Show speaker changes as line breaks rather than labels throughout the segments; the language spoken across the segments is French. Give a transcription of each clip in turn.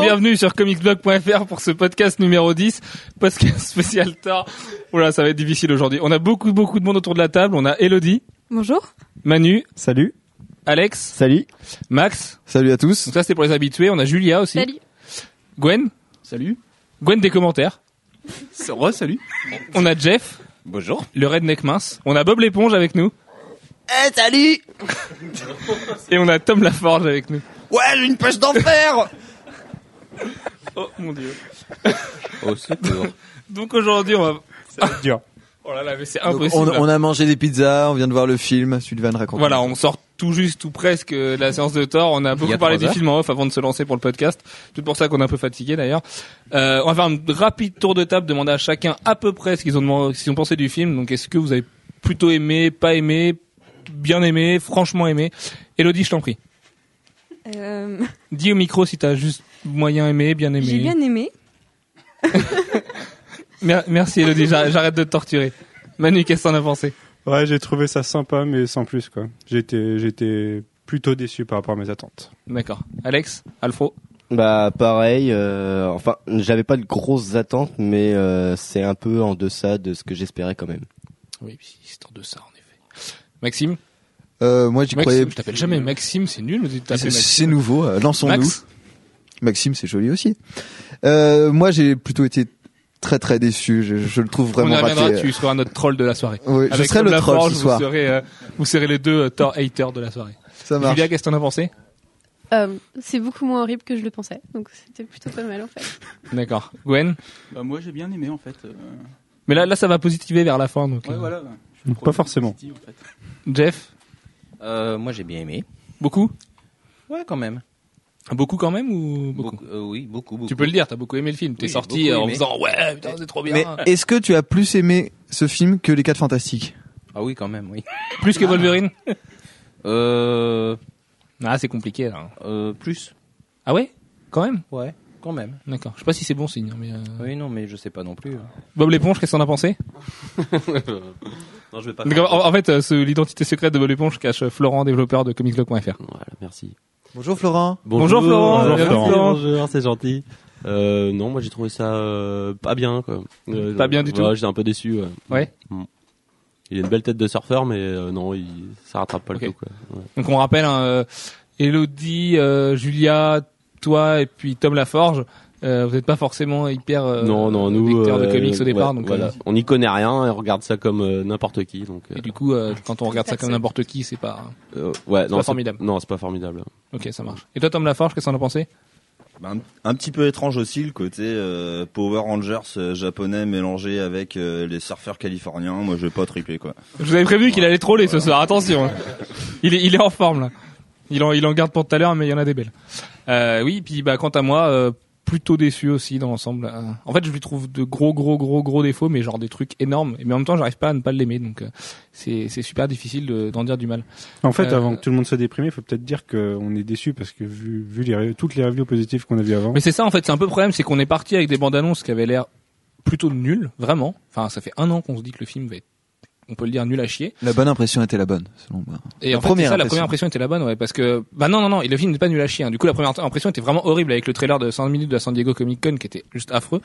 bienvenue sur comicsblog.fr pour ce podcast numéro 10, podcast spécial tard. Oula, ça va être difficile aujourd'hui. On a beaucoup, beaucoup de monde autour de la table. On a Elodie,
Bonjour.
Manu,
Salut.
Alex,
Salut.
Max.
Salut à tous.
Donc ça, c'était pour les habitués. On a Julia aussi.
Salut.
Gwen.
Salut.
Gwen des commentaires.
Re, salut.
On a Jeff,
Bonjour.
le redneck mince. On a Bob l'éponge avec nous.
Eh, salut
Et on a Tom Laforge avec nous.
Ouais, j'ai une pêche d'enfer
Oh mon dieu.
Oh,
Au secours.
Donc aujourd'hui, on va...
dur.
Oh là là, mais c'est
Donc,
impossible.
on, on a mangé des pizzas, on vient de voir le film, Sullivan raconte.
Voilà, on sort tout juste, tout presque euh, de la séance de Thor. On a beaucoup
trois
parlé du
heures.
film en off avant de se lancer pour le podcast. C'est pour ça qu'on est un peu fatigué d'ailleurs. Euh, on va faire un rapide tour de table, demander à chacun à peu près ce qu'ils ont, demandé- ce qu'ils ont pensé du film. Donc est-ce que vous avez plutôt aimé, pas aimé, bien aimé, franchement aimé Elodie, je t'en prie.
Euh,
Dis au micro si t'as juste moyen aimé, bien aimé.
J'ai bien aimé.
Mer- merci Elodie, j'arrête j'arrête de te torturer. Manu, qu'est-ce que t'en as pensé
Ouais, j'ai trouvé ça sympa, mais sans plus, quoi. J'étais, j'étais plutôt déçu par rapport à mes attentes.
D'accord. Alex Alfro
Bah pareil, euh, enfin j'avais pas de grosses attentes mais euh, c'est un peu en deçà de ce que j'espérais quand même.
Oui, histoire de ça en effet. Maxime
Euh, moi j'y
Maxime,
croyais.
je t'appelle jamais Maxime, c'est nul, mais tu t'appelles
C'est-
Maxime.
C'est nouveau, euh, lançons-nous.
Max
Maxime, c'est joli aussi. Euh, moi j'ai plutôt été très très déçu, je, je le trouve
on y
vraiment raté.
reviendra, tu seras notre troll de la soirée.
Oui, je
Avec
serai
Tom
le
Laforge,
troll ce soir.
Vous serez, euh, vous serez les deux euh, Thor haters de la soirée.
Ça marche.
Julia, qu'est-ce que t'en as pensé
Euh, c'est beaucoup moins horrible que je le pensais, donc c'était plutôt pas mal en fait.
D'accord. Gwen
Bah, moi, j'ai bien aimé, en fait. euh,
Mais là, là, ça va positiver vers la fin. Donc,
Ouais,
euh,
voilà. Je suis le
Pas
premier
forcément.
positif, en fait.
Jeff,
Euh, moi j'ai bien aimé.
beaucoup
Ouais, quand même.
Ah, Beaucoup quand même ou beaucoup,
Beaucoup, euh, oui, beaucoup, beaucoup.
Tu peux le dire, t'as beaucoup aimé le film. T'es
Oui, j'ai
sorti
beaucoup
euh, en
aimé.
faisant ouais, putain, c'est trop bien.
Mais est-ce que tu as plus aimé ce film que Les 4 Fantastiques
Ah oui, quand même, oui. Ah.
Plus que Wolverine
Euh,
Ah, c'est compliqué là.
euh, plus.
Ah ouais Quand même
Ouais, quand même.
D'accord. Je sais pas si c'est bon signe. Mais euh,
Oui, non, mais je sais pas non plus. hein.
Bob l'éponge, qu'est-ce que t'en as pensé
Non, je vais pas.
Donc,
faire-
en, en fait, euh, ce- l'identité secrète de Bob l'éponge cache euh, Florent, développeur de comicsblog.fr.
Voilà, merci.
Bonjour Florent.
Bonjour, Florent.
Bonjour,
Bonjour,
merci,
Florent.
bonjour, c'est gentil. Euh, non, moi j'ai trouvé ça euh, pas bien quoi. Euh,
Pas bien du
ouais,
tout.
J'étais un peu déçu. Ouais.
Ouais.
Mm. Il a une belle tête de surfeur, mais euh, non, il, ça rattrape pas
Ok.
le tout quoi. Ouais.
Donc on rappelle hein, euh, Elodie, euh, Julia, toi et puis Tom Laforge. Euh, vous n'êtes pas forcément hyper euh,
non, non, nous.
lecteurs de
euh,
comics au
ouais,
départ, donc
voilà.
euh,
on n'y connaît rien et on regarde ça comme euh, n'importe qui. Donc, euh,
et du coup, euh, quand on regarde ça comme
Personne.
n'importe qui, c'est pas.
euh, ouais,
c'est
non,
pas formidable.
Non, c'est pas formidable.
Ok, ça marche. Et toi, Tom Laforge, qu'est-ce que t'en as pensé
Bah, un, un petit peu étrange aussi le côté euh, Power Rangers euh, japonais mélangé avec euh, les surfeurs californiens. Moi, je vais pas triper quoi.
Je vous avais prévenu qu'il allait troller ce soir. Attention, il est, il est en forme là. Il en, il en garde pour tout à l'heure, mais il y en a des belles. Euh, oui, puis bah quant à moi, euh, plutôt déçu aussi dans l'ensemble. Euh, en fait, je lui trouve de gros, gros, gros, gros défauts, mais genre des trucs énormes. Mais en même temps, j'arrive pas à ne pas l'aimer, donc euh, c'est c'est super difficile de- d'en dire du mal.
En fait,
Euh,
avant que tout le monde soit déprimé, il faut peut-être dire qu'on est déçu parce que vu, vu les, ré- toutes les reviews positives qu'on a vues avant.
Mais c'est ça en fait, c'est un peu le problème, c'est qu'on est parti avec des bandes annonces qui avaient l'air plutôt nulles, vraiment. Enfin, ça fait un an qu'on se dit que le film va être, on peut le dire, nul à chier.
La bonne impression était la bonne, selon moi.
Et
La
en fait, c'est
première
ça, la
impression.
première impression était la bonne, ouais, parce que bah non non non, et le film n'est pas nul à chier. hein. Du coup, la première impression était vraiment horrible avec le trailer de 100 minutes de la San Diego Comic Con qui était juste affreux.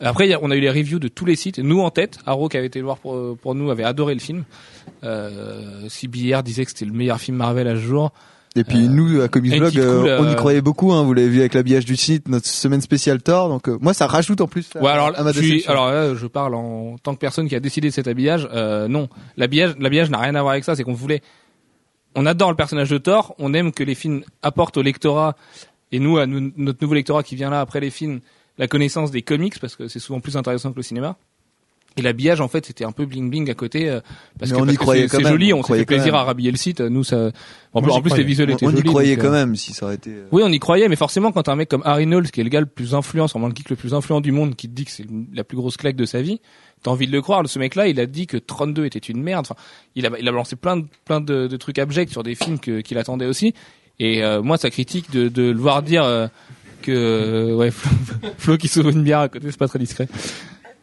Après, il y a- on a eu les reviews de tous les sites. Nous en tête, Arrow qui avait été le voir pour, euh, pour nous avait adoré le film. Euh, CBR disait que c'était le meilleur film Marvel à ce jour.
Et puis
Euh,
nous, à Comics
et
Blog,
qui coule,
euh, on
euh,
y croyait beaucoup. Hein, vous l'avez vu avec l'habillage du site, notre semaine spéciale Thor. Donc euh, moi, ça rajoute en plus. à-
Ouais, alors,
à ma
je suis-
déception.
alors là, je parle en tant que personne qui a décidé de cet habillage. Euh, non, l'habillage, l'habillage n'a rien à voir avec ça. C'est qu'on voulait, on adore le personnage de Thor. On aime que les films apportent au lectorat et nous, à nous- notre nouveau lectorat qui vient là après les films, la connaissance des comics parce que c'est souvent plus intéressant que le cinéma. Et l'habillage, en fait, c'était un peu bling bling à côté euh, parce
Mais
que
on y
parce que
croyait
c'est-
quand
c'est
même,
joli.
on
On s'est
croyait
fait
quand
plaisir
même.
à rhabiller le site. Nous, ça, en plus,
Moi, j'y
en plus, les
croyais.
visuels étaient
on, on
jolis.
y croyait
donc, euh,
quand même, si ça aurait été. euh,
oui, on y croyait, mais forcément, quand un mec comme Harry Knowles, qui est le gars le plus influent, sur le geek le plus influent du monde, qui te dit que c'est la plus grosse claque de sa vie, t'as envie de le croire. Ce mec-là, il a dit que 32 était une merde. Enfin, il a, il a balancé plein de, plein de, de trucs abjects sur des films que- qu'il attendait aussi. Et euh, moi, sa critique de, de le voir dire euh, que euh, ouais, Flo, Flo qui s'ouvre une bière à côté, c'est pas très discret.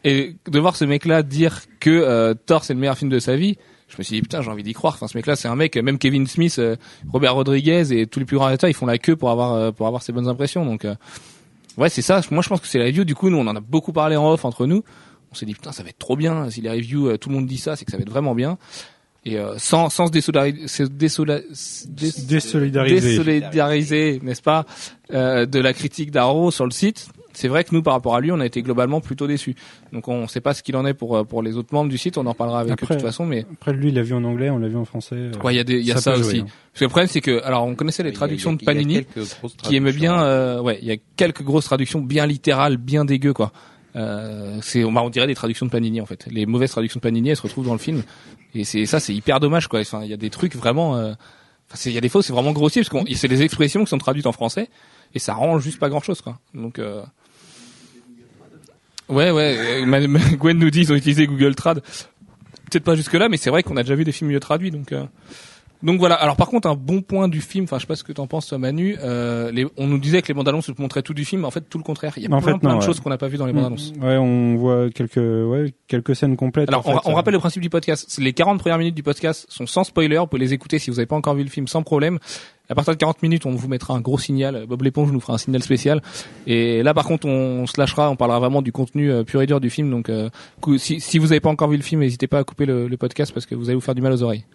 Et de voir ce mec-là dire que euh, Thor c'est le meilleur film de sa vie, je me suis dit putain, j'ai envie d'y croire. Enfin, ce mec-là, c'est un mec. Même Kevin Smith, euh, Robert Rodriguez et tous les plus grands acteurs, ils font la queue pour avoir euh, pour avoir ces bonnes impressions. Donc euh, Ouais, c'est ça. Moi, je pense que c'est la review. Du coup, nous, on en a beaucoup parlé en off entre nous. On s'est dit, putain, ça va être trop bien. Si les reviews, euh, tout le monde dit ça, c'est que ça va être vraiment bien. Et euh, sans, sans se désolari- se désola- se dés-
Désolidariser.
désolidariser, n'est-ce pas, euh, de la critique d'Arrow sur le site, c'est vrai que nous, par rapport à lui, on a été globalement plutôt déçus. Donc, on ne sait pas ce qu'il en est pour, euh, pour les autres membres du site. On en reparlera avec eux
Après-
de toute façon. Mais
Après, lui, il l'a vu en anglais, on l'a vu en français. euh,
ouais, il y a, des, il y a ça,
peut jouer,
aussi.
hein.
Parce que le problème, c'est que, alors, on connaissait les traductions de Panini qui aimait bien euh, ouais il y a quelques grosses traductions bien littérales bien dégueu quoi euh, c'est on, va- on dirait des traductions de Panini en fait les mauvaises traductions de Panini elles se retrouvent dans le film et c'est ça c'est hyper dommage quoi enfin il y a des trucs vraiment euh, enfin, c'est- il y a des fois où c'est vraiment grossier parce que c'est les expressions qui sont traduites en français et ça rend juste pas grand chose quoi donc euh, ouais ouais euh, ma- ma- Gwen nous dit ils ont utilisé Google Trad peut-être pas jusque là mais c'est vrai qu'on a déjà vu des films mieux traduits donc euh, donc voilà. Alors par contre, un bon point du film, enfin je sais pas ce que t'en penses toi Manu, euh, les- on nous disait que les bandes annonces montraient tout du film, en fait tout le contraire. Il y a
En
plein,
fait,
plein
non,
de
ouais. Mm,
choses qu'on n'a pas vues dans les bandes annonces.
Ouais, on voit quelques, ouais, quelques scènes complètes.
Alors
en
on, ra-
fait,
on
euh,
rappelle le principe du podcast. C'est Les 40 premières minutes du podcast sont sans spoiler, vous pouvez les écouter si vous n'avez pas encore vu le film sans problème. À partir de 40 minutes, on vous mettra un gros signal. Bob l'éponge nous fera un signal spécial. Et là, par contre, on, se lâchera. On parlera vraiment du contenu euh, pur et dur du film. Donc, euh, cou- si, si vous n'avez pas encore vu le film, n'hésitez pas à couper le, le podcast parce que vous allez vous faire du mal aux oreilles.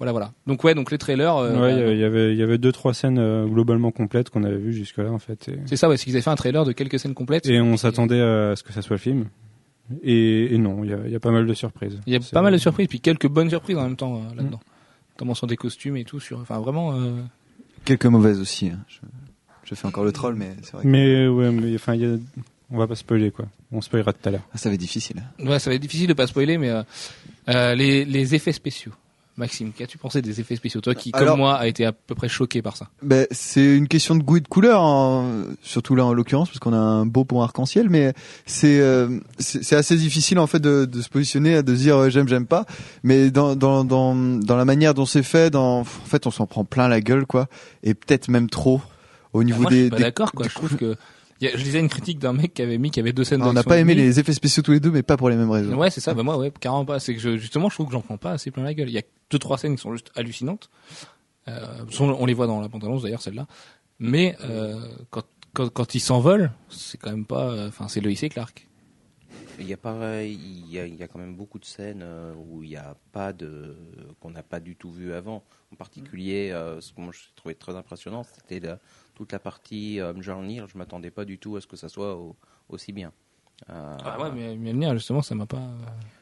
Voilà, voilà. Donc ouais, donc les trailers. euh,
ouais, il y
bah,
avait- il y avait, il y avait deux, trois scènes euh, globalement complètes qu'on avait vues jusque-là, en fait. et-
C'est ça, ouais, c'est qu'ils avaient fait un trailer de quelques scènes complètes.
Et on s'attendait à ce que ça soit le film. Et, et non, il y a, il y a pas mal de surprises.
Il y a
C'est- Mm.
pas mal de surprises, puis quelques bonnes surprises en même temps euh, là-dedans. Notamment sur des costumes et tout, sur, enfin vraiment. euh,
Quelques mauvaises aussi. hein. Je, je fais encore le troll, mais c'est vrai. Que...
Mais ouais, mais enfin, il y a- on va pas spoiler quoi. On spoilera tout à l'heure.
Ah, ça va être difficile.
Ouais, ça va être difficile de pas spoiler, mais euh, euh, les, les effets spéciaux. Maxime, qu'as-tu pensé des effets spéciaux Toi qui, comme
Alors-
moi, a été à peu près choqué par ça.
Ben, c'est une question de goût et de couleur, hein, surtout là en l'occurrence, parce qu'on a un beau pont arc-en-ciel, mais c'est euh, c'est c'est assez difficile en fait de, de se positionner, de se dire euh, j'aime, j'aime pas. Mais dans, dans, dans, dans la manière dont c'est fait, dans, en fait, on s'en prend plein la gueule, quoi, et peut-être même trop au
Ah,
niveau
moi, je
des.
suis pas
des-
d'accord, quoi. Je trouve que. y a- je lisais une critique d'un mec qui avait mis qu'il y avait deux scènes
on n'a
d'action
pas aimé
ennemies.
les effets spéciaux tous les deux, mais pas pour les mêmes raisons.
Ouais, c'est ça. Bah moi, ouais, carrément pas. C'est que je, justement, je trouve que j'en prends pas assez plein la gueule. Il y a deux trois scènes qui sont juste hallucinantes. Euh, sont- on les voit dans la bande-annonce d'ailleurs celle-là. Mais euh, quand quand, quand ils s'envolent, c'est quand même pas. euh, Enfin, c'est Loïs et Clark.
Il y a pas, il y a, il y a quand même beaucoup de scènes euh, où il n'y a pas de, qu'on n'a pas du tout vu avant. En particulier,
Mm.
euh, ce que moi je trouvais très impressionnant, c'était la- toute la partie euh, Mjolnir. Je m'attendais pas du tout à ce que ça soit au- aussi bien. Euh,
Ah ouais, mais Mjolnir justement, ça m'a pas. euh,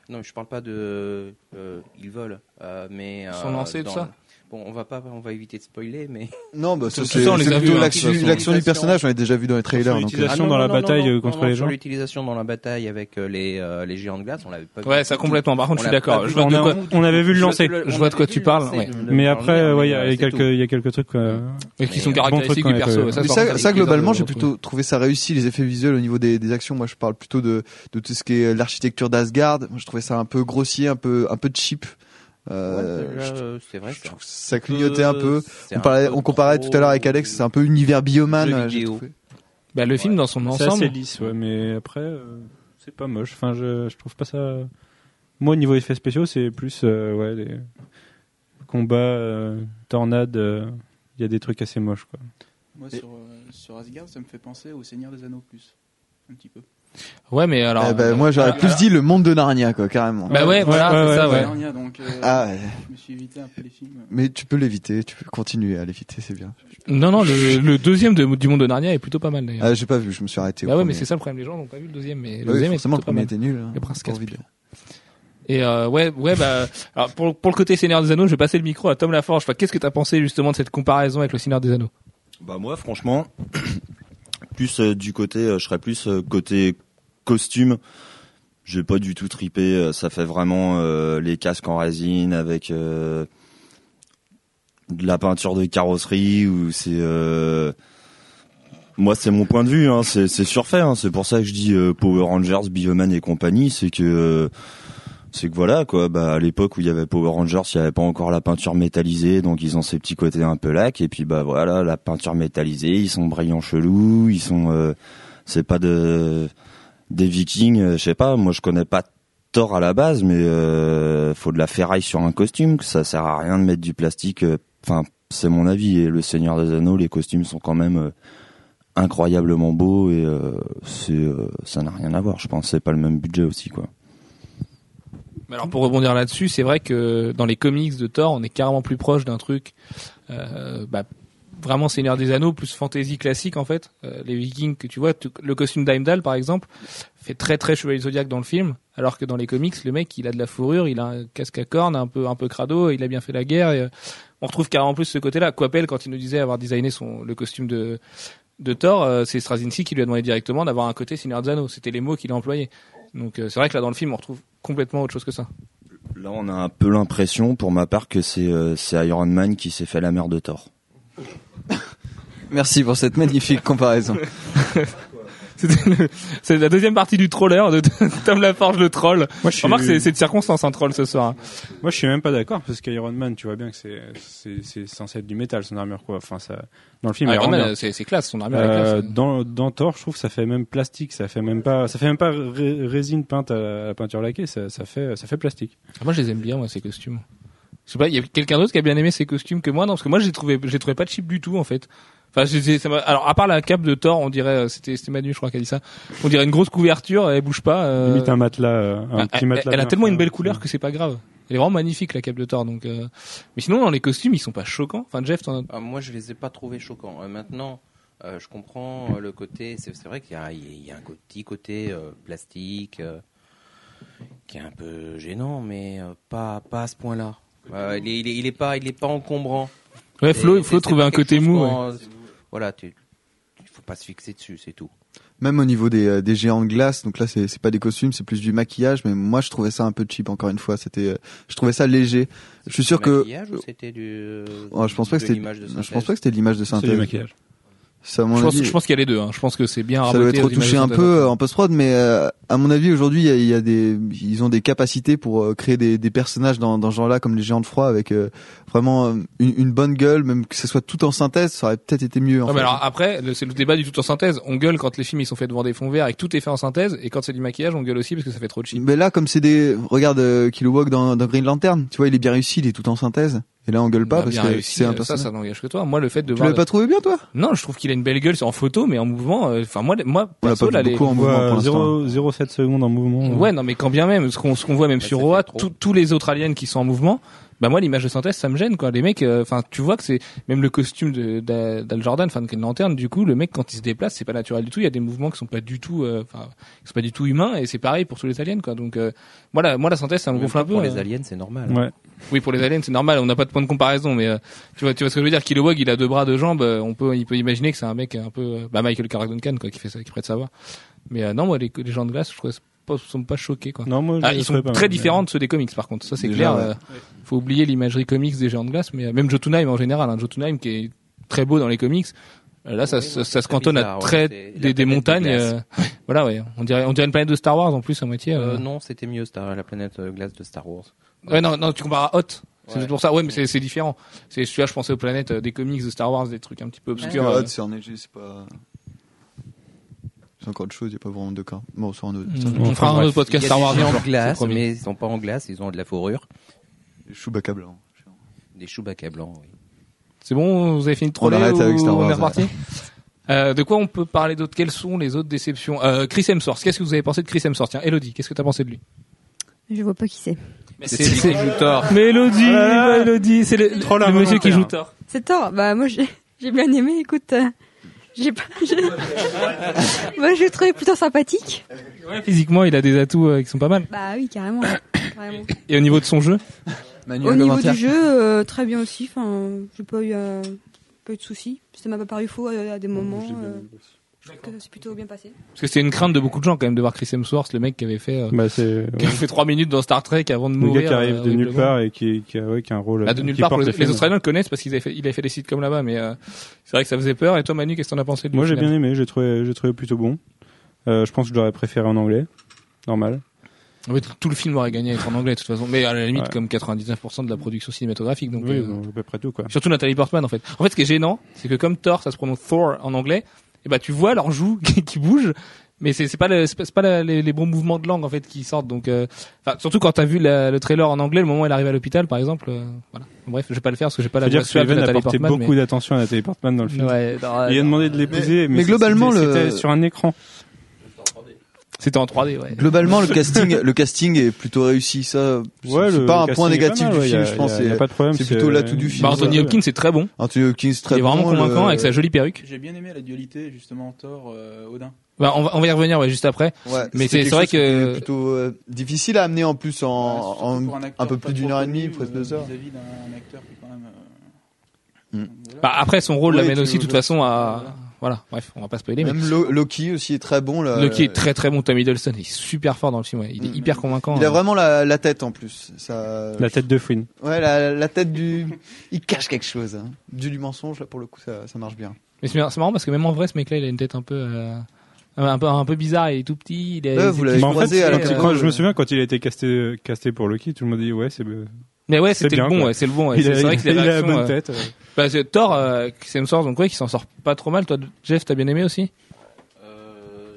Non, mais je parle pas de, euh, ils volent, euh, mais
Ils sont
euh,
lancés, tout
dans-
ça
Bon, on va pas, on va éviter de spoiler, mais
Non, bah, ça,
Tout
c'est
ça, on les
c'est
a
plutôt
vus, hein,
l'action
de toute façon.
l'action du personnage, on l'a déjà vu dans les trailers. Donc, euh,
l'utilisation
Ah,
dans la bataille, euh, contre les
sur
gens.
l'utilisation dans la bataille avec euh, les euh, les géants de glace, on l'avait pas.
Ouais,
vu
ça
du tout.
complètement. Par contre,
On
je suis
l'a
d'accord.
pas
Je
vu
vois de
dans
quoi.
la-
on avait vu le
Je-
lancer.
le-
Je
on
vois de quoi
avait
tu
vu
parles,
lancer
ouais.
de- de
mais
Mjolnir,
après, euh, ouais, il y a-
mais,
il y, a
c'est
quelques,
tout.
il y a quelques trucs. euh,
Et qui
Mais
sont
bon
caractéristiques
truc,
du
quand
perso.
même. euh,
ouais,
Mais
ça,
ça,
c'est
ça,
encore-
globalement, j'ai plutôt trouvé ça réussi, les effets visuels au niveau des, des actions. Moi, je parle plutôt de, de tout ce qui est euh, l'architecture d'Asgard. Moi, je trouvais ça un peu grossier, un peu, un peu cheap. Euh,
Ouais,
je
là,
trouve-
euh, c'est vrai. Euh,
je
c'est
trouve
un
que ça clignotait un peu.
c'est
On,
un
parlait,
peu
on comparait
trop
tout à l'heure avec Alex, c'est un peu univers bioman.
jeu
euh, j'ai
vidéo.
trouvé.
Bah, le film dans son
C'est assez
ensemble.
lisse, ouais, mais après, euh, c'est pas moche. Enfin, je, je trouve pas ça. Moi, au niveau effets spéciaux, c'est plus euh, ouais, des combats, euh, tornades. euh, Il y a des trucs assez moches, quoi.
Moi, sur, euh, sur Asgard, ça me fait penser au Seigneur des Anneaux plus. Un petit peu.
Ouais, mais alors.
Eh ben,
euh,
moi, j'aurais plus dit le monde de Narnia, quoi, carrément.
Bah ouais,
Ouais,
voilà,
ouais,
c'est ça,
ouais,
ouais.
Narnia, donc euh,
Ah, ouais.
je me suis évité un peu les films.
mais tu peux l'éviter, tu peux continuer à l'éviter, c'est bien.
Non, non, le, le deuxième de- du monde de Narnia est plutôt pas mal d'ailleurs.
Ah, j'ai pas vu, je me suis arrêté.
bah
au
ouais, mais
premier.
c'est ça le problème. Les gens n'ont pas vu le deuxième, mais le
Bah oui,
deuxième est
forcément, le
plutôt pas
premier
mal.
était nul. hein.
Le prince
Pas envie de-
Et euh, ouais, ouais, bah, alors pour, pour le côté Seigneur des Anneaux, je vais passer le micro à Tom Laforge. Enfin, qu'est-ce que t'as pensé justement de cette comparaison avec le Seigneur des Anneaux
Bah moi franchement, plus euh, du côté, euh, je serais plus euh, côté costume. J'ai pas du tout tripé. euh, ça fait vraiment euh, les casques en résine avec euh, de la peinture de carrosserie ou c'est. euh, Moi c'est mon point de vue. Hein, c'est c'est surfait. hein, c'est pour ça que je dis euh, Power Rangers, Bioman et compagnie. C'est que euh, c'est que voilà quoi bah à l'époque où il y avait Power Rangers il y avait pas encore la peinture métallisée donc ils ont ces petits côtés un peu lac et puis bah voilà la peinture métallisée ils sont brillants chelous ils sont euh, c'est pas de des Vikings euh, je sais pas moi je connais pas Thor à la base mais euh, faut de la ferraille sur un costume que ça sert à rien de mettre du plastique euh, enfin c'est mon avis et le Seigneur des Anneaux les costumes sont quand même euh, incroyablement beau et euh, c'est, euh, ça n'a rien à voir. Je pense que c'est pas le même budget aussi quoi.
Mais alors pour rebondir là-dessus, c'est vrai que dans les comics de Thor, on est carrément plus proche d'un truc euh, bah, vraiment Seigneur des Anneaux plus fantasy classique en fait. Euh, les Vikings que tu vois, tu- le costume d'Heimdall par exemple, fait très très chevalier zodiaque dans le film, alors que dans les comics, le mec il a de la fourrure, il a un casque à cornes, un peu un peu crado, il a bien fait la guerre. Et, euh, on retrouve carrément plus ce côté-là. Coppel quand il nous disait avoir designé son le costume de de Thor, euh, c'est Straczynski qui lui a demandé directement d'avoir un côté Seigneur des Anneaux. C'était les mots qu'il a employés. Donc euh, c'est vrai que là dans le film, on retrouve complètement autre chose que ça.
Là, on a un peu l'impression, pour ma part, que c'est euh, c'est Iron Man qui s'est fait la mère de Thor.
Merci pour cette magnifique comparaison.
C'était le- C'est la deuxième partie du troller de Tom Laforge le troll.
Moi, je suis,
Remarque, c'est c'est de circonstance hein, un troll ce soir.
moi, je suis même pas d'accord parce qu'Iron Man, tu vois bien que c'est, c'est, c'est censé être du métal, son armure, quoi. Enfin, ça, dans le film,
Iron Man,
Man,
euh, c'est c'est classe, son armure est
Euh,
classe.
dans, dans Thor, je trouve que ça fait même plastique, ça fait même pas, ça fait même pas ré- résine peinte à la, à la peinture laquée, ça, ça fait, ça fait plastique.
Ah, Moi, je les aime bien, moi, ces costumes. Je sais pas, il y a quelqu'un d'autre qui a bien aimé ces costumes que moi, non Parce que moi, j'ai trouvé, j'ai trouvé pas cheap du tout, en fait. Enfin, j'ai- j'ai- ça m'a- alors à part la cape de Thor, on dirait, euh, c'était c'était Manu, je crois, qui a dit ça. On dirait une grosse couverture, elle bouge pas. euh,
Limite un matelas, euh, un
Ah,
petit
elle-
matelas.
elle, a
bien
tellement
fait,
une belle
euh,
couleur que c'est pas grave. Elle est vraiment magnifique la cape de Thor. Donc, euh, mais sinon, dans les costumes, ils sont pas choquants. Enfin, Jeff, t'en as-
Ah, moi, je les ai pas trouvés choquants. Euh, maintenant, euh, je comprends euh, le côté. C'est c'est vrai qu'il y, a- il y a un petit côté euh, plastique euh, qui est un peu gênant, mais euh, pas, pas à ce point-là. Euh, il, est, il est- il est pas, il est pas encombrant.
Ouais, Flo,
Et-
Flo
et
trouver
c'est
un
quelque
côté
chose
mou. ouais.
qu'on- Voilà, tu, il faut pas se fixer dessus, c'est tout.
Même au niveau des, euh, des géants de glace, donc là c'est c'est pas des costumes, c'est plus du maquillage, mais moi je trouvais ça un peu cheap encore une fois. C'était, euh, je trouvais ça léger. Je suis sûr
C'était du
que,
maquillage ou c'était du.
Ouais, je pense pas
de
que c'était,
l'image de
je pense
synthèse
pas que c'était de l'image de
C'est du
synthèse.
maquillage.
Ça, à mon
Je pense,
avis-
je pense qu'il y a les deux. Hein. Je pense que c'est bien.
ça doit
raboté
être
aux
retouché
images
un
de
peu euh,
synthèse.
en post-prod, mais euh, à mon avis aujourd'hui il y a- il y, a des, ils ont des capacités pour euh, créer des, des personnages dans, dans ce genre-là comme les géants de froid avec euh, vraiment euh, une, une bonne gueule, même que ce soit tout en synthèse, ça aurait peut-être été mieux. en
Ouais,
fait.
mais alors après, le- c'est le débat du tout en synthèse. On gueule quand les films ils sont faits devant des fonds verts et que tout est fait en synthèse, et quand c'est du maquillage, on gueule aussi parce que ça fait trop cheap.
Mais là, comme c'est des, regarde euh, Kilowog dans, dans Green Lantern, tu vois, il est bien réussi, il est tout en synthèse. Et là, on gueule pas
Bah,
parce
bien
que
réussi,
c'est un
euh, ça,
personnage.
ça n'engage que toi. Moi, le fait de
tu
voir,
l'avais pas trouvé bien, toi
non, je trouve qu'il a une belle gueule, c'est en photo, mais en mouvement. euh, Enfin, moi, moi,
On l'a
perso,
pas vu
là, les-
beaucoup en
On
mouvement pour
voit
l'instant.
0 0,7 secondes en mouvement.
Ouais, non, mais quand bien même, ce qu'on ce qu'on voit même
Bah,
sur
ça
Roa,
fait trop.
tout- tous les autres aliens qui sont en mouvement, bah moi l'image de synthèse ça me gêne quoi. Les mecs, euh, enfin tu vois que c'est même le costume de d'A- d'Al Jordan, enfin de Green Lantern, du coup le mec quand il se déplace c'est pas naturel du tout. Il y a des mouvements qui sont pas du tout, euh, enfin qui sont pas du tout humains et c'est pareil pour tous les aliens quoi. Donc euh, moi la, moi la synthèse ça me
Même
gonfle un peu.
Pour
hein.
les aliens, c'est normal.
Ouais.
Oui, pour les aliens, c'est normal, on n'a pas de point de comparaison, mais euh, tu vois, tu vois ce que je veux dire. Kilowog, il a deux bras, deux jambes, euh, on peut, il peut imaginer que c'est un mec un peu, euh, bah Michael Caraguncan quoi, qui fait ça, qui prête sa voix. Mais euh, non, moi, les, les gens de glace, je trouve, pas, sont pas choqués quoi.
Non, moi, je
Ah,
le
ils sont
trouvais pas
très
mal, mais-
différents de ceux des comics, par contre. Ça, c'est
Déjà,
clair.
ouais.
euh, faut oublier l'imagerie comics des géants de glace, mais euh, même Jotunheim en général. Hein, Jotunheim qui est très beau dans les comics. euh, Là, ça,
Ouais,
ça-
ouais,
ça se
c'est
cantonne à
bizarre, ouais,
très
c'est la
des,
planète
des
de
montagnes.
glace.
euh, voilà, ouais. On dirait, on dirait une planète de Star Wars en plus à moitié.
Euh,
euh.
non, c'était mieux Star, la planète euh, glace de Star Wars.
Ouais, non, non, tu compares à Hot. C'est
Ouais.
pour ça. Ouais, mais c'est, c'est différent. C'est celui-là, je pensais aux planètes euh, des comics de Star Wars, des trucs un petit peu obscurs.
Parce que
euh.
Hot, c'est enneigé, c'est pas. C'est encore autre chose, il n'y a pas vraiment de cas. Bon, sur un autre.
Mm. On, fera un autre podcast
Il y a
Star
des
Wars.
géants
un
en
jour, c'est
glace,
promis.
mais ils sont pas en glace, ils ont de la fourrure.
Chewbacca blanc.
Des Chewbacca blancs, oui.
C'est bon, Euh, vous avez fini de troller
arrête
ou
avec Star Wars,
On est reparti Euh, de quoi on peut parler d'autre Quelles sont les autres déceptions euh, Chris Hemsworth, qu'est-ce que vous avez pensé de Chris Hemsworth Tiens, Elodie, qu'est-ce que t'as pensé de lui
Je vois pas qui c'est.
C'est lui qui joue Thor. Oh Mais Elodie, bah, Elodie, c'est le, le monsieur qui joue Thor.
C'est tort. Bah moi j'ai j'ai bien aimé. Écoute, euh, j'ai pas. j'ai- moi je le trouvais plutôt sympathique.
Ouais, physiquement, il a des atouts euh, qui sont pas mal.
Bah oui carrément. carrément.
Et au niveau de son jeu
Au niveau du jeu, euh, très bien aussi. Enfin, j'ai pas eu euh, pas eu de soucis. Ça m'a pas paru faux à, à des moments. euh, je trouve que c'est plutôt bien passé.
Parce que c'était une crainte de beaucoup de gens quand même de voir Chris Hemsworth, le mec qui avait fait, euh,
Bah, c'est
qui avait fait 3 minutes dans Star Trek avant de
le
mourir.
gars qui arrive
euh,
de nulle
horriblement.
part et qui, qui, a- ouais, qui a un rôle.
Bah,
euh,
de nulle
qui
part, pour
porte
les,
le film.
les Australiens le connaissent parce qu'il avait fait, il avait fait des sitcoms là-bas, mais euh, c'est vrai que ça faisait peur. Et toi, Manu, qu'est-ce que t'en as pensé de lui,
Moi, j'ai
au final
bien aimé, j'ai trouvé, j'ai trouvé plutôt bon. Euh, je pense que je l'aurais préféré en anglais. Normal.
En fait, tout le film aurait gagné à être en anglais de toute façon, mais à la limite
Ouais.
comme 99% de la production cinématographique. Donc,
oui,
euh,
bon, à peu près tout, quoi.
surtout Nathalie Portman en fait. En eh ben, fait, ce qui est gênant, c'est que comme Thor, ça se prononce Thor en anglais, et bah tu vois leurs joues qui, qui bougent, mais c'est c'est pas le- c'est pas, c'est pas la- les, les bons mouvements de langue en fait qui sortent donc euh, enfin, surtout quand t'as vu la- le trailer en anglais le moment où elle arrive à l'hôpital par exemple euh, voilà bref je vais pas le faire parce que j'ai pas
Faut
la
dire
voix
que
suave de
Sullivan a
Nathalie
porté
Portman,
beaucoup
mais-
d'attention à Nathalie Portman dans le film.
Ouais, non,
Il a
non,
demandé de
non.
l'épouser,
Mais-
mais,
mais
c'est-
globalement,
c'était-
le-
c'était sur un écran.
c'était en 3D ouais
Globalement, le casting, le casting est plutôt réussi. Ça, c'est-
Ouais,
c'est
le
pas un
casting
point
est pas
négatif
mal,
du
ouais,
film,
y a-
je pense.
y a- y a
c'est-
pas de problème,
C'est
c'est-
plutôt l'atout du
Bah,
film.
Bah, Anthony
ouais.
Hopkins c'est très bon
Anthony Hopkins, très
il est vraiment
bon, le-
convaincant avec sa jolie perruque
J'ai bien aimé la dualité, justement, Thor, euh, Odin.
Bah, on va on va y revenir ouais, juste après
Ouais,
mais c'est
c'était quelque
c'est vrai
chose qui était
que
plutôt euh, difficile à amener en plus
Ouais,
en,
surtout
en
pour
un,
acteur
peu
pas
plus d'une
trop
heure et demie,
connu,
presque
euh,
deux heures.
Vis-à-vis d'un acteur qui est quand même. euh,
Hmm.
voilà.
bah, après son rôle
Ouais,
l'amène
tu-
aussi de toute façon à voilà bref on va pas spoiler mais
Même Lo- Loki aussi est très bon. Là,
Loki est très très bon Tom Hiddleston il est super fort dans le film ouais. il est
Euh, Mm.
hyper convaincant
Il a
hein.
vraiment la, la tête en plus. Ça,
La tête de Fouine.
Ouais, la, la tête du. Il cache quelque chose. hein. Du, du mensonge, là, pour le coup, ça, ça marche bien.
Mais c'est mar- c'est marrant parce que même en vrai, ce mec-là, il a une tête un peu, euh, un peu, un peu bizarre. Il est tout petit. Il a-
Ouais,
il a-
vous l'avez
Mais en fait,
croisé à
la
quand-
télé,
quand-
euh,
je me souviens quand il a été casté, casté pour Loki, tout le monde dit ouais, c'est
Mais ouais,
C'est
c'était
bien,
le bon.
quoi.
ouais, c'est le bon. ouais.
il
C'est
a,
c'est vrai que les
il a la
réactions.
bonne
euh,
tête. euh.
bah, c'est Thor, euh, qui Hemsworth, donc ouais, qui s'en sort pas trop mal. Toi, Jeff, t'as bien aimé aussi.
Euh,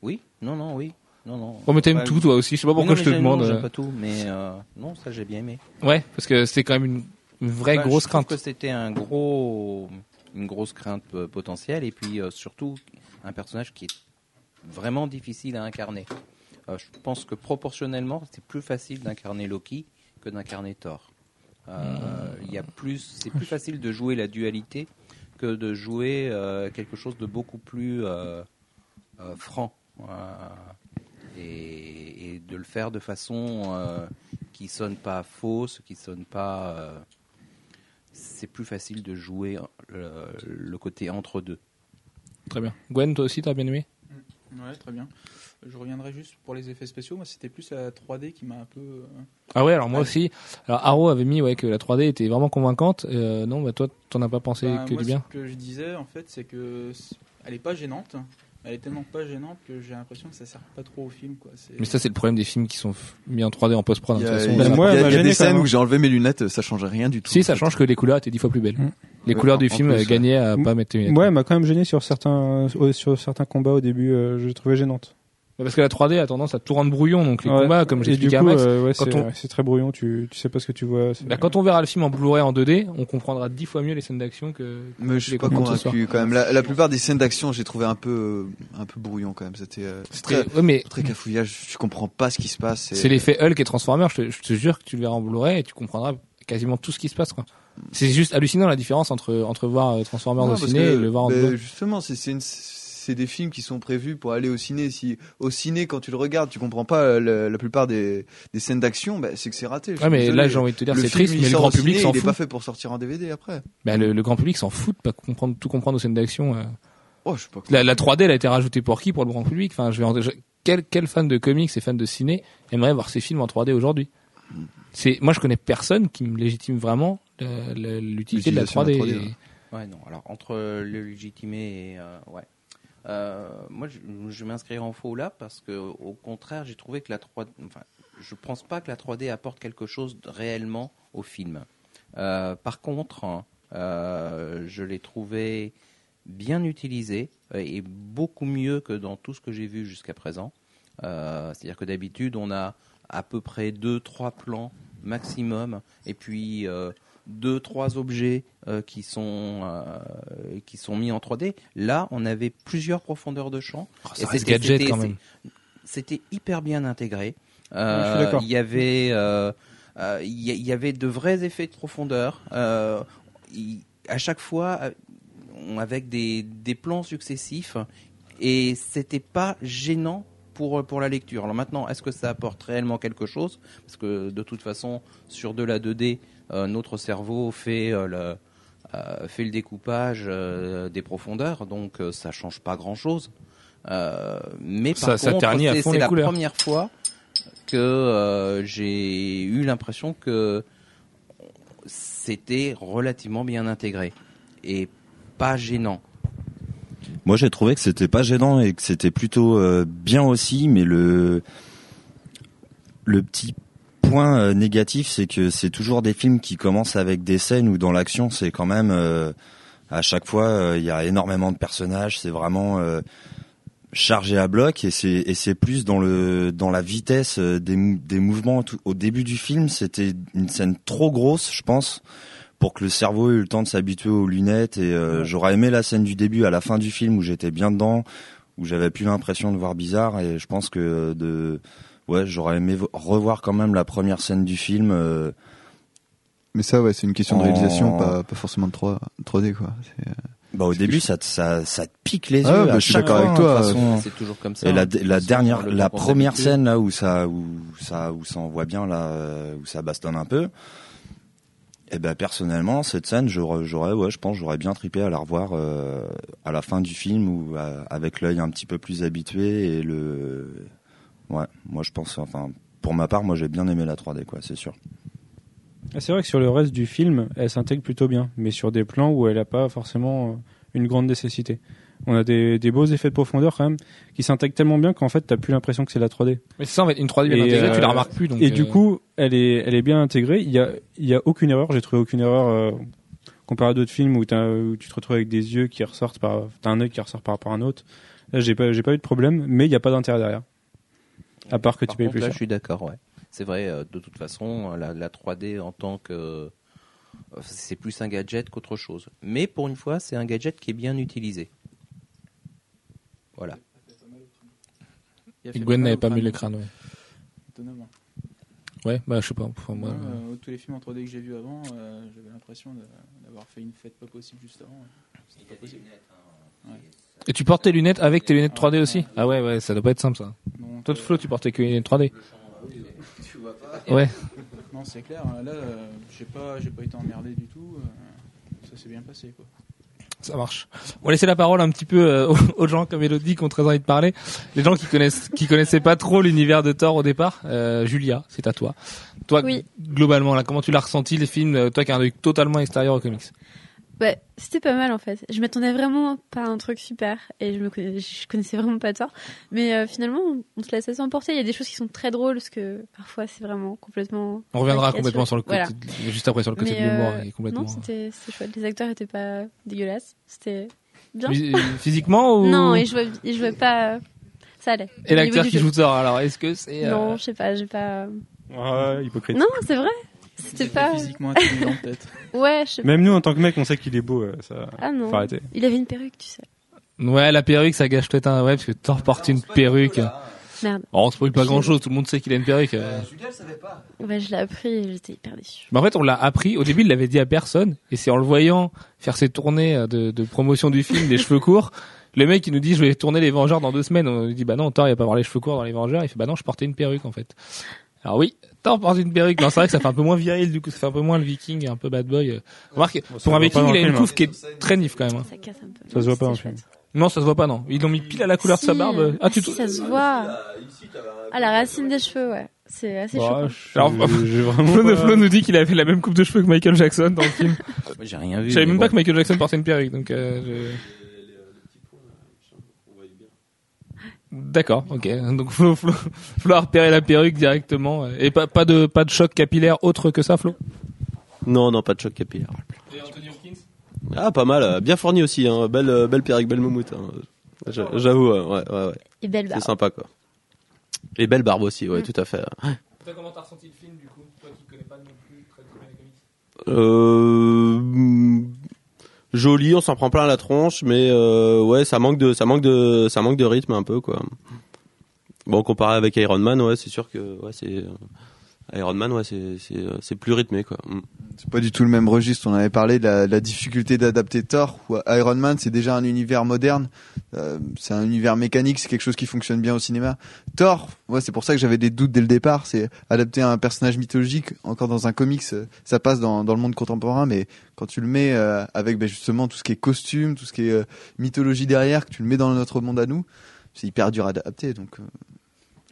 Oui, non, non, oui. Non, non.
Oh, mais t'aimes
Ouais,
tout, toi aussi. Je sais pas pourquoi
non,
je te
mais j'aime- non,
demande.
j'aime
euh.
pas tout, mais euh, non, ça j'ai bien aimé.
Ouais, parce que c'est quand même une une vraie
Bah,
grosse
je trouve
crainte.
que c'était un gros, une grosse crainte euh, potentielle et puis euh, surtout un personnage qui est vraiment difficile à incarner. Euh, je pense que proportionnellement, c'est plus facile d'incarner Loki que d'incarner Thor. Euh, il y a plus, c'est plus facile de jouer la dualité que de jouer euh, quelque chose de beaucoup plus euh, euh, franc euh, et, et de le faire de façon euh, qui sonne pas fausse, qui sonne pas. euh, c'est plus facile de jouer le, le côté entre deux.
Très bien. Gwen, toi aussi, t'as bien aimé.
Ouais, très bien. Je reviendrai juste pour les effets spéciaux. Moi, c'était plus la 3D qui m'a un peu. euh,
Ah ouais, alors moi
Ouais.
aussi. Alors Arrow avait mis ouais que la 3D était vraiment convaincante. Euh, non, bah toi, t'en as pas pensé
Bah,
que
moi,
du bien.
Ce que je disais, en fait, c'est que c- elle est pas gênante. Elle est tellement pas gênante que j'ai l'impression que ça sert pas trop au film, quoi. C'est-
Mais ça, c'est le problème des films qui sont f- mis en 3D en post-prod. hein,
Il
de
y a,
toute
il
façon.
y a-
Ça-
Bah, moi,
il y a-
elle m'a
il y a
gêné
des
quand
scènes
même.
où j'ai enlevé mes lunettes, ça change rien du tout.
Si, ça change que les couleurs étaient dix fois plus belles.
Mm.
Les
Ouais,
couleurs
en-
du
en
film
plus,
euh,
ouais.
gagnaient à pas mettre tes lunettes.
Ouais, elle m'a quand même gêné sur certains, euh, sur certains combats au début. euh, je l'ai trouvé gênante.
Mais Parce que la 3D a tendance à tout rendre brouillon, donc les
Ouais.
combats, comme
Et du
j'expliquais à
coup,
Max,
euh, ouais,
quand
c'est
on-
ouais, c'est très brouillon. Tu, tu sais pas ce que tu vois. c'est-
bah, quand on verra le film en Blu-ray en 2D, on comprendra dix fois mieux les scènes d'action que.
Mais je suis
les
pas
combats ce soir.
convaincu quand même. La, la plupart des scènes d'action, j'ai trouvé un peu, euh, un peu brouillon quand même. C'était euh, très,
Et- ouais, mais
très cafouillage. Tu comprends pas ce qui se passe.
c'est l'effet Hulk et Transformers. Je te, je te jure que tu le verras en Blu-ray et tu comprendras quasiment tout ce qui se passe. quoi. C'est juste hallucinant la différence entre entre voir euh, Transformers
Non,
au
parce
ciné
que,
et le voir en
ben,
Blu-ray.
justement, c'est c'est une- c'est des films qui sont prévus pour aller au ciné. Si au ciné, quand tu le regardes, tu comprends pas euh, le- la plupart des, des scènes d'action, ben, c'est que c'est raté. Je suis
Ouais, mais
désolé.
là j'ai envie de te dire
Le
c'est
film,
triste,
il
mais le
sort
grand
au ciné,
public s'en
Il est pas
fout.
fait pour sortir en DVD après.
Bah, le, le grand public s'en fout de pas comprendre tout comprendre aux scènes d'action. euh.
Oh, je sais pas.
La, la 3D elle a été rajoutée pour qui Pour le grand public. Enfin, je vais en- je- quel quel fan de comics et fan de ciné aimerait voir ses films en 3D aujourd'hui C'est moi je connais personne qui me légitime vraiment euh, le- l'utilité de la
L'utilisation de
3D.
la 3D, ouais.
hein. Ouais, non. Alors, entre euh, le légitimé et. euh, ouais. Euh, moi, je, je m'inscrire en faux là parce que, au contraire, j'ai trouvé que la 3D. Enfin, je pense pas que la 3D apporte quelque chose de- réellement au film. Euh, par contre, hein, euh, je l'ai trouvé bien utilisé euh, et beaucoup mieux que dans tout ce que j'ai vu jusqu'à présent. Euh, C'est-à-dire que d'habitude, on a à peu près deux, trois plans maximum et puis euh, deux, trois objets euh, qui, sont, euh, qui sont mis en 3D. Là, on avait plusieurs profondeurs de champ.
Oh,
Et
ça reste
c'était-
gadget
c'était-
quand même.
C'était hyper bien intégré.
je suis
Euh,
d'accord.
il y avait, euh, euh, il y, il y avait de vrais effets de profondeur. Euh, il- à chaque fois, euh, on- avec des, des plans successifs, et c'était pas gênant pour euh, pour la lecture. Alors maintenant, est-ce que ça apporte réellement quelque chose Parce que de toute façon, sur de la 2D, euh, notre cerveau fait euh, le euh, fait le découpage euh, des profondeurs, donc euh, ça change pas grand-chose. Euh, mais par
Ça- ça
contre,
ternit à
c'est-
fond
c'est
les
la
couleurs.
première fois que euh, j'ai eu l'impression que c'était relativement bien intégré et pas gênant.
Moi, j'ai trouvé que c'était pas gênant et que c'était plutôt euh, bien aussi, mais le le petit point euh, négatif, c'est que c'est toujours des films qui commencent avec des scènes où dans l'action, c'est quand même euh, à chaque fois euh, il y a énormément de personnages, c'est vraiment euh, chargé à bloc et c'est et c'est plus dans le dans la vitesse euh, des mou- des mouvements tout- au début du film c'était une scène trop grosse je pense pour que le cerveau ait eu le temps de s'habituer aux lunettes et euh, j'aurais aimé la scène du début à la fin du film où j'étais bien dedans où j'avais plus l'impression de voir bizarre et je pense que euh, de ouais j'aurais aimé vo- revoir quand même la première scène du film euh,
Mais ça, ouais, c'est une question de réalisation,
En-
pas, pas forcément de 3, 3D, quoi. C'est, euh,
bah au début ça te- ça ça te pique les yeux
Ah ouais, bah,
à
je suis
chaque
d'accord
fois,
avec
hein, de
toi. euh,
toute façon.
C'est toujours comme ça,
et la,
hein, de toute
la
façon,
dernière
le
la
temps qu'on
première
s'habitue.
scène là où ça où ça où ça envoie bien là euh, où ça bastonne un peu et ben personnellement cette scène j'aurais j'aurais ouais je pense j'aurais bien trippé à la revoir euh, à la fin du film ou euh, avec l'œil un petit peu plus habitué et le ouais moi je pense enfin pour ma part moi j'ai bien aimé la 3D quoi c'est sûr
Ah, c'est vrai que sur le reste du film, elle s'intègre plutôt bien, mais sur des plans où elle n'a pas forcément euh, une grande nécessité. On a des, des beaux effets de profondeur quand même qui s'intègrent tellement bien qu'en fait t'as plus l'impression que c'est la 3D.
Mais c'est ça, en fait, une 3D bien intégrée, tu la remarques plus, donc,
et
euh,
du coup, elle est, elle est bien intégrée. Il y a, il y a aucune erreur. J'ai trouvé aucune erreur euh, comparé à d'autres films où, t'as- où tu te retrouves avec des yeux qui ressortent par, t'as un œil qui ressort par rapport à un autre. Là, j'ai pas, j'ai pas eu de problème, mais il n'y a pas d'intérêt derrière. À part que
Par
tu payes
contre,
plus
là,
cher.
je suis d'accord, ouais. C'est vrai, euh, de toute façon, la, la 3D en tant que. euh, C'est plus un gadget qu'autre chose. Mais pour une fois, c'est un gadget qui est bien utilisé. Voilà.
Il a fait
Et Gwen
mal
n'avait
au
pas mis
crâne.
le crâne, ouais.
Étonnamment.
Ouais, bah je sais pas. pour moi,
Moi,
euh,
euh, tous les films en 3D que j'ai vus avant, euh, j'avais l'impression de- d'avoir fait une fête pas possible juste avant. C'est pas possible. Ouais.
Et tu portes tes lunettes avec tes lunettes 3D aussi Ah ouais, ouais, ça doit pas être simple ça. Toi, de Flo, tu portais que les lunettes 3D.
hein, Tu vois pas
Ouais.
Non, c'est clair. Là, euh, j'ai pas, j'ai pas été emmerdé du tout. euh, ça s'est bien passé, quoi.
Ça marche. On va laisser la parole un petit peu euh, aux- aux gens comme Elodie qui ont très envie de parler. Les gens qui connaissent, qui connaissaient pas trop l'univers de Thor au départ. Euh, Julia, c'est à toi. Toi,
Oui.
globalement, là, comment tu l'as ressenti les films euh, Toi qui as un œil totalement extérieur aux comics.
Bah, c'était pas mal en fait. Je m'attendais vraiment pas à un truc super et je, me connais- je connaissais vraiment pas Thor. Mais euh, finalement, on, on se laisse assez emporter. Il y a des choses qui sont très drôles parce que parfois c'est vraiment complètement.
On reviendra
caricaturé.
complètement sur le côté,
Voilà.
de- euh, juste après sur le côté
Mais,
de l'humour
euh,
et complètement.
Non, c'était c'était chouette. Les acteurs étaient pas dégueulasses. C'était bien.
Mais, euh, physiquement ou
Non, ils jouaient, ils jouaient pas. euh, Ça allait.
Et
Au niveau
l'acteur
du
qui
jeu.
joue Thor, alors est-ce que c'est euh,
Non, je sais pas, j'ai pas. euh,
Ah, hypocrite.
Non, c'est vrai. C'était pas.
Physiquement intimidant, peut-être.
Ouais, je sais pas.
Même nous, en tant que mec, on sait qu'il est beau. euh, Ça,
Ah non.
faut arrêter.
Il avait une perruque, tu sais.
Ouais, la perruque, ça gâche peut-être un. Ouais, parce que Thor porte une perruque.
Merde.
Oh, on se spoil pas grand-chose, tout le monde sait qu'il a une perruque. euh.
Ouais, je l'ai appris et j'étais hyper déçue.
Mais en fait, on l'a appris. Au début, il l'avait dit à personne. Et c'est en le voyant faire ses tournées euh, de, de promotion du film, les cheveux courts. Le mec, il nous dit, je vais tourner les Vengeurs dans deux semaines. On lui dit, bah non, Thor, il va pas avoir les cheveux courts dans les Vengeurs. Il fait, bah non, je portais une perruque, en fait. Alors oui, Thor porte une perruque. Non, c'est vrai que ça fait un peu moins viril, du coup, ça fait un peu moins le viking et un peu bad boy. euh. Remarque, pour un
voit pas
viking,
dans
il
le
a une
film, hein.
couve qui est très nif, quand même. hein.
Ça casse un peu.
Ça se voit pas en film.
Non, ça se voit pas, non. Ils l'ont mis pile à la couleur de sa
Si,
barbe.
ah, si, ça se voit. À la racine des cheveux, ouais. C'est assez choquant.
Bah, je-
Alors,
j'ai vraiment
Flo, de
pas-
Flo nous dit qu'il avait la même coupe de cheveux que Michael Jackson dans le film.
Moi, J'ai rien vu.
Je savais
mais
même
bon.
pas que Michael Jackson portait une perruque, donc euh, je... D'accord, ok. Donc Flo, Flo, Flo a repéré la perruque directement euh, et pas, pas de pas de choc capillaire autre que ça, Flo.
Non, non, pas de choc capillaire.
Et Anthony Hopkins.
Ah, pas mal. euh, Bien fourni aussi. Hein. Belle, euh, belle perruque, belle moumoute. hein. J'a- J'avoue, euh, ouais, ouais, ouais.
Et belle
C'est
barbe.
sympa, quoi. Et belle barbe aussi, ouais,
Mm.
tout à fait.
Toi, comment t'as ressenti le film du coup Toi qui connais pas non plus très bien les comics.
Euh, mm, joli, on s'en prend plein la tronche, mais euh, ouais, ça manque de, ça manque de, ça manque de rythme un peu quoi. Bon, comparé avec Iron Man, ouais, c'est sûr que ouais, c'est euh, Iron Man, ouais, c'est c'est euh, c'est plus rythmé quoi. Mm.
C'est pas du tout le même registre. On avait parlé de la, de la difficulté d'adapter Thor. ou Iron Man, c'est déjà un univers moderne. Euh, c'est un univers mécanique. C'est quelque chose qui fonctionne bien au cinéma. Thor, moi, c'est pour ça que j'avais des doutes dès le départ. C'est adapter un personnage mythologique, encore dans un comics, euh, ça passe dans, dans le monde contemporain. Mais quand tu le mets euh, avec ben, justement tout ce qui est costume, tout ce qui est euh, mythologie derrière, que tu le mets dans notre monde à nous, c'est hyper dur à adapter. Donc, euh,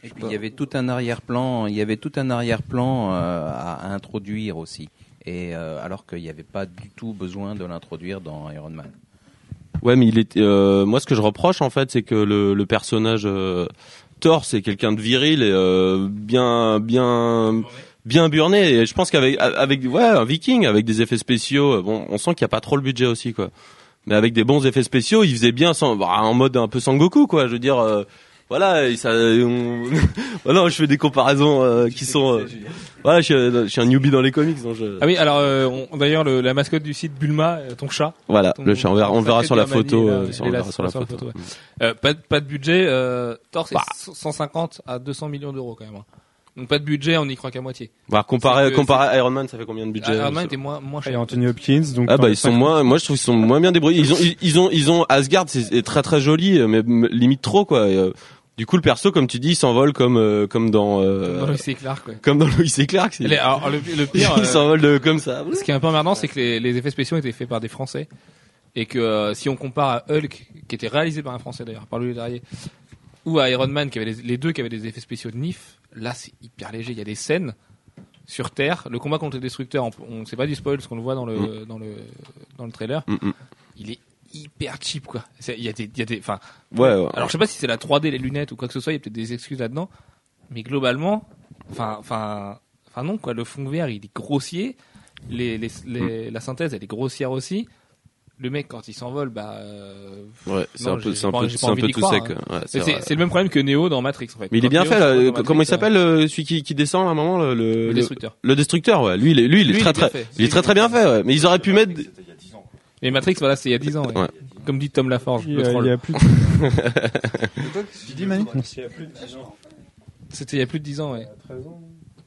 Et puis
pas.
il y avait tout un arrière-plan, il y avait tout un arrière-plan euh, à à introduire aussi. Et euh, alors qu'il n'y avait pas du tout besoin de l'introduire dans Iron Man.
Ouais, mais il est, euh, moi, ce que je reproche en fait, c'est que le, le personnage euh, Thor, c'est quelqu'un de viril et euh, bien, bien, bien burné. Et je pense qu'avec, avec, ouais, un Viking, avec des effets spéciaux, euh, bon, on sent qu'il n'y a pas trop le budget aussi, quoi. mais avec des bons effets spéciaux, il faisait bien sans, bah, en mode un peu Sangoku quoi. Je veux dire, euh, voilà, et ça, on- voilà, je fais des comparaisons euh, qui sont, euh, voilà, je, suis, euh, je suis un newbie dans les comics, donc je-
Ah oui, alors euh, on- d'ailleurs le- la mascotte du site Bulma, euh, ton chat.
voilà,
ton-
le chat, on verra, Bah, on
ton
verra
sacré
sur la
Birmanie,
photo,
là,
euh,
il
sur-
est
on
là
verra sur la photo. Mm.
ouais. Euh, pas, de- pas de budget, euh, Thor
Bah.
c'est 150 à 200 millions d'euros quand même. hein. Donc pas de budget, on y croit qu'à moitié.
Voilà,
C'est
Bah, comparé,
que-
comparé à Iron Man, ça fait combien de budget
Iron Man
euh,
était moins, moins
Il y
cher.
a Anthony Hopkins, donc.
Ah bah
en
ils sont
fait,
moins, moi je trouve qu'ils sont moins bien débrouillés. Ils ont, ils, ils ont, ils ont Asgard, c'est c'est très très joli, euh, mais mais limite trop quoi. Et, euh, du coup le perso, comme tu dis, il s'envole comme euh, comme dans euh,
Dans le c'est Clark ouais.
comme dans Lois et Clark. c'est-
Et les- alors, le, le pire, euh,
il s'envole de- comme ça.
ce qui est un peu emmerdant, c'est que les, les effets spéciaux étaient faits par des Français et que euh, si on compare à Hulk, qui était réalisé par un Français d'ailleurs, par Louis Leterrier, ou à Iron Man, qui avait les, les deux qui avaient des effets spéciaux de Nif, là c'est hyper léger. Il y a des scènes sur Terre, le combat contre les destructeurs, on, on c'est pas du spoil, ce qu'on le voit dans le dans le dans le trailer,
Mm, mm.
il est hyper cheap quoi. C'est- Il y a des, il y a des, enfin,
Ouais. ouais.
alors je sais pas si c'est la 3D, les lunettes ou quoi que ce soit, il y a peut-être des excuses là-dedans, mais globalement, enfin, enfin, enfin non quoi, le fond vert il est grossier, les, les,
Hmm.
les- la synthèse elle est grossière aussi. Le mec quand il s'envole, bah, euh,
ouais, c'est
non,
un peu,
j'ai
c'est un
pas-
peu,
j'ai pas
c'est un
envie
peu
d'y
tout
croire,
sec.
hein.
ouais, c'est
c'est
vrai.
c'est le même problème que Neo dans Matrix en fait.
mais il est
Quand
bien
Neo
fait
se
là.
retrouve dans Matrix,
Comment il
euh,
s'appelle euh, celui qui, qui descend à un moment le le,
Le
le-
destructeur.
le destructeur ouais. Lui il est lui il est
Lui, il
très
est bien
très
fait.
il est très très bien fait ouais. Mais ils auraient pu mettre
Mais Matrix voilà, c'est il y a 10 ans. ouais.
Ouais.
Comme dit Tom Laforge,
Il y
le
a- euh, il
troll.
y a plus de-
C'était il y a plus de 10 ans ouais.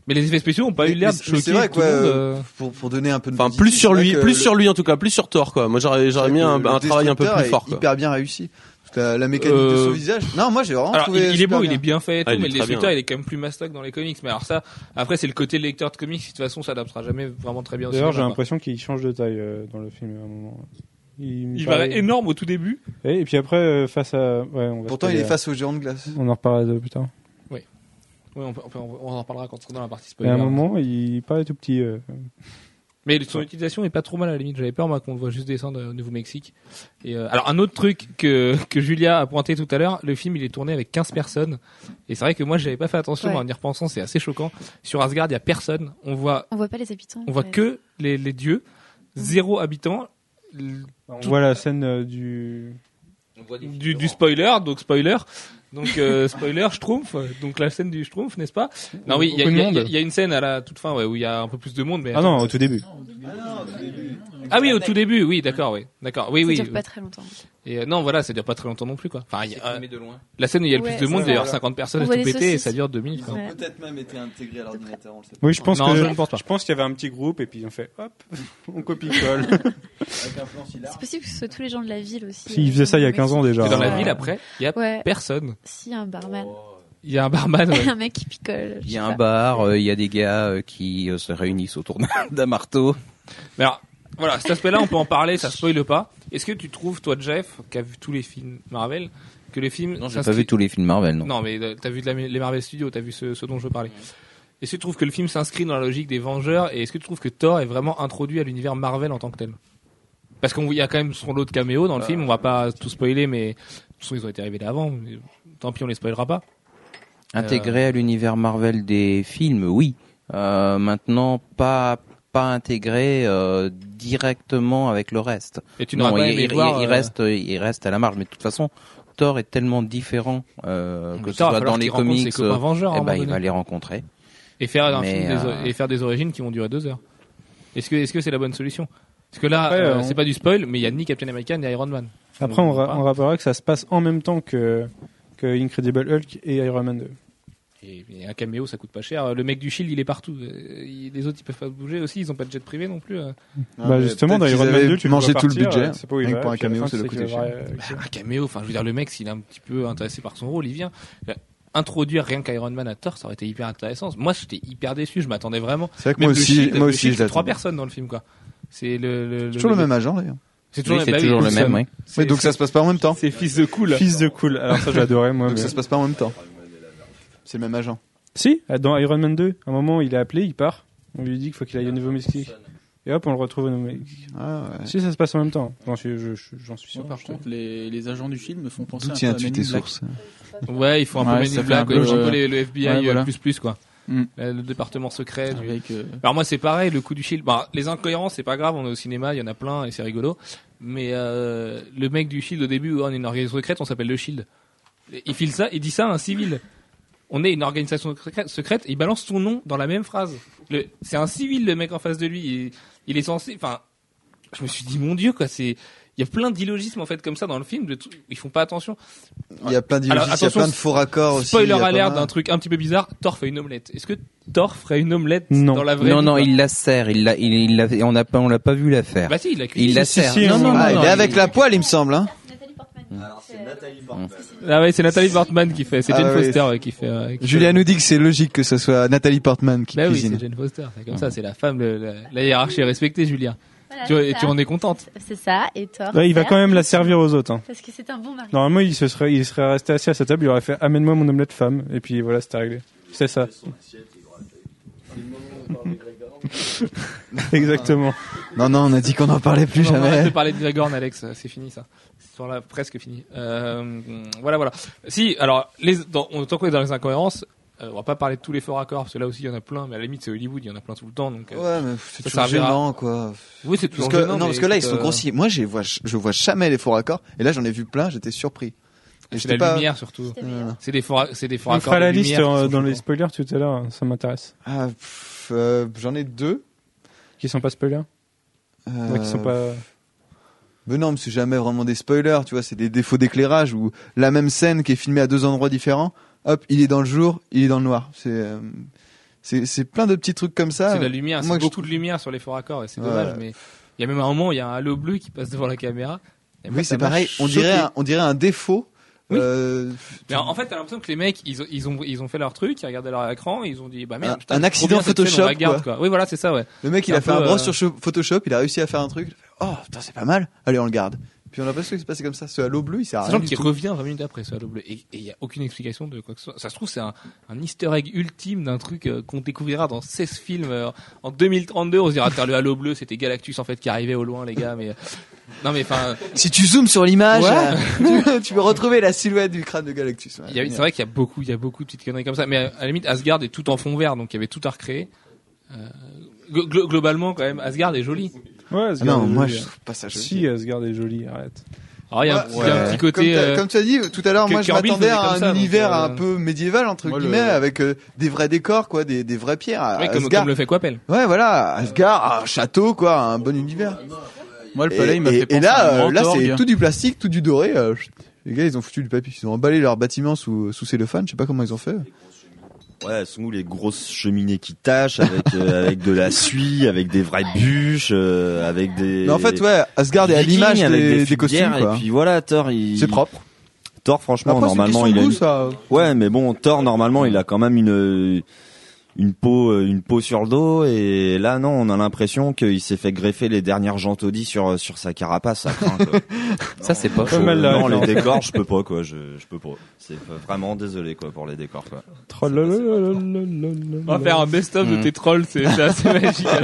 Mais les effets spéciaux ont pas eu l'air de
Mais- mais
choquer
c'est vrai,
tout le
quoi,
monde.
euh,
euh.
pour, pour donner un peu de
Enfin,
positif,
plus sur
c'est
lui,
vrai que
plus
le-
sur lui en tout cas, plus sur Thor quoi. Moi j'aurais j'aurais mis
c'est vrai
un,
que
un
le
travail un peu
destructeur
plus
est
fort quoi.
hyper bien réussi. Parce que La, la mécanique de son
Euh,
visage. Non, moi j'ai vraiment
Alors,
trouvé.
il, il est
super
beau, il
bien.
est bien fait et tout,
Ah, il est
mais le
très
résultat,
bien.
il est quand même plus mastoc dans les comics. Mais alors ça, après, c'est le côté lecteur de comics, qui, de toute façon, s'adaptera jamais vraiment très bien au
D'ailleurs, j'ai
cinéma, quoi.
l'impression qu'il change de taille euh, dans le film à un moment. me
Il
paraît-
paraît énorme au tout début.
Et et puis après, euh, face à. Ouais, on va se
Pourtant, il
parler
est
à-
face au géant de glace.
On en reparlera de plus tard.
Oui, on, peut- on peut- on en reparlera quand on sera dans la partie
Mais
spoiler.
à un moment, il paraît tout petit. euh.
Mais son utilisation est pas trop mal à la limite. J'avais peur, moi, qu'on le voit juste descendre euh, au Nouveau-Mexique. Et euh, alors, un autre truc que, que Julia a pointé tout à l'heure, le film, il est tourné avec 15 personnes. Et c'est vrai que moi, j'avais pas fait attention,
Ouais.
mais en y repensant, c'est assez choquant. Sur Asgard, il y a personne. On voit,
On voit pas les habitants.
on voit
en fait.
que les, les dieux. Zéro habitant. L-
Bah, On
Tout-
voit la scène euh, du.
du, du spoiler, donc spoiler. Donc euh, spoiler, Schtroumpf, donc la scène du Schtroumpf, n'est-ce pas Non oui, il y, a-
Beaucoup de
il y a-
monde.
il y a une scène à la toute fin ouais, où il y a un peu plus de monde, mais
Ah non, au tout début.
ah oui au tout début, oui d'accord, oui d'accord, oui
Ça
oui.
dure pas très longtemps.
Et euh, non voilà, ça dure pas très longtemps non plus quoi. Enfin, il y a, euh,
de loin.
la scène où il y a le
Ouais,
plus de
c'est
monde,
ça.
d'ailleurs 50 personnes
On
à tout
voit les
péter, et
saucisses.
ça dure 2 minutes. quoi.
Ouais.
Peut-être même été intégré à l'ordinateur, on le sait
Oui, je pense
Non,
que.
je ne pense pas.
Je pense qu'il y avait un petit groupe et puis ils ont fait hop, on copie-colle.
Avec un plan si large.
C'est possible que ce soit tous les gens de la ville aussi. euh,
S'ils faisaient ça il y a 15 ans déjà.
Et dans la
Ouais.
ville après, il y a
Ouais,
personne.
si un barman,
Il y a un barman. ouais.
un mec qui picole.
Il y a un bar, euh, il y a des gars euh, qui euh, se réunissent autour d'un d'un marteau.
Mais alors, voilà, cet aspect-là, on peut en parler, ça spoile pas. Est-ce que tu trouves toi Jeff, qui a vu tous les films Marvel, que les films
Non, j'ai pas
s'inscrivent-
vu tous les films Marvel, non.
Non, mais euh, t'as vu de la- les Marvel Studios, t'as vu ce, ce dont je parlais. Est-ce que tu trouves que le film s'inscrit dans la logique des Vengeurs et est-ce que tu trouves que Thor est vraiment introduit à l'univers Marvel en tant que tel Parce qu'il y a quand même son lot de caméos dans
Bah,
le film, on va pas tout spoiler, mais de toute façon, ils ont été révélés avant, mais tant pis, on les spoilera pas.
Intégré
euh,
à l'univers Marvel des films, oui. Euh, maintenant, pas pas intégré euh, directement avec le reste.
Et tu
non,
n'auras pas
il,
aimé
il-
voir,
il
euh,
reste il reste à la marge, mais de toute façon, Thor est tellement différent euh, que
Thor, il va
ce soit
falloir
dans les
qu'il rencontre ses
comics.
copains
euh,
Vengeurs, à un
eh ben,
moment
il
donné.
va les rencontrer.
et faire un
Mais,
film des, o-
euh,
et faire des origines qui vont durer deux heures. Est-ce que est-ce que c'est la bonne solution Parce que là,
Après,
euh,
on-
c'est pas du spoil, mais il y a ni Captain America ni Iron Man.
Après, on, ra-
Pas.
on rappellera que ça se passe en même temps que, que Incredible Hulk et Iron Man 2.
Et, et un caméo, ça coûte pas cher. Le mec du Shield, il est partout. Euh, il- Les autres, ils peuvent pas bouger aussi. Ils ont pas de jet privé non plus. euh.
Ah,
bah
mais
justement, dans
peut-être
Iron
qu'ils
Man
avaient
2, tu
mangé
le vois
tout le
partir,
budget.
euh, c'est pas où il
Rien que
va,
pour un
puis à la
caméo,
fin,
ça
tu
doit
sais
coûter
qu'il va
cher.
avoir, euh,
Bah, un caméo. Enfin, je veux dire, le mec, s'il est un petit peu intéressé par son rôle, il vient. Là, introduire rien qu'Iron Man à Thor, ça aurait été hyper intéressant. Moi, j'étais hyper déçu. Je m'attendais vraiment.
C'est vrai que
Même
moi
le
aussi,
Shield-
moi
le
aussi,
Shield,
je
c'est trois
l'attendais.
personnes dans le film, quoi. C'est le, le-
Toujours le même agent d'ailleurs.
C'est
Oui, c'est
bah oui,
toujours le
Coulson.
même, oui.
C'est-
Oui, donc ça se passe pas en même temps.
C'est fils de cool.
Fils de cool. Alors ça, j'adorais moi.
Donc
mais-
ça se passe pas en même temps. C'est le même agent.
Si, dans Iron Man 2, à un moment, il est appelé, il part. On lui dit qu'il faut qu'il aille au Nouveau-Mexique. Et hop, on le retrouve au Nouveau-Mexique.
Ah, ouais.
Si, ça se passe en même temps. J'en suis, je- je- j'en suis sûr.
Moi, par
je te-
contre, les, les agents du film me font penser
D'où
un peu
tiens
à
tu
Men
tes
in Black.
sources
Ouais, ils font un
Ouais,
peu
ça
Men in
fait
Black,
un peu,
ouais, ils ont un peu
euh,
les- le FBI
ouais, voilà.
euh, plus plus quoi.
Mm.
Euh, Le département secret. du-
Avec, euh,
Alors moi c'est pareil, le coup du shield. Bah, les incohérences c'est pas grave, on est au cinéma, il y en a plein et c'est rigolo. Mais euh, le mec du Shield au début, ouais, on est une organisation secrète, on s'appelle le Shield. Et Il file ça, il dit ça à un civil. On est une organisation secrète, secrète et il balance son nom dans la même phrase. Le- C'est un civil le mec en face de lui. Il, il est censé. Enfin, je me suis dit mon dieu quoi. C'est il y a plein d'illogismes en fait comme ça dans le film. de tout- ils font pas attention.
Il y a plein
Alors,
d'illogismes, il y a
attention,
plein de faux raccords aussi. il y
Spoiler
a pas
alert
mal.
d'un truc un petit peu bizarre. Thor fait une omelette. Est-ce que Thor ferait une omelette
Non.
dans la vraie
Non,
vie,
non,
quoi
il la serre. Il l'a, il, il l'a- on n'a pas, on l'a pas vu la faire.
Bah si, il la cuisine.
il la
si,
serre.
si,
non,
on-
non,
Ah,
non,
il
non,
est avec
il-
la poêle, il me semble. Hein.
Nathalie Portman.
c'est Nathalie
Portman.
Ah ouais, c'est Nathalie Portman qui fait. C'est
Ah
Jane
oui.
Foster ouais, qui fait. euh, qui fait-
Julien nous dit que c'est logique que ce soit Nathalie Portman qui
Bah oui,
cuisine.
c'est Jane Foster. C'est comme ça. C'est la femme. le- la, la hiérarchie est respectée, Julien.
Voilà,
Tu, et
c'est
tu
ça.
en es contente.
C'est ça, et Thor.
Ouais, il va
sert,
quand même la servir aux autres. hein.
Parce que c'est un bon mari.
Normalement, il, se serait, il serait resté assis à sa table, il aurait fait Amène-moi mon omelette femme, et puis voilà, c'était réglé. C'est ça. Exactement.
Non, non, on a dit qu'on n'en parlait plus
On arrête de
jamais.
parler de Grégorne, Alex. C'est fini, ça. Cette histoire-là, presque fini. Euh, voilà, voilà. Si, alors, les, dans, on, tant qu'on est dans les incohérences, euh, on va pas parler de tous les faux raccords, parce que là aussi, il y en a plein, mais à la limite, c'est Hollywood, il y en a plein tout le temps, donc, euh,
Ouais, mais c'est
Ça
toujours
servira.
gênant, quoi.
oui, c'est
Parce
toujours
que,
gênant,
non,
mais
parce que là, ils
écoute,
sont
euh,
grossiers. Moi, je vois, je vois jamais les faux raccords. Et là, j'en ai vu plein, j'étais surpris. Et
C'est la
j'étais pas-
lumière, surtout.
C'était meilleur.
Euh,
C'est des faux, ra- c'est des faux
On
raccords.
fera la
de lumière
liste
qui
euh,
sont
dans les
choquants.
spoilers tout à l'heure, ça m'intéresse.
ah, pff, euh, j'en ai deux.
Qui sont pas spoilers
Euh,
Ouais, qui sont pas...
Mais non, mais c'est jamais vraiment des spoilers, tu vois, c'est des défauts d'éclairage ou la même scène qui est filmée à deux endroits différents. Hop, il est dans le jour, il est dans le noir. C'est euh, c'est c'est plein de petits trucs comme ça.
C'est de la lumière,
Ah, Moi,
c'est
je
beaucoup de lumière sur les faux raccords, et c'est
Ouais.
dommage, mais il y a même un moment, il y a un halo bleu qui passe devant la caméra. Et moi,
Oui,
ça
c'est
m'a
pareil. On
choqué.
dirait un, on dirait un défaut.
Oui.
euh,
Mais en en fait, t'as l'impression que les mecs, ils ont, ils ont, ils ont fait leur truc, ils regardaient leur écran, ils ont dit, bah
Un-
merde, putain,
un
c'est trop
accident
bien cette scène, on
Photoshop,
la garde, quoi. Oui, voilà, Ah, c'est ça, ouais.
le mec, il
un
a fait
peu,
un brosse
euh,
sur Photoshop, il a réussi à faire un truc. Il a fait, oh putain, c'est pas mal. Allez, on le garde. Puis on a pas su que c'est passé comme ça. Ce halo bleu, il sert à rien.
Sachant
du
qu'il
tout.
revient 20 minutes après, ce Halo Bleu. Et il n'y a aucune explication de quoi que ce soit. Ça se trouve, c'est un, un easter egg ultime d'un truc euh, qu'on découvrira dans 16 films. euh, en 2032, on se dira, Attends, le Halo Bleu, c'était Galactus, en fait, qui arrivait au loin, les gars, mais, euh, non, mais enfin,
Si tu zoomes sur l'image,
euh,
Ouais.
tu, tu peux retrouver la silhouette du crâne de Galactus. Ouais,
il y a- c'est vrai qu'il y a beaucoup, il y a beaucoup de petites conneries comme ça. Mais à la limite, Asgard est tout en fond vert, donc il y avait tout à recréer. Euh, glo- glo- globalement, quand même, Asgard est joli.
Ouais,
Ah
Asgard
non,
est
moi,
joli.
je trouve pas ça joli.
Si, Asgard est joli, arrête.
Alors, il y a un
Ouais,
petit- il y a un
ouais.
petit côté,
comme,
euh,
t'as- comme tu as dit tout à l'heure,
que
moi je
Kirby
m'attendais
faisait
à
comme
un
ça, donc,
univers
euh,
un peu médiéval entre
Moi, le-
guillemets, avec euh, des vrais décors, quoi, des, des vraies pierres. À-
ouais, comme,
Asgard,
comme le fait Quappel.
ouais, voilà, Asgard, un château, quoi, un bon univers.
Moi, le
Et,
palais, il m'a
et-
fait penser
et là,
à un
euh,
grand
là, c'est
orgue.
tout du plastique, tout du doré. euh, chut. les gars, ils ont foutu du papier, ils ont emballé leur bâtiment sous sous cellophane. Je sais pas comment ils ont fait.
Ouais, elles sont où les grosses cheminées qui tâchent avec, euh, avec de la suie, avec des vraies bûches, euh, avec des.
Mais en fait, ouais, Asgard est à
Vikings,
l'image des,
avec
des,
fûts de
costumes,
bière,
quoi.
Et puis voilà, Thor, il.
C'est propre.
Thor, franchement,
Après, c'est une
normalement,
question
il
de
a. une-
goût, ça.
Ouais, mais bon, Thor, normalement, il a quand même une une peau euh, une peau sur le dos et là non on a l'impression qu'il s'est fait greffer les dernières gentodies sur euh, sur sa carapace ça craint quoi.
Ça, c'est pas
Pas
Je-
mal, là,
non les
référence.
décors je peux pas quoi je je peux pas c'est vraiment désolé quoi pour les décors quoi
On va faire un best-of de
Mm.
tes trolls, c'est c'est assez magique.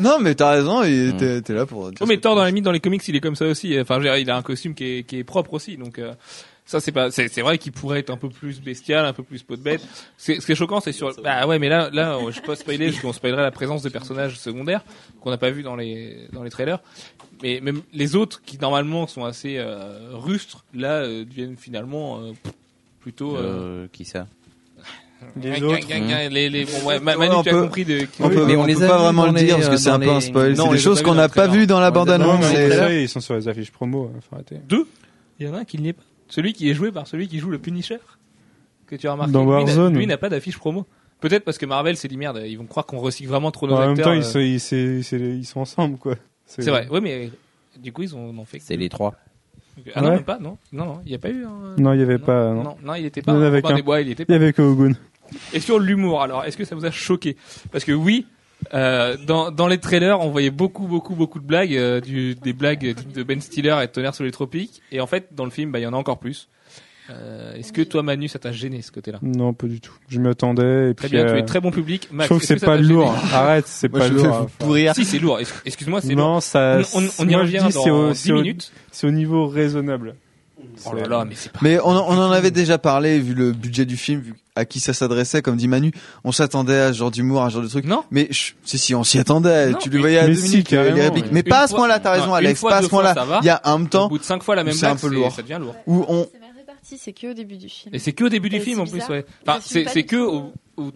Non, mais t'as raison, et
Hmm.
Mm.
t'es t'es là pour. dire
Oh mais
ça.
Thor dans la limite dans les comics il est comme ça aussi. Enfin je veux dire, il a un costume qui est, qui est propre aussi donc euh, ça c'est pas c'est c'est vrai qu'il pourrait être un peu plus bestial, un peu plus pot de bête. C'est- Ce qui est choquant c'est sur bah ouais mais là là on- je peux pas spoiler parce qu'on spoilerait la présence de personnages secondaires qu'on n'a pas vu dans les dans les trailers. Mais même les autres qui normalement sont assez euh, rustres là euh, deviennent finalement euh, plutôt euh,
Euh, qui ça
Euh, Les
gang,
autres, mm.
gang, gang, gang, les- les- bon, ouais, Ma-
Ouais,
Manu
on
tu as
peut-
compris de qui-
On peut,
mais
on
on les
peut
a
pas
vus
vraiment
dans
le dire
les- euh,
parce que c'est
dans
un peu un
les-
spoil.
Non,
C'est
on
des
euh, les a
choses
pas
qu'on
vus dans
n'a
le
pas
trailer.
vues dans la bande
non,
annonce.
mais
et-
ça, ils sont sur les affiches promo, hein, faut arrêter.
deux Il y en a un qui n'y est pas. Celui qui est joué par celui qui joue le Punisher. Que tu as remarqué.
Dans
lui, n'a-
Warzone.
Lui n'a pas d'affiche promo. Peut-être parce que Marvel s'est dit merde, ils vont croire qu'on recycle vraiment trop nos
Bah, en même
acteurs.
temps, ils
euh.
sont, ils, c'est- ils- c'est- ils sont ensemble, quoi.
C'est vrai. Oui, mais euh, du coup, ils ont, en fait. que-
C'est les trois.
Ah non,
Ouais.
même pas, non. Non, non, il n'y a pas eu. un-
Non, il y avait pas... non.
Non, non, il était pas.
Il y en
hein,
avait
Robin
qu'un.
des Bois, il était
Il
pas.
y avait que Ogun.
Et sur l'humour, alors, est-ce que ça vous a choqué Parce que oui, euh, dans, dans les trailers, on voyait beaucoup, beaucoup, beaucoup de blagues, euh, du, des blagues type de Ben Stiller et de Tonnerre sur les Tropiques. Et en fait, dans le film, bah, il y en a encore plus. Euh, est-ce que toi, Manu, ça t'a gêné ce côté-là
Non, pas du tout. Je m'y attendais. Et
Très
puis,
bien, tu
euh,
es très bon public.
je
Max,
trouve que
est-ce
c'est
ça
pas
t'a gêné
lourd. Arrête, c'est
Moi,
pas
je vais
lourd.
vous
enfin.
pourrir.
Si, c'est lourd. Ex- Excuse-moi, c'est lourd.
Non, ça.
On, on y
moi, je
revient
dis, c'est
dans
au-
10
c'est au,
minutes.
c'est au niveau raisonnable.
Oh là là, mais c'est pas.
Mais on, en- on en avait déjà parlé, vu le budget du film, vu à qui ça s'adressait, comme dit Manu. On s'attendait à ce genre d'humour, à ce genre de truc.
Non.
Mais je- si, si, on s'y attendait.
Non,
tu le
mais-
voyais à
mais
deux
si,
minutes, euh, les
carrément,
répliques.
ouais.
Mais
Une
pas à ce
fois-
point-là, t'as raison,
non, une
Alex.
fois,
Pas à
deux
ce
fois,
point-là.
ça va.
Il y a un temps
Au bout de cinq fois la même
c'est un
blague,
peu
c'est-
lourd.
ça devient lourd.
où on.
C'est mal réparti, c'est que au début du film.
Et c'est que au début du
Et
film
c'est
en plus,
bizarre.
ouais.
Ils
Enfin,
assument
c'est
pas
c'est
du
que
tout.
au, au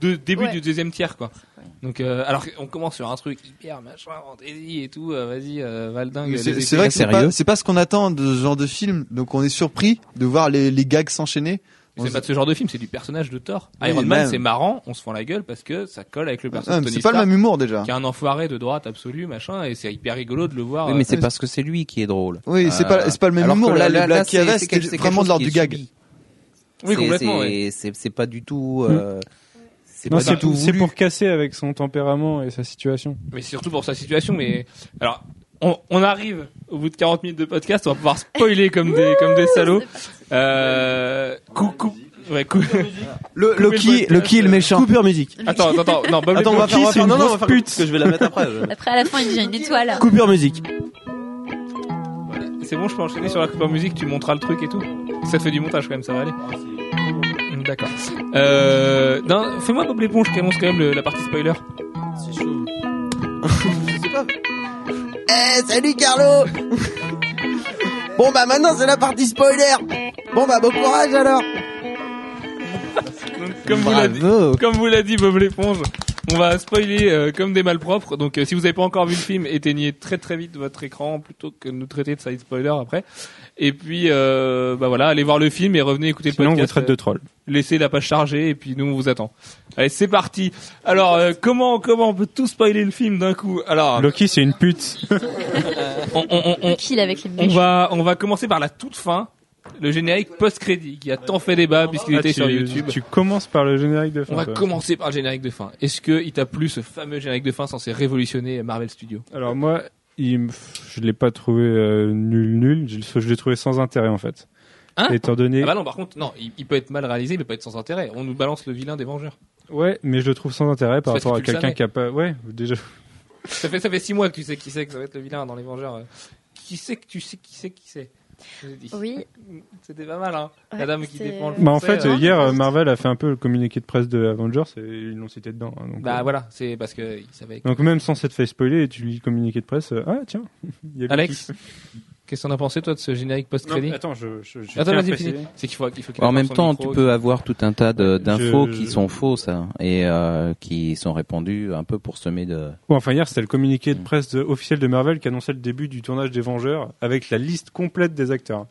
deux- début
Ouais.
du deuxième tiers, quoi.
Ouais.
Donc, euh, alors qu'on commence sur un truc hyper machin, fantaisie et tout, euh, vas-y, euh, Valdingue.
Mais C'est
les
c'est vrai
effets.
que c'est
sérieux.
pas, c'est pas ce qu'on attend de ce genre de film. Donc on est surpris de voir les, les gags s'enchaîner. On
C'est
se-
pas de ce genre de film, c'est du personnage de Thor.
Oui,
Iron Man,
même.
c'est marrant, on se fend la gueule parce que ça colle avec le
Ah,
personnage de
mais
Tony
C'est pas le
Stark,
même humour déjà.
qui est un enfoiré de droite absolue, machin, et c'est hyper rigolo de le voir.
Oui, mais
euh,
c'est parce que c'est lui qui est drôle. Euh,
Oui, c'est pas- c'est pas le même
alors que
humour, là, les blagues
c'est-
qu'il y avait,
c'est quelque- c'est
c'était
quelque
vraiment de
chose
l'ordre
qui
du
est
gag.
subi.
Oui,
C'est-
complètement,
c'est-
oui.
C'est c'est pas du tout. euh, C'est
Non,
pas
c'est
du tout
c'est
voulu.
pour casser avec son tempérament et sa situation.
mais surtout pour sa situation. Mais alors, on, on arrive au bout de 40 minutes de podcast, on va pouvoir spoiler comme des comme des salauds. Euh, coucou. Ouais, cou-
Le, Loki,
podcast.
Loki, le méchant.
Coupure musique.
attends, attends, attends. Oh, Non, bah Bob
Attends, on va
l'éponge.
faire, on va faire-
une
non, non, on va
grosse
faire- parce que je vais la mettre après. je-
Après, à la fin, il devient une étoile.
Coupure musique.
C'est bon, je peux enchaîner sur la coupe en musique, tu monteras le truc et tout. Ça te fait du montage quand même, ça va aller. Mm, D'accord. Euh, non, Fais-moi Bob l'éponge qui annonce quand même le- la partie spoiler.
Eh, salut Carlo Bon bah maintenant c'est la partie spoiler Bon bah bon courage alors
Donc, comme vous l'a dit, comme vous l'a dit Bob l'éponge, on va spoiler euh, comme des malpropres. Donc euh, si vous n'avez pas encore vu le film, éteignez très très vite votre écran plutôt que de nous traiter de side spoiler après. Et puis euh, bah voilà, allez voir le film et revenez écouter
Sinon, on
le
vous
podcast.
traite de troll.
Euh, Laissez la page chargée et puis nous on vous attend. Allez, c'est parti. Alors euh, comment comment on peut tout spoiler le film d'un coup Alors
Loki, c'est une pute.
on, on- on- on-
Kill avec les
on
méchants.
va on va commencer par la toute fin, le générique post-crédit qui a tant fait débat puisqu'il
Ah,
était
tu,
sur YouTube.
tu commences par le générique de fin.
On va
toi.
commencer par le générique de fin. Est-ce que il t'a plu ce fameux générique de fin censé révolutionner Marvel Studios
Alors moi, il me- je l'ai pas trouvé euh, nul nul. Je, je l'ai trouvé sans intérêt en fait.
Hein
Étant donné,
Ah bah non, par contre, non, il, il peut être mal réalisé, il peut pas être sans intérêt. On nous balance le vilain des Vengeurs.
ouais, mais je le trouve sans intérêt par
C'est parce
rapport
que
à
tu le
quelqu'un
savais.
qui a pas. Ouais, déjà.
Ça fait ça fait six mois que tu sais qui c'est que ça va être le vilain dans les Vengeurs. euh. Qui c'est que tu sais qui c'est qui c'est Je vous ai dit.
Oui.
C'était pas mal, hein.
Ouais,
la dame qui
c'est-
défend le.
Bah en
français,
fait,
euh,
hein.
hier euh, Marvel a fait un peu le communiqué de presse de Avengers et ils l'ont cité dedans. hein, donc,
Bah
euh,
voilà, c'est parce que il savait.
donc même sans s'être fait spoiler, tu lis le communiqué de presse. euh, ah tiens. il y a
Alex, qu'est-ce qu'on a pensé toi de ce générique
Non,
post-crédit
attends, je, je, je
Attends,
tiens à
vas-y,
préciser.
finis. C'est qu'il faut qu'il faut. qu'il
En même
son
temps, tu
micro.
peux avoir tout un tas de-
Je-
d'infos
je-
qui sont fausses hein, et euh, qui sont répandues un peu pour semer de...
Ouais, enfin hier, c'était le communiqué de presse de- officiel de Marvel qui annonçait le début du tournage des Vengeurs avec la liste complète des acteurs.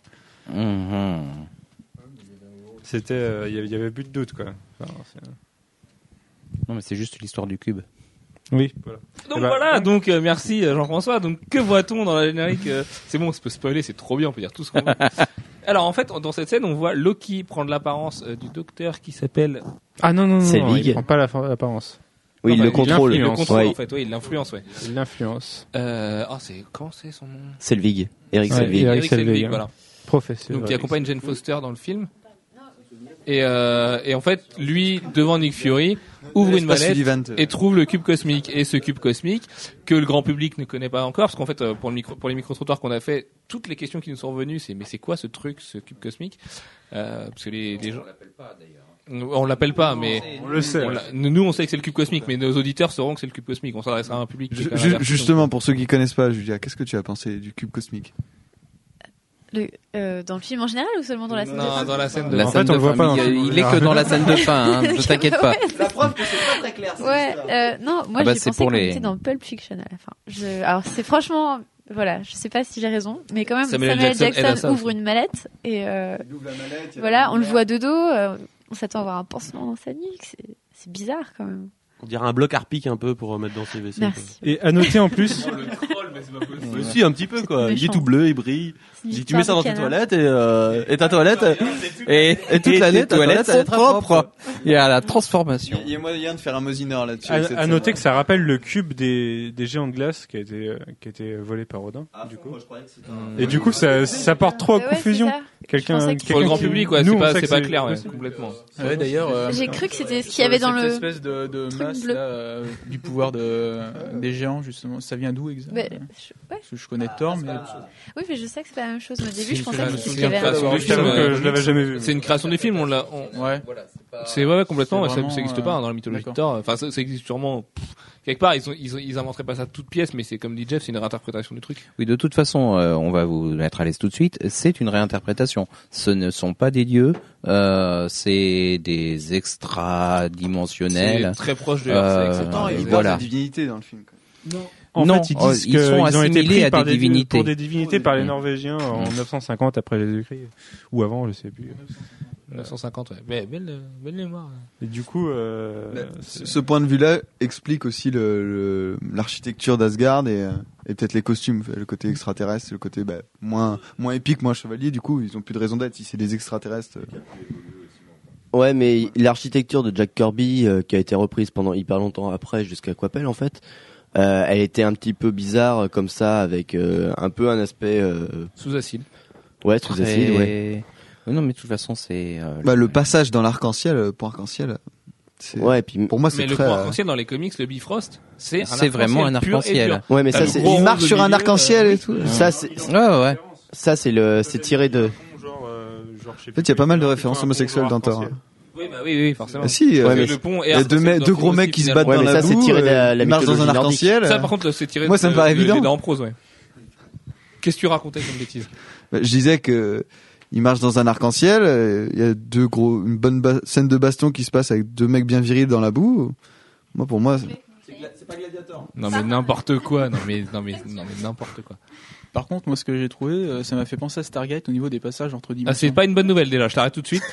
Mhm.
C'était, euh, il y avait- il y avait plus de doute quoi. Enfin, c'est-
Non mais c'est juste l'histoire du cube.
Oui, voilà.
Donc
Eh ben-
voilà, donc euh, merci euh, Jean-François. Donc que voit-on dans la générique euh, C'est bon, on se peut spoiler, c'est trop bien, on peut dire tout ce qu'on veut. Alors en fait, on- dans cette scène, on voit Loki prendre l'apparence euh, du docteur qui s'appelle
Ah non, non, non,
C'est
non, il
Vig.
prend pas la fa- l'apparence. bah,
Oui, il
Enfin,
le contrôle.
Il le contrôle
Ouais.
en fait, ouais, il l'influence, ouais.
Il L'influence.
Euh, ah, c'est comment c'est son nom
Selvig. Eric
Ouais,
Selvig.
Eric Selvig, hein.
voilà.
Professeur.
Donc qui accompagne Jane Foster dans le film. Et, euh, et en fait, lui devant Nick Fury ouvre une
L'espace
mallette
Sullivan.
et trouve le cube cosmique. Et ce cube cosmique, que le grand public ne connaît pas encore, parce qu'en fait, euh, pour, le micro, pour les micro-trottoirs qu'on a fait, toutes les questions qui nous sont revenues, c'est mais c'est quoi ce truc, ce cube cosmique euh, Parce que les, les gens. On l'appelle pas, mais
On le sait.
on l'a- nous on sait que c'est le cube cosmique, mais nos auditeurs sauront que c'est le cube cosmique. On s'adressera à un public. qui est
Ju-
quand même
ju-
averti.
justement, pour ceux qui connaissent pas, Julia, qu'est-ce que tu as pensé du cube cosmique
Le- euh, Dans le film en général ou seulement dans la scène de
Non,
fin
dans la scène. De...
La
En
scène
fait, on
de
le voit
fin,
pas dans
il,
le film.
il est que dans la scène de fin, hein, ne t'inquiète pas.
La preuve que c'est pas très clair. Ouais, euh, non, moi
Ah bah,
j'ai
c'est
pensé
pour
qu'on
les-
était dans Pulp Fiction à la fin. Je- Alors c'est franchement, voilà, je sais pas si j'ai raison, mais quand même
Samuel
Samuel,
Jackson
Jackson,
aide à ça,
ouvre une mallette et euh, voilà, on le voit de dos, euh, on s'attend à voir un pansement dans sa nuque, c'est- c'est bizarre quand même.
On dirait un bloc arpic un peu pour euh, mettre dans ses vaisseaux.
Merci.
Et à noter en plus,
quoi. Mais si, un petit peu quoi. Il est
Méchant.
tout bleu et brille.
C'est une
Dis,
histoire
tu mets ça
de
dans tes
canard.
toilettes et, euh, et
Ah,
ta toilette.
Et,
et toute l'année,
tes toilettes
ta toilette, elle
sont
est très propre.
propres. Il y a la transformation.
y a moyen de faire un mosineur là-dessus.
à, à noter que ça rappelle le cube des, des géants de glace qui a été euh, qui a été volé par Odin. du coup. Et du coup, ça, ça porte trop à
Ouais, ouais, c'est
confusion.
ça. Je
Quelqu'un,
pensais que-
quelqu'un
Pour le grand
qui-
public, ouais,
Nous,
c'est
on
pas,
sait
c'est
que
pas clair, ouais,
c'est-
complètement.
Ouais, d'ailleurs. euh,
J'ai cru que c'était ce qu'il y avait dans
cette
le
espèce de, de
truc
masse
bleu.
là, euh, du pouvoir de, euh, des géants justement. Ça vient d'où exactement
Mais Je- ouais.
Parce que je connais Thor,
Ah,
mais
Oui, mais je sais que c'est pas la même chose. mais Au début,
une
je pensais
créa-
que
c'est
c'était
une
la même
création de
Je t'avoue
film,
que
euh,
je l'avais jamais vu.
C'est une création des films, on l'a, on-
ouais.
C'est ouais, ouais, complètement,
c'est
ça-
vraiment,
ça n'existe
euh,
pas hein, dans la mythologie de
d'accord.
Thor. Enfin, ça, ça existe sûrement pff, quelque part. Ils, ont, ils, ont- ils inventeraient pas ça de toute pièce, mais c'est comme dit Jeff, c'est une réinterprétation du truc.
Oui, de toute façon, euh, on va vous mettre à l'aise tout de suite. C'est une réinterprétation. Ce ne sont pas des dieux, euh, c'est des
C'est
extra-dimensionnels.
très proche de.
Euh,
c'est excellent.
Pourtant, il
Ouais.
parle voilà. de
divinité dans le film.
En
Non,
fait, ils
euh,
disent
ils
qu'ils
sont
ont été
assimilés
pris
à
par
des
des
divinités.
pour des divinités par les
Mm.
Norvégiens en
Mm.
950 après Jésus-Christ ou avant, je sais plus.
950, ouais. Mais belle, euh, belle mémoire.
Et du coup, euh,
Ce ce point de vue-là explique aussi le- le- l'architecture d'Asgard et, euh, et peut-être les costumes, le côté extraterrestre, le côté bah, moins, moins épique, moins chevalier. Du coup, ils ont plus de raison d'être si c'est des extraterrestres.
Bah,
euh.
Ouais, mais l'architecture de Jack Kirby, euh, qui a été reprise pendant hyper longtemps après, jusqu'à Quapel en fait, euh, elle était un petit peu bizarre euh, comme ça, avec euh, un peu un aspect... euh,
Sous acide.
ouais, sous acide, ouais.
Oui, Euh, Non, mais de toute façon, c'est. euh,
Bah, le passage dans l'arc-en-ciel, euh, pour arc-en-ciel, c'est-
Ouais, et puis...
pour moi c'est
Mais le
très.
point
euh,
arc-en-ciel dans les comics, le Bifrost, c'est un
C'est vraiment un
pur et
arc-en-ciel.
dur.
Ouais, mais
Ah,
ça,
le
c'est...
gros
il marche sur un arc-en-ciel et tout.
Ça, c'est...
Ouais, ouais, ouais.
Ça, c'est le... C'est tiré de...
En fait, il y a pas mal de références homosexuelles dans Thor. hein.
Oui, bah oui, oui, forcément.
Ah, si, euh,
Parce que
mais
le pont et
il y a deux,
arc-en-ciel
mecs-
dans
deux
le
gros
film
mecs qui se
aussi,
battent
Ouais,
dans
mais
la
ça,
boue,
c'est tiré de la-
euh,
la
ils marchent dans un
mythologie nordique.
arc-en-ciel.
finalement. Ça,
euh.
par contre, c'est tiré.
Moi,
de-
ça me paraît
de- de-
évident.
de- en prose, ouais. Qu'est-ce que tu racontais comme bêtise
Bah, je disais que il marche dans un arc-en-ciel. euh, Il y a deux gros, une bonne ba- scène de baston qui se passe avec deux mecs bien virils dans la boue. Moi, pour moi, c'est-
C'est pas Gladiator.
Non mais n'importe quoi, non mais non mais non mais n'importe quoi.
Par contre, moi, ce que j'ai trouvé, euh, ça m'a fait penser à Stargate au niveau des passages entre
Ah,
dimensions.
c'est pas une bonne nouvelle déjà, je t'arrête tout de suite.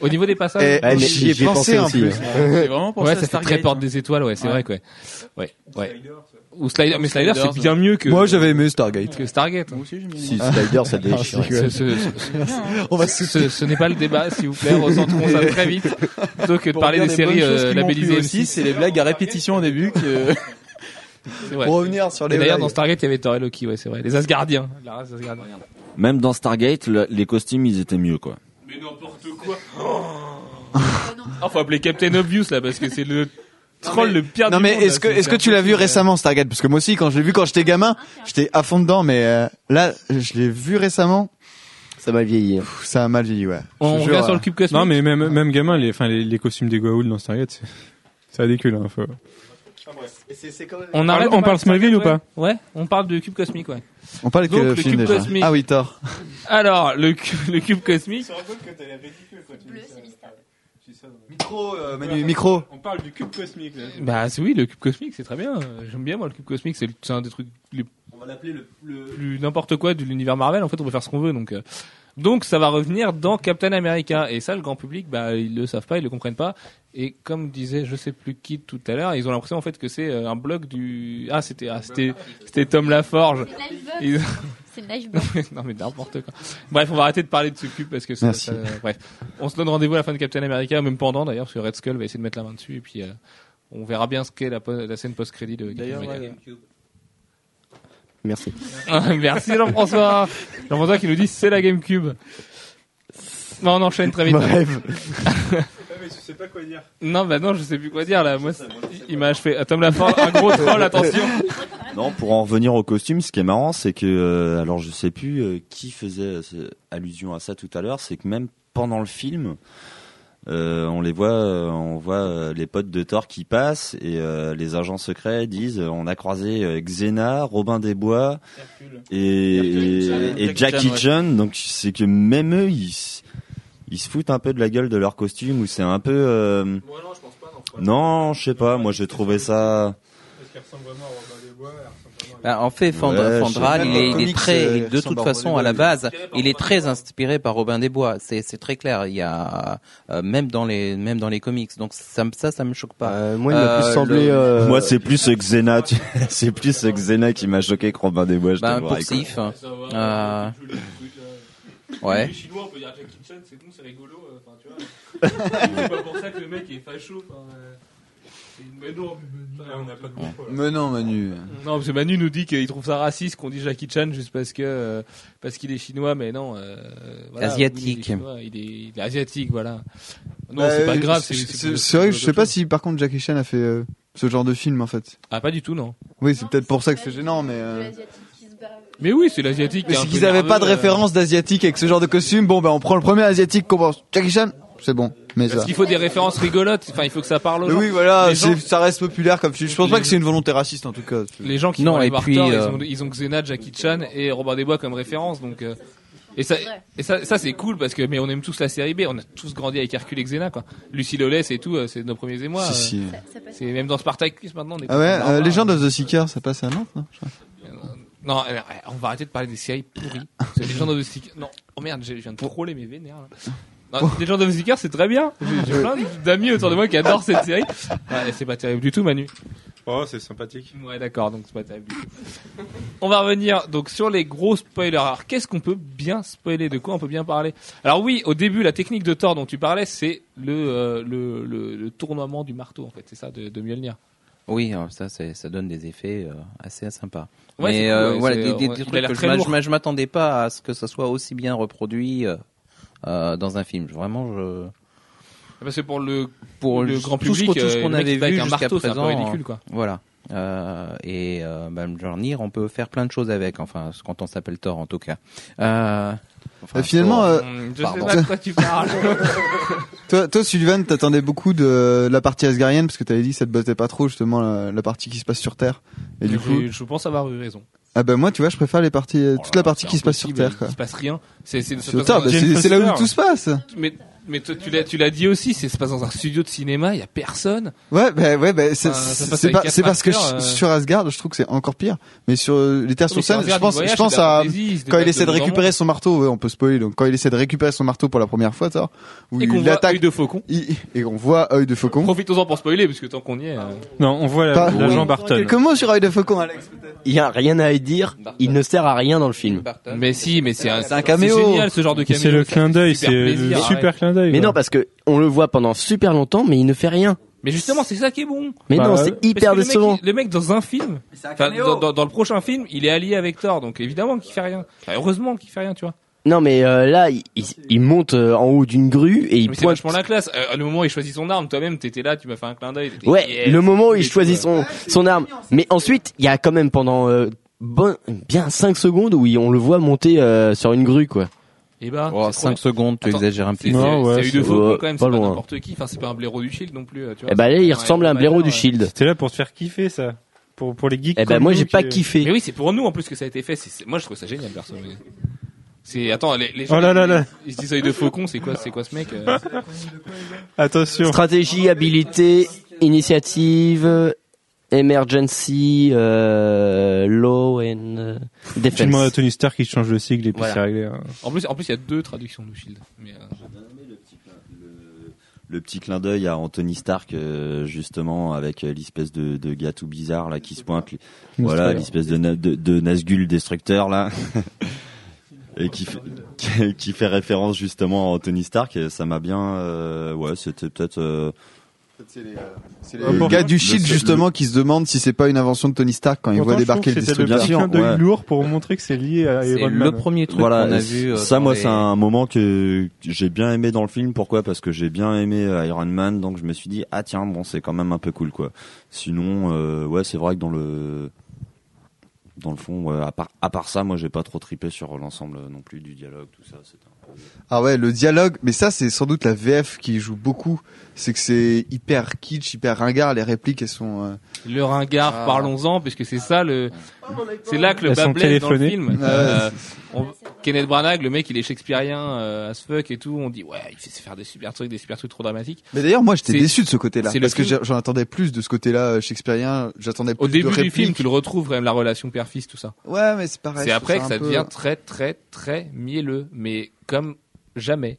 Au niveau des passages,
Eh,
Ouais, mais
j'y ai
j'y ai
pensé
pensé
en
aussi,
plus.
J'ai vraiment pensé
ouais,
à
ça fait
Stargate.
très porte des étoiles, ouais, c'est
Ouais.
vrai quoi. Ouais, ouais. Ou Slider, mais Slider c'est
Sliders,
bien mieux que
Moi, j'avais aimé Stargate.
que Stargate. hein.
Moi aussi, j'ai mis
Si, Slider,
Ah,
ça déchire.
c'est
Ce, ce- ce-
On va
ce- ce- ce n'est pas le débat, s'il vous plaît, recentrons ça très vite. Plutôt que de
Pour
parler
dire
des séries
bonnes choses
euh,
qui m'ont
labellisées
plu
M6.
aussi, c'est les blagues à répétition au début que
c'est vrai.
Pour revenir sur les.
Et d'ailleurs, dans
blagues.
Stargate, il y avait Thor et Loki, ouais, c'est vrai. Les Asgardiens. La race Asgardienne.
Même dans Stargate, le- les costumes, ils étaient mieux, quoi.
Mais n'importe quoi. Ah, faut appeler Captain Obvious là, parce que c'est le troll le pire
Non
du monde,
mais
là,
est-ce que
c'est-
est-ce que tu l'as vu récemment Stargate Parce que moi aussi, quand je l'ai vu quand j'étais gamin, j'étais à fond dedans. Mais euh, là, je l'ai vu récemment.
Ça m'a vieilli. hein.
Pff, ça a mal vieilli, ouais.
On
Je te
revient
jure,
sur
euh,
le cube cosmique.
Non, mais même, même gamin, les, enfin, les, les costumes des Goa'uld dans Stargate, c'est- c'est ridicule. Hein, faut-
On,
On
arrête,
parle- on parle Smallville
Stargate,
ou pas
ouais. Ouais, on parle de cube cosmique, ouais.
On parle de
Donc,
quel
le
film
cube
déjà
cosmique.
Ah oui, Thor.
Alors, le cube, le cube cosmique.
Micro, Manu, micro.
On parle du cube cosmique.
Bah, c'est oui, le cube cosmique, c'est très bien. Euh, J'aime bien, moi, le cube cosmique. C'est le- c'est un des trucs les
On va l'appeler le,
plus n'importe quoi de l'univers Marvel. En fait, on peut faire ce qu'on veut, donc. euh. Donc, ça va revenir dans Captain America. Et ça, le grand public, bah, ils le savent pas, ils le comprennent pas. Et comme disait, je sais plus qui tout à l'heure, ils ont l'impression, en fait, que c'est euh, un blog du, ah, c'était, ah, c'était, c'était Tom Laforge. Ils-
C'est une live box.
non mais n'importe quoi. Bref, on va arrêter de parler de ce cube parce que ça,
Merci.
ça- euh, bref, on se donne rendez-vous à la fin de Captain America, même pendant d'ailleurs, parce que Red Skull va essayer de mettre la main dessus et puis euh, on verra bien ce qu'est la, po- la scène post-crédit de Captain
d'ailleurs
America.
ouais,
Merci.
Merci Jean-François. Jean-François qui nous dit c'est la GameCube. Bon, on enchaîne très vite.
Bref.
mais je sais pas quoi dire.
Non, bah non, je sais plus quoi dire là. Moi, il m'a achevé. Ah, Tom Laforge, un gros troll, attention.
Non, pour en revenir au costume, ce qui est marrant, c'est que, euh, alors je sais plus euh, qui faisait euh, ce- allusion à ça tout à l'heure, c'est que même pendant le film, euh, on les voit, euh, on voit euh, les potes de Thor qui passent et euh, les agents secrets disent euh, on a croisé euh, Xena, Robin des Bois et, et, et
Jackie
Jackie
Chan, ouais.
Chan. Donc c'est que même eux, ils, s- ils se foutent un peu de la gueule de leur costume ou c'est un peu. euh, non, je sais pas. Moi, j'ai trouvé ça.
Parce qu'elle ressemble vraiment à Robin des Bois.
Bah, en fait, Fand-
Ouais,
Fandral, il
je sais pas.
est, il est
Comics, euh,
très, de
ressemble
toute
à
façon,
Robin
à la
des Bois.
base, il est très inspiré par Robin des Bois. C'est, c'est très clair. Il y a, euh, même dans les, même dans les comics. Donc, ça, me- ça, ça me choque pas.
Euh, moi, il m'a
Euh,
plus semblé...
le-
euh,
Moi, c'est plus euh, Xena, tu- c'est plus euh, Xena qui m'a choqué que Robin des Bois. Je
Bah,
t'avouerai,
pour
quoi.
Sif. Euh, ouais.
chinois, on peut dire Jackie Chan, c'est bon, c'est rigolo. euh, Enfin, tu vois. c'est pas pour ça que le mec est facho. euh. c'est une bonne
Mais non, Manu.
Non, parce que Manu nous dit qu'il trouve ça raciste qu'on dit Jackie Chan juste parce que euh, parce qu'il est chinois, mais non. euh, voilà,
Asiatique.
oui, Il est, chinois, il est-
Bah, euh,
il est asiatique, voilà. Non, c'est pas grave. c'est- c'est- euh,
C'est vrai que je sais pas si par contre Jackie Chan a fait euh, ce genre de film en fait.
Ah, pas du tout, non.
Oui, c'est peut-être pour ça que c'est gênant, mais. euh,
Mais oui, c'est l'asiatique.
Mais
qui est
si
un
qu'ils
peu
n'avaient pas de
nerveux, euh,
référence d'asiatique avec ce genre de costume, bon, ben on prend le premier asiatique qu'on pense. Jackie Chan, c'est bon. Mais ça.
Parce qu'il faut des références rigolotes. Enfin, il faut que ça parle aux gens.
Oui, voilà,
Les gens-
c'est- ça reste populaire comme film. Je pense pas que c'est une volonté raciste en tout cas.
Les gens qui
Non,
vont aller
et
voir
puis,
Thor,
euh,
ils, ont, ils ont Xena, Jackie Chan et Robert Desbois comme référence. Donc, euh, et ça,
vrai.
et ça, ça c'est cool parce que mais on aime tous la série B. On a tous grandi avec Hercule et Xena, quoi. Lucie Lawless et tout, euh, c'est nos premiers émois.
Si,
euh.
si.
Ça- ça passe.
C'est même dans Spartacus maintenant. on est
Ah ouais,
pas-
euh, Legend of the Seeker, ça passe à Nantes, non Je crois.
Non, euh, on va arrêter de parler des séries pourries. C'est Legend of the Seeker. Non, oh merde, j'ai- je viens de troller mes vénères. Là. Non, Legend of the Seeker, c'est très bien. J'ai j'ai plein d'amis autour de moi qui adorent cette série. Ouais, c'est pas terrible du tout, Manu.
Oh, c'est sympathique.
Ouais, d'accord, donc c'est pas terrible. du tout. on va revenir donc sur les gros spoilers. Alors, qu'est-ce qu'on peut bien spoiler De quoi on peut bien parler Alors oui, au début, la technique de Thor dont tu parlais, c'est le, euh, le, le, le tournoiement du marteau, en fait, c'est ça, de, de Mjolnir.
Oui, alors ça, c'est- ça donne des effets euh, assez sympas.
Ouais, c'est
mais
cool,
euh,
ouais,
voilà,
c'est-
des, des-
on-
des
il a
trucs
l'air
que je
très
m'a-
lourd.
je m'a- je m'attendais pas à ce que ça soit aussi bien reproduit euh, euh, dans un film. Vraiment, je...
Parce que Ah bah, pour le,
pour
le grand
tout ce
public,
qu'on- tout ce
euh,
qu'on
le mec qui
avait
bat avec
vu
un
jusqu'à
marteau, c'est un peu
présent,
ridicule, quoi.
Voilà. Euh, et euh, bah, Mjolnir, on peut faire plein de choses avec. Enfin, quand on s'appelle Thor, en tout cas. Euh, enfin,
Euh, finalement,
Thor,
euh,
Hum, je
pardon.
sais pas de quoi tu parles.
toi, toi, Sullivan, t'attendais beaucoup de euh, la partie asgarienne parce que t'avais dit que ça te bottait pas trop justement la, la partie qui se passe sur Terre. Et du coup,
je, je pense avoir eu raison.
ah ben moi, tu vois, je préfère les parties, euh, toute la partie
C'est
qui se passe sur
impossible,
Terre. Quoi.
Il se passe rien. C'est c'est- ça se
Sur
passe
Terre,
dans hein.
bah,
un-
c'est c'est là où
Foster.
tout se passe.
Mais mais toi, tu l'as tu l'as dit aussi, c'est se passe dans un studio de cinéma, il y a personne.
Ouais, bah, ouais, bah, c'est
Enfin, ça passe
c'est
avec
pas-
quatre
c'est parce que
acteurs,
je-
euh.
sur Asgard, je trouve que c'est encore pire. Mais sur euh, les Terres sur scène, je
Regarde,
pense,
il voyage,
je pense
il a
à
des idées, se
quand il
déplace
essaie de
dans le
récupérer son marteau. ouais, on peut spoiler. Donc quand il essaie de récupérer son marteau pour la première fois, Thor, où
monde. et qu'on
il
voit
attaque
Œil de faucon.
il- et on voit œil de faucon.
Profitons-en pour spoiler, parce que tant qu'on y est. euh,
Non, on voit la-
Pas-
l'agent
Oui.
Barton.
Quelques mots sur œil de faucon, Alex.
Il y a rien à y dire. Il ne sert à rien dans le film.
Barton.
Mais si, mais c'est un,
C'est un caméo.
C'est génial ce genre de caméo.
C'est le
Ça
clin
fait
d'œil,
super
c'est le
plaisir,
super
arrête.
clin d'œil.
Mais
quoi.
non, parce que on le voit pendant super longtemps, mais il ne fait rien.
Mais justement, c'est ça qui est bon.
Mais
Bah
non,
ouais.
c'est
Parce
hyper
que le mec,
décevant.
il- Le mec dans un film, enfin, dans, dans- dans le prochain film, il est allié avec Thor, donc évidemment qu'il fait rien. Enfin, heureusement qu'il fait rien, tu vois.
Non, mais euh, là, il, il- il monte euh, en haut d'une grue et il
Mais c'est
pointe.
vachement la classe. Euh, à le moment où il choisit son arme, toi-même, t'étais là, tu m'as fait un clin d'œil. t'étais-
Ouais,
Yes.
le moment où il
Et
choisit
tout,
son son arme. Mais ensuite, il y a quand même pendant euh, bon- bien 5 secondes où il- on le voit monter euh, sur une grue, quoi.
Et bah,
Oh, 5 secondes, tu
Attends,
exagères un
c'est c'est-
petit peu.
Non, ouais,
c'est eu de
c'est-
faux
ouais,
quand même,
pas
c'est pas
loin.
n'importe qui. Enfin, c'est pas un blaireau du shield non plus. euh, Tu vois,
Et bah là,
C'est
il
pas
ressemble à un blaireau
bâtard,
du
ouais.
shield.
C'était là pour se faire kiffer, ça. Pour, pour les geeks.
Eh ben
bah,
comme
moi
nous
j'ai pas
qui-
Mais
euh,
kiffé.
oui, c'est pour nous en plus que ça a été fait. C'est- c'est- Moi, je trouve ça génial, perso. mais- C'est attends, les, les gens
Oh là là là.
ils se disent œil de faucon, c'est quoi, c'est quoi ce mec euh,
Attention.
Stratégie, habilité, initiative, emergency, euh, law and euh,
Tu demandes à
defense.
Tony Stark qui change le sigle et puis
Voilà.
c'est réglé. hein.
En plus, en plus, il y a deux traductions de Shield. Mais, euh,
Le petit clin d'œil à Anthony Stark, euh, justement, avec euh, l'espèce de, de gars tout bizarre là qui se pointe, les- voilà, l'espèce de, na- de, de Nazgûl destructeur là, et qui fait, qui- qui fait référence justement à Anthony Stark. Et ça m'a bien, euh, ouais, c'était peut-être. euh,
C'est
Euh,
Ah,
le
bon.
gars du
Le-
shield
le-
justement qui se demande si c'est pas une invention de Tony Stark quand il
Pourtant,
voit
je
débarquer
trouve
le
que c'était
destructeur.
le petit clin d'œil
Ouais.
lourd pour montrer que c'est lié à
C'est
Iron
le
Man.
premier truc
Voilà,
qu'on a
et
vu. euh,
ça
dans
moi
les-
c'est un moment que que j'ai bien aimé dans le film. Pourquoi Parce que j'ai bien aimé euh, Iron Man, donc je me suis dit ah tiens bon c'est quand même un peu cool quoi. Sinon euh, ouais c'est vrai que dans le dans le fond ouais, à part à part ça moi j'ai pas trop tripé sur l'ensemble euh, non plus du dialogue tout ça. C'était un peu-
Ah ouais, le dialogue, mais ça c'est sans doute la VF qui joue beaucoup, c'est que c'est hyper kitsch, hyper ringard, les répliques elles sont euh,
le ringard,
Ah.
parlons-en, puisque c'est ça le, c'est là que le
Elles sont
bas blesse dans le
téléphonées. Ah
film.
Ouais,
Euh, on- Kenneth Branagh, le mec, il est shakespearien euh, as fuck et tout. On dit ouais, il fait se faire des super trucs, des super trucs trop dramatiques.
Mais d'ailleurs, moi j'étais
C'est-
déçu de ce côté-là
c'est le
parce que
film.
j'a- j'en attendais plus de ce côté-là euh, shakespearien, j'attendais plus
Au début
de
du
répliques.
film, tu le retrouves quand même la relation père-fils, tout ça.
Ouais, mais c'est pareil.
c'est
je
après que
trouve
ça
un peu-
devient très très très mielleux, mais comme jamais.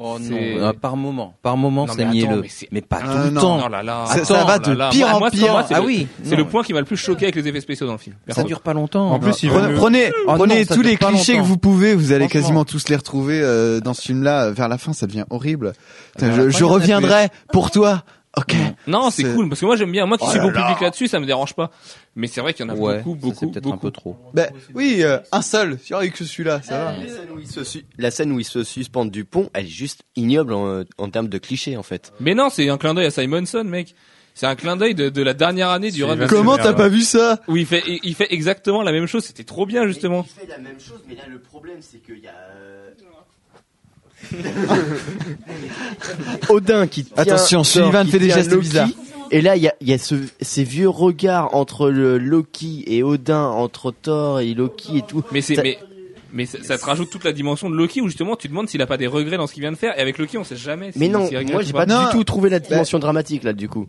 Oh non,
C'est-
euh, par moment. Par moment,
Non,
c'est
mais attends,
mielleux.
mais c'est-
Mais pas
Ah,
tout le
non.
temps.
Oh là là.
Ça- ça
Attends,
va
là
de
là.
pire
Moi,
en
moi, c'est-
pire.
moi, c'est
Ah
le-
oui.
C'est
non,
le point qui m'a le plus choqué avec les effets spéciaux dans le film.
Ça
Perso.
dure pas longtemps.
En plus, il
Prenez,
vaut mieux-
prenez,
Oh non,
prenez
ça
tous
dure
les
pas
clichés que
longtemps.
vous pouvez, vous allez
Franchement.
quasiment tous les retrouver euh, dans ce film-là. Euh, Vers la fin, ça devient horrible. Putain,
Vers la
je,
fin,
je
il y en a
reviendrai pour toi. Ok.
Non, c'est
C'est-
cool parce que moi j'aime bien. Moi qui
Oh
suis
là
bon
là.
public là-dessus, ça me dérange pas. Mais c'est vrai qu'il y en a
Ouais,
beaucoup,
ça, c'est
beaucoup,
peut-être un
beaucoup.
peu trop.
Ben oui, euh, un seul. Il y en a que celui-là, ça va.
La scène où il se suspend du pont, elle est juste ignoble en, en termes de clichés en fait.
Mais non, c'est un clin d'œil à Simonson, mec. C'est un clin d'œil de, de la dernière année du
C'est
Run.
vrai.
Comment
merde,
t'as pas vu ça
Où il fait, il- il fait exactement la même chose. C'était trop bien justement.
Il fait la même chose, mais là le problème c'est qu'il y a. euh, Odin qui tient,
Attention, Sullivan
qui
fait des
tient
gestes
Loki,
bizarres.
Et là, il y a, il y a ce- ces vieux regards entre le Loki et Odin, entre Thor et Loki et tout.
Mais c'est
Ça-
mais mais ça, ça te rajoute toute la dimension de Loki où justement tu te demandes s'il a pas des regrets dans ce qu'il vient de faire et avec Loki on sait jamais.
Mais
si-
non,
s'il regrette
moi
ou
j'ai
pas.
pas
Non. Bah,
du tout trouvé la dimension dramatique là du coup.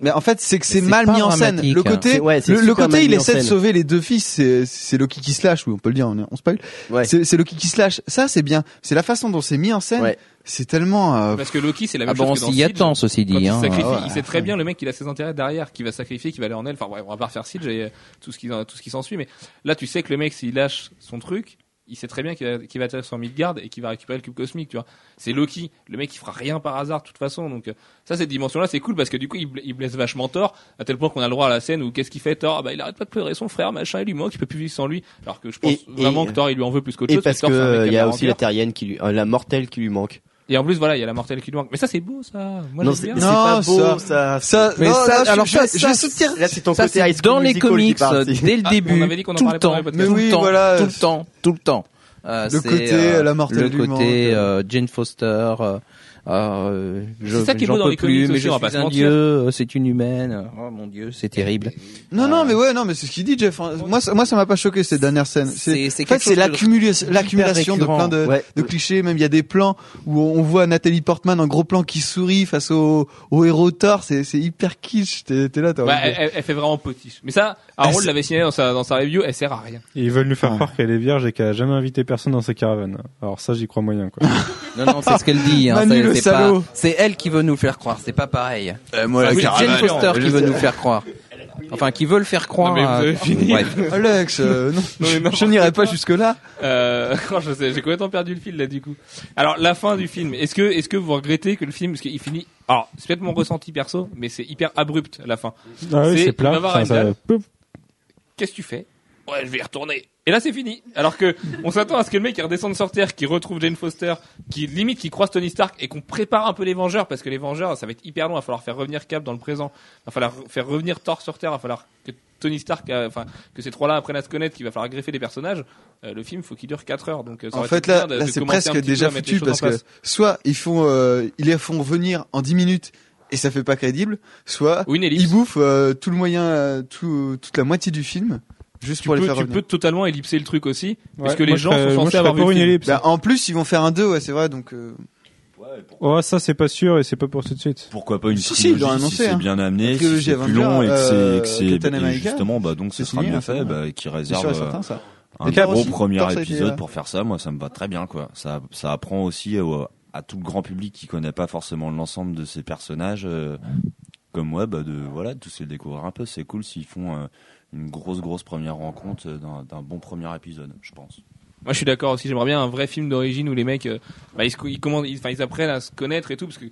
Mais en fait, c'est que c'est
C'est
mal
pas
mis en scène.
dramatique,
Le
hein.
côté,
C'est- ouais, c'est
le, le
super mal
côté, il
mis en
essaie de
scène.
sauver les deux fils. C'est c'est Loki qui se lâche, oui, on peut le dire, on, est- on spoil.
Ouais.
C'est c'est Loki qui se lâche. Ça, c'est bien. C'est la façon dont c'est mis en scène.
Ouais.
C'est tellement. euh, Ah,
Parce que Loki c'est la
Ah
même
bon, on
chose que dans
s'y
Siege.
attend, ceci
Quand il,
dit.
se
hein.
sacrifie,
ouais.
il sait très bien le mec qu'il a ses intérêts derrière, qui va sacrifier, qui va aller en elle. Enfin, ouais, on va pas refaire Siege et euh, tout ce qui, tout ce qui s'ensuit. Mais là, tu sais que le mec, s'il lâche son truc, il sait très bien qu'il va, qu'il va atterrir sur Midgard et qu'il va récupérer le cube cosmique, tu vois. C'est Loki. Le mec, il fera rien par hasard, de toute façon. Donc, euh, ça, cette dimension-là, c'est cool parce que du coup, il, bla- il blesse vachement Thor à tel point qu'on a le droit à la scène où qu'est-ce qu'il fait Thor? Ah Bah, il arrête pas de pleurer son frère, machin, il lui manque, il peut plus vivre sans lui. Alors que je pense
Et- et-
vraiment que Thor, il lui en veut plus qu'autre
Et
chose.
parce
Thor,
que
c'est un mec
euh,
qui
il y
de
a
la
aussi la
rancœur.
terrienne qui lui, euh, la mortelle qui lui manque.
Et en plus, voilà, il y a la mortelle qui lui manque. Mais ça, c'est beau, ça. Moi,
non,
j'aime
c'est
bien.
c'est
Non,
pas beau ça.
Ça,
Mais
non,
ça,
là, je-
alors
je,
ça,
je vais
ça,
soutenir.
Là, c'est ton
Ça,
côté High
c'est
School
dans les
Musical qui
comics,
part,
euh,
c'est-
dès le
Ah,
début.
on avait dit qu'on en
tout
parlait
le
pendant
temps,
les podcasts.
tout
Mais oui,
le temps,
voilà.
tout le temps, tout le temps. Euh,
Le
c'est,
côté, la mortelle
le
du
côté
manque.
euh, Jane Foster. Euh, euh, je,
C'est ça qui est
j'en
beau dans
peux
les
plus,
comics
mais
aussi,
je
on va pas
suis
se
un
mentir.
dieu, euh, c'est une humaine. Oh mon dieu, c'est terrible.
Non, non, mais ouais, non, mais c'est ce qu'il dit, Jeff. hein. Moi, ça- moi, ça m'a pas choqué ces dernières scènes. C'est en fait, c'est l'accumulation, l'accumulation de
récurrent.
plein de,
Ouais.
de clichés. Même il y a des plans où on on voit Nathalie Portman en gros plan qui sourit face au, au héros Thor. C'est c'est hyper kitsch. T'es t'es là, t'as
Ouais,
envie de-
Bah, elle, elle- elle fait vraiment potiche. Mais ça, Harold
c'est-
l'avait signé dans sa, dans sa review, elle sert à rien.
Et ils veulent nous faire
Ouais.
croire qu'elle est vierge et qu'elle a jamais invité personne dans sa caravane. Alors ça, j'y crois moyen, quoi.
Non, non, c'est ce qu'elle dit. Hein,
Manu,
c'est-
le
c'est pas-
salaud. Euh,
c'est elle qui veut nous faire croire. C'est pas pareil.
la
c'est
caravane.
Jane Foster qui veut nous faire croire. Enfin, qui veut le faire croire. euh,
Non, mais vous
à-
avez fini.
Bref.
Alex, euh, non,
Non, mais non.
je n'irai pas jusque là.
Euh, oh, je sais, j'ai complètement perdu le fil là du coup. Alors la fin du film, est-ce que est-ce que vous regrettez que le film parce qu'il finit alors c'est peut-être mon ressenti perso mais c'est hyper abrupt la fin.
Ah oui,
C'est-
c'est plat.
Bavard
Enfin, ça-
euh,
Heimdall.
pouf.
Qu'est-ce que tu fais Ouais, je vais y retourner. Et là c'est fini. Alors que on s'attend à ce que le mec il redescende sur terre, qui retrouve Jane Foster, qui limite qui croise Tony Stark et qu'on prépare un peu les Vengeurs parce que les Vengeurs ça va être hyper long, il va falloir faire revenir Cap dans le présent, il va falloir faire revenir Thor sur terre, il va falloir que Tony Stark euh, enfin que ces trois-là apprennent à se connaître, qu'il va falloir greffer les personnages. Euh, le film faut qu'il dure 4 heures donc euh, ça
En
aurait
fait,
été
là,
bien de-
là
de
c'est
commencer un
presque
petit peu
déjà
à mettre les
foutu
choses en
parce
place.
que soit ils font, euh, ils les font venir en 10 minutes et ça fait pas crédible, soit
Oui, une ellipse.
ils bouffent euh, tout le moyen, euh, tout, toute la moitié du film juste
tu
pour
peux,
les faire
tu
revenir.
peux totalement ellipser le truc aussi, parce
Ouais,
que les
moi, je
gens
serais-
sont
moi,
censés
je serais
avoir vu
pour
le
une
film.
ellipse.
Bah, en plus, ils vont faire un 2, ouais, c'est vrai, donc euh,
Oh, ça, c'est pas sûr et c'est pas pour tout de suite.
Pourquoi pas une
Si,
trilogie
si,
si,
ils l'ont annoncé,
c'est
hein.
bien
La
amené, si
trilogie
c'est plus
Avenger,
long et que
euh,
c'est- et que
Captain
c'est et
America,
justement bah donc
c'est
ce sera
signé,
mieux
hein, c'est
fait,
bon.
bah, qui
c'est sûr et
réserve euh,
certain ça.
un
Et Thor
gros
aussi.
premier
Thor, ça a été,
épisode
euh,
pour faire ça. Moi, ça me va très bien quoi. Ça ça apprend aussi euh, à tout le grand public qui connaît pas forcément l'ensemble de ces personnages euh, comme moi bah de voilà de tous les découvrir un peu. C'est cool s'ils font euh, une grosse grosse première rencontre euh, d'un d'un bon premier épisode, je pense.
Moi, je suis d'accord aussi. J'aimerais bien un vrai film d'origine où les mecs, euh, bah, ils, se cou- ils, commencent- ils, enfin, ils apprennent à se connaître et tout, parce que